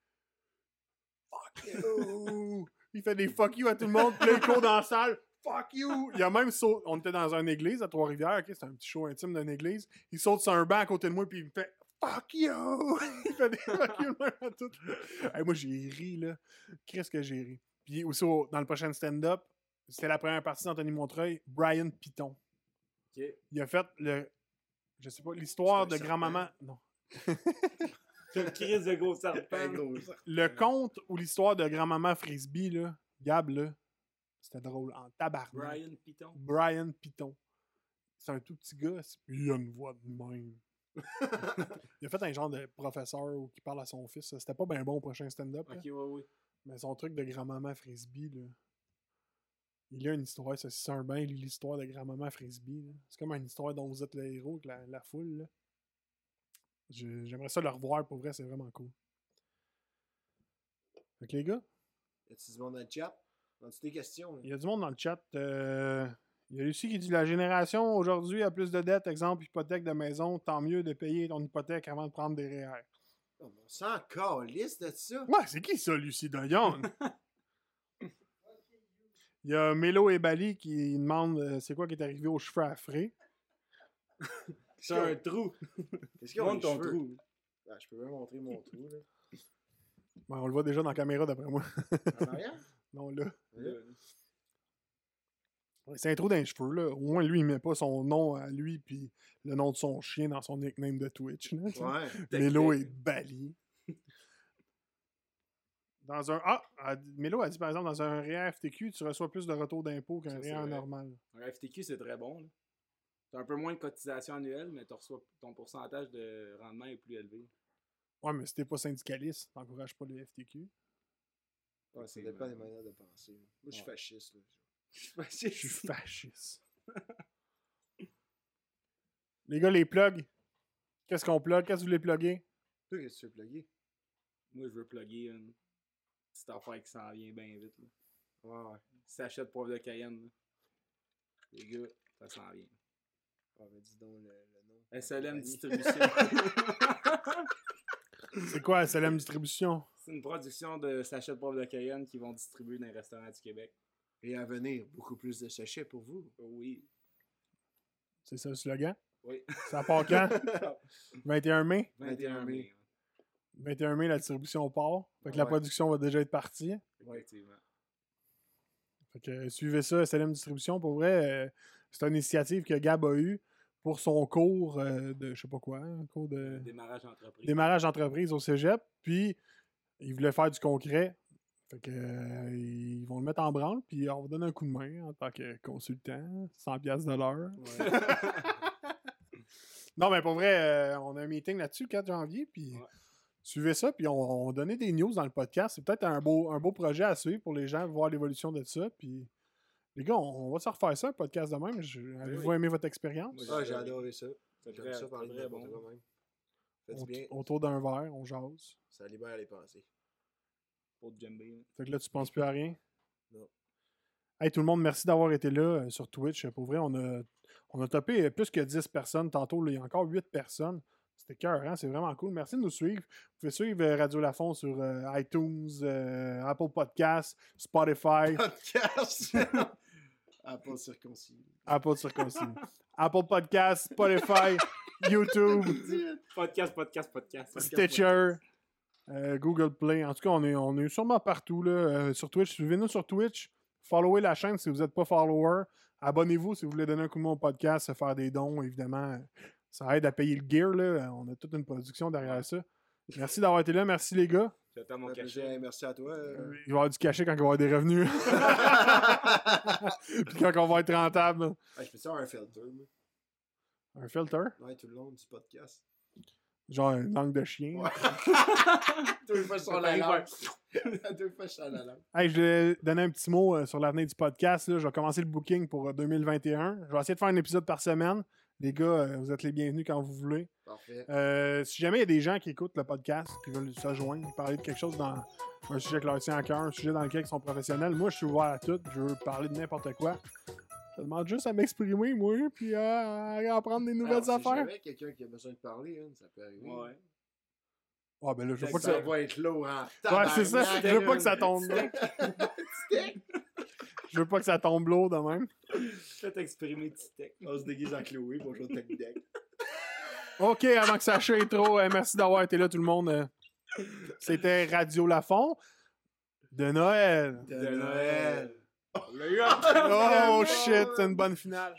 [SPEAKER 1] Fuck you! il fait des fuck you à tout le monde, puis là, il court dans la salle. Fuck you! Il a même sauté. On était dans une église à Trois-Rivières, ok? C'est un petit show intime d'une église. Il saute sur un banc à côté de moi, puis il me fait Fuck you! il fait des fuck you de même à tout. Hey, moi, j'ai ri, là. Qu'est-ce que j'ai ri? Puis aussi, au- dans le prochain stand-up, c'était la première partie d'Anthony Montreuil, Brian Piton.
[SPEAKER 2] OK.
[SPEAKER 1] Il a fait le. Je sais pas, l'histoire de
[SPEAKER 3] C'est un
[SPEAKER 1] grand-maman. Non.
[SPEAKER 2] Une crise de gros serpent.
[SPEAKER 3] Un gros serpent.
[SPEAKER 1] Le conte ou l'histoire de grand-maman Frisbee, là, Gab, là, c'était drôle en tabarnak.
[SPEAKER 2] Brian Piton.
[SPEAKER 1] Brian Piton. C'est un tout petit gars, c'est- il a une voix de même. il a fait un genre de professeur ou qui parle à son fils. ça, C'était pas bien bon au prochain stand-up, là.
[SPEAKER 2] Ok, ouais, ouais.
[SPEAKER 1] mais son truc de grand-maman Frisbee, là, il a une histoire, ça, c'est un bain, il lit l'histoire de grand-maman Frisbee. là. C'est comme une histoire dont vous êtes le héros, avec la, la foule. là. Je- J'aimerais ça le revoir, pour vrai, c'est vraiment cool. Fait que les gars,
[SPEAKER 3] Y a-tu du monde dans le chat? Dans toutes tes questions. là?
[SPEAKER 1] Il y a du monde dans le chat. euh, il y a Lucie qui dit La génération aujourd'hui a plus de dettes, exemple hypothèque de maison, tant mieux de payer ton hypothèque avant de prendre des REER.
[SPEAKER 3] Oh, mais on s'en calisse de ça.
[SPEAKER 1] Ouais, c'est qui ça, Lucie Dionne? Il y a Melo et Bali qui demandent euh, c'est quoi qui est arrivé aux cheveux affrés.
[SPEAKER 2] C'est un trou.
[SPEAKER 3] Qu'est-ce qu'il y a dans
[SPEAKER 2] Montre
[SPEAKER 3] les
[SPEAKER 2] ton
[SPEAKER 3] cheveux?
[SPEAKER 2] trou.
[SPEAKER 3] Ah, je peux même montrer mon trou, là.
[SPEAKER 1] Bon, Ben, on le voit déjà dans la caméra d'après moi.
[SPEAKER 3] En arrière?
[SPEAKER 1] Non, là.
[SPEAKER 2] Euh,
[SPEAKER 1] Ouais, C'est un trou dans les cheveux, là. Au moins, lui, il met pas son nom à lui puis le nom de son chien dans son nickname de Twitch. là.
[SPEAKER 3] Ouais.
[SPEAKER 1] Melo est Bali. Dans un. Ah! ah, Melo a dit par exemple, dans un RFTQ, tu reçois plus de retour d'impôt qu'un
[SPEAKER 2] Ça, c'est
[SPEAKER 1] REER
[SPEAKER 2] vrai.
[SPEAKER 1] normal.
[SPEAKER 2] Un FTQ, c'est très bon. là. T'as un peu moins de cotisation annuelle, mais t'en reçois- ton pourcentage de rendement est plus élevé.
[SPEAKER 1] Ouais, mais si t'es pas syndicaliste, t'encourages pas le FTQ.
[SPEAKER 3] Ouais, ça dépend des manières de penser. Moi, je suis
[SPEAKER 2] Ouais.
[SPEAKER 3] fasciste, là. Je suis
[SPEAKER 1] Je
[SPEAKER 3] fasciste.
[SPEAKER 1] suis fasciste. les gars, les plugs. Qu'est-ce qu'on plug? Qu'est-ce que vous voulez plugger?
[SPEAKER 3] Toi, qu'est-ce que tu veux plugger?
[SPEAKER 2] Moi, je veux plugger une petite affaire qui s'en vient bien vite. Là.
[SPEAKER 3] Ouais, ouais.
[SPEAKER 2] Sachet de poivre de Cayenne. là. Les gars, ça s'en vient.
[SPEAKER 3] Ah, ben, dis donc le, le nom.
[SPEAKER 2] SLM
[SPEAKER 3] Compagnie.
[SPEAKER 2] Distribution.
[SPEAKER 1] C'est quoi, SLM Distribution?
[SPEAKER 2] c'est une production de sachets de poivre de Cayenne qui vont distribuer dans les restaurants du Québec.
[SPEAKER 3] Et à venir, beaucoup plus de sachets pour vous.
[SPEAKER 2] Oui.
[SPEAKER 1] C'est ça le slogan?
[SPEAKER 2] Oui.
[SPEAKER 1] Ça part quand? 21 mai?
[SPEAKER 2] 21 mai. hein.
[SPEAKER 1] 21 mai, la distribution part. Fait que la
[SPEAKER 3] Ouais.
[SPEAKER 1] production va déjà être partie.
[SPEAKER 2] Effectivement.
[SPEAKER 1] Fait que euh, suivez ça, SLM Distribution. Pour vrai, euh, c'est une initiative que Gab a eue pour son cours euh, de, je sais pas quoi, un cours de
[SPEAKER 2] Démarrage d'entreprise.
[SPEAKER 1] démarrage d'entreprise au cégep. Puis, il voulait faire du concret. Fait que, euh, ils vont le mettre en branle, puis on va donner un coup de main en tant que consultant, 100$ piastres de l'heure. non, mais pour vrai, euh, on a un meeting là-dessus le 4 janvier, puis
[SPEAKER 2] Ouais.
[SPEAKER 1] suivez ça, puis on, on va donner des news dans le podcast. C'est peut-être un beau, un beau projet à suivre pour les gens, voir l'évolution de ça, puis... Les gars, on, on va se refaire ça, un podcast de même. Je- Avez-vous aimé votre expérience?
[SPEAKER 2] Moi,
[SPEAKER 3] Ah,
[SPEAKER 2] j'ai-
[SPEAKER 3] j'ai adoré ça.
[SPEAKER 2] C'est
[SPEAKER 3] J'aime
[SPEAKER 2] très,
[SPEAKER 3] ça parler de
[SPEAKER 2] très
[SPEAKER 3] n'importe
[SPEAKER 2] bon.
[SPEAKER 3] quoi même. Fait du
[SPEAKER 1] On-
[SPEAKER 3] bien,
[SPEAKER 1] Autour d'un verre, on jase.
[SPEAKER 3] ça libère les pensées.
[SPEAKER 2] Pour de djembé. hein.
[SPEAKER 1] Fait que là, tu penses plus à rien?
[SPEAKER 3] Non.
[SPEAKER 1] Hey tout le monde, merci d'avoir été là euh, sur Twitch. Pour vrai, on a, on a topé euh, plus que 10 personnes. Tantôt, là, il y a encore 8 personnes. C'était cœur, c'est vraiment cool. Merci de nous suivre. Vous pouvez suivre euh, Radio Lafon sur euh, iTunes, euh, Apple Podcasts, Spotify,
[SPEAKER 3] Podcast! à pas circoncis.
[SPEAKER 1] Apple Circoncis. Apple Podcasts, Spotify, YouTube,
[SPEAKER 2] Podcast, podcast, podcast. podcast.
[SPEAKER 1] Stitcher, euh, Google Play. En tout cas, on est, on est sûrement partout là, euh, sur Twitch. Suivez-nous sur Twitch. Followez la chaîne si vous n'êtes pas follower. Abonnez-vous si vous voulez donner un coup de main au podcast, euh, faire des dons, évidemment. euh, Ça aide à payer le gear. Là. Euh, On a toute une production derrière ça. Merci d'avoir été là. Merci les gars.
[SPEAKER 2] J'attends mon
[SPEAKER 3] Fait
[SPEAKER 2] cachet.
[SPEAKER 3] plaisir, Merci à toi.
[SPEAKER 1] Euh,
[SPEAKER 3] euh.
[SPEAKER 1] Il va y avoir du cachet quand il va y avoir des revenus. Puis quand on va être rentable.
[SPEAKER 3] Ah, je peux faire un filter, moi.
[SPEAKER 1] Un filter.
[SPEAKER 3] Ouais, tout le long du podcast.
[SPEAKER 1] Genre une langue de chien.
[SPEAKER 3] Ouais. Deux fois sur la langue. Deux fois sur la langue.
[SPEAKER 1] Hey, je vais donner un petit mot euh, sur l'avenir du podcast. là. Je vais commencer le booking pour euh, 2021. Je vais essayer de faire un épisode par semaine. Les gars, euh, vous êtes les bienvenus quand vous voulez.
[SPEAKER 3] Parfait.
[SPEAKER 1] Euh, si jamais il y a des gens qui écoutent le podcast, qui veulent se joindre, parler de quelque chose dans un sujet qui leur tient à cœur, un sujet dans lequel ils sont professionnels, moi je suis ouvert à tout. Je veux parler de n'importe quoi. Je demande juste à m'exprimer, moi, puis à, à apprendre des nouvelles
[SPEAKER 3] Alors, Ah, si
[SPEAKER 1] affaires.
[SPEAKER 3] jamais quelqu'un qui a besoin de parler, hein, ça peut arriver.
[SPEAKER 2] Ouais.
[SPEAKER 1] Ah, ben là, je veux pas
[SPEAKER 3] Faut
[SPEAKER 1] que
[SPEAKER 3] que
[SPEAKER 1] ça.
[SPEAKER 3] ça va être lourd, hein.
[SPEAKER 1] Ouais, c'est ça. Je veux pas que ça tombe. là. Je veux pas que ça tombe lourd de même.
[SPEAKER 2] Faites exprimer Titec.
[SPEAKER 3] On se déguise en Chloé, bonjour Tech Deck.
[SPEAKER 1] OK, avant que ça chie trop, euh, merci d'avoir été là, tout le monde. Euh, C'était Radio Lafont de Noël.
[SPEAKER 3] De Noël.
[SPEAKER 2] Le gars! hein?
[SPEAKER 1] Oh shit, Oh, c'est une bonne finale.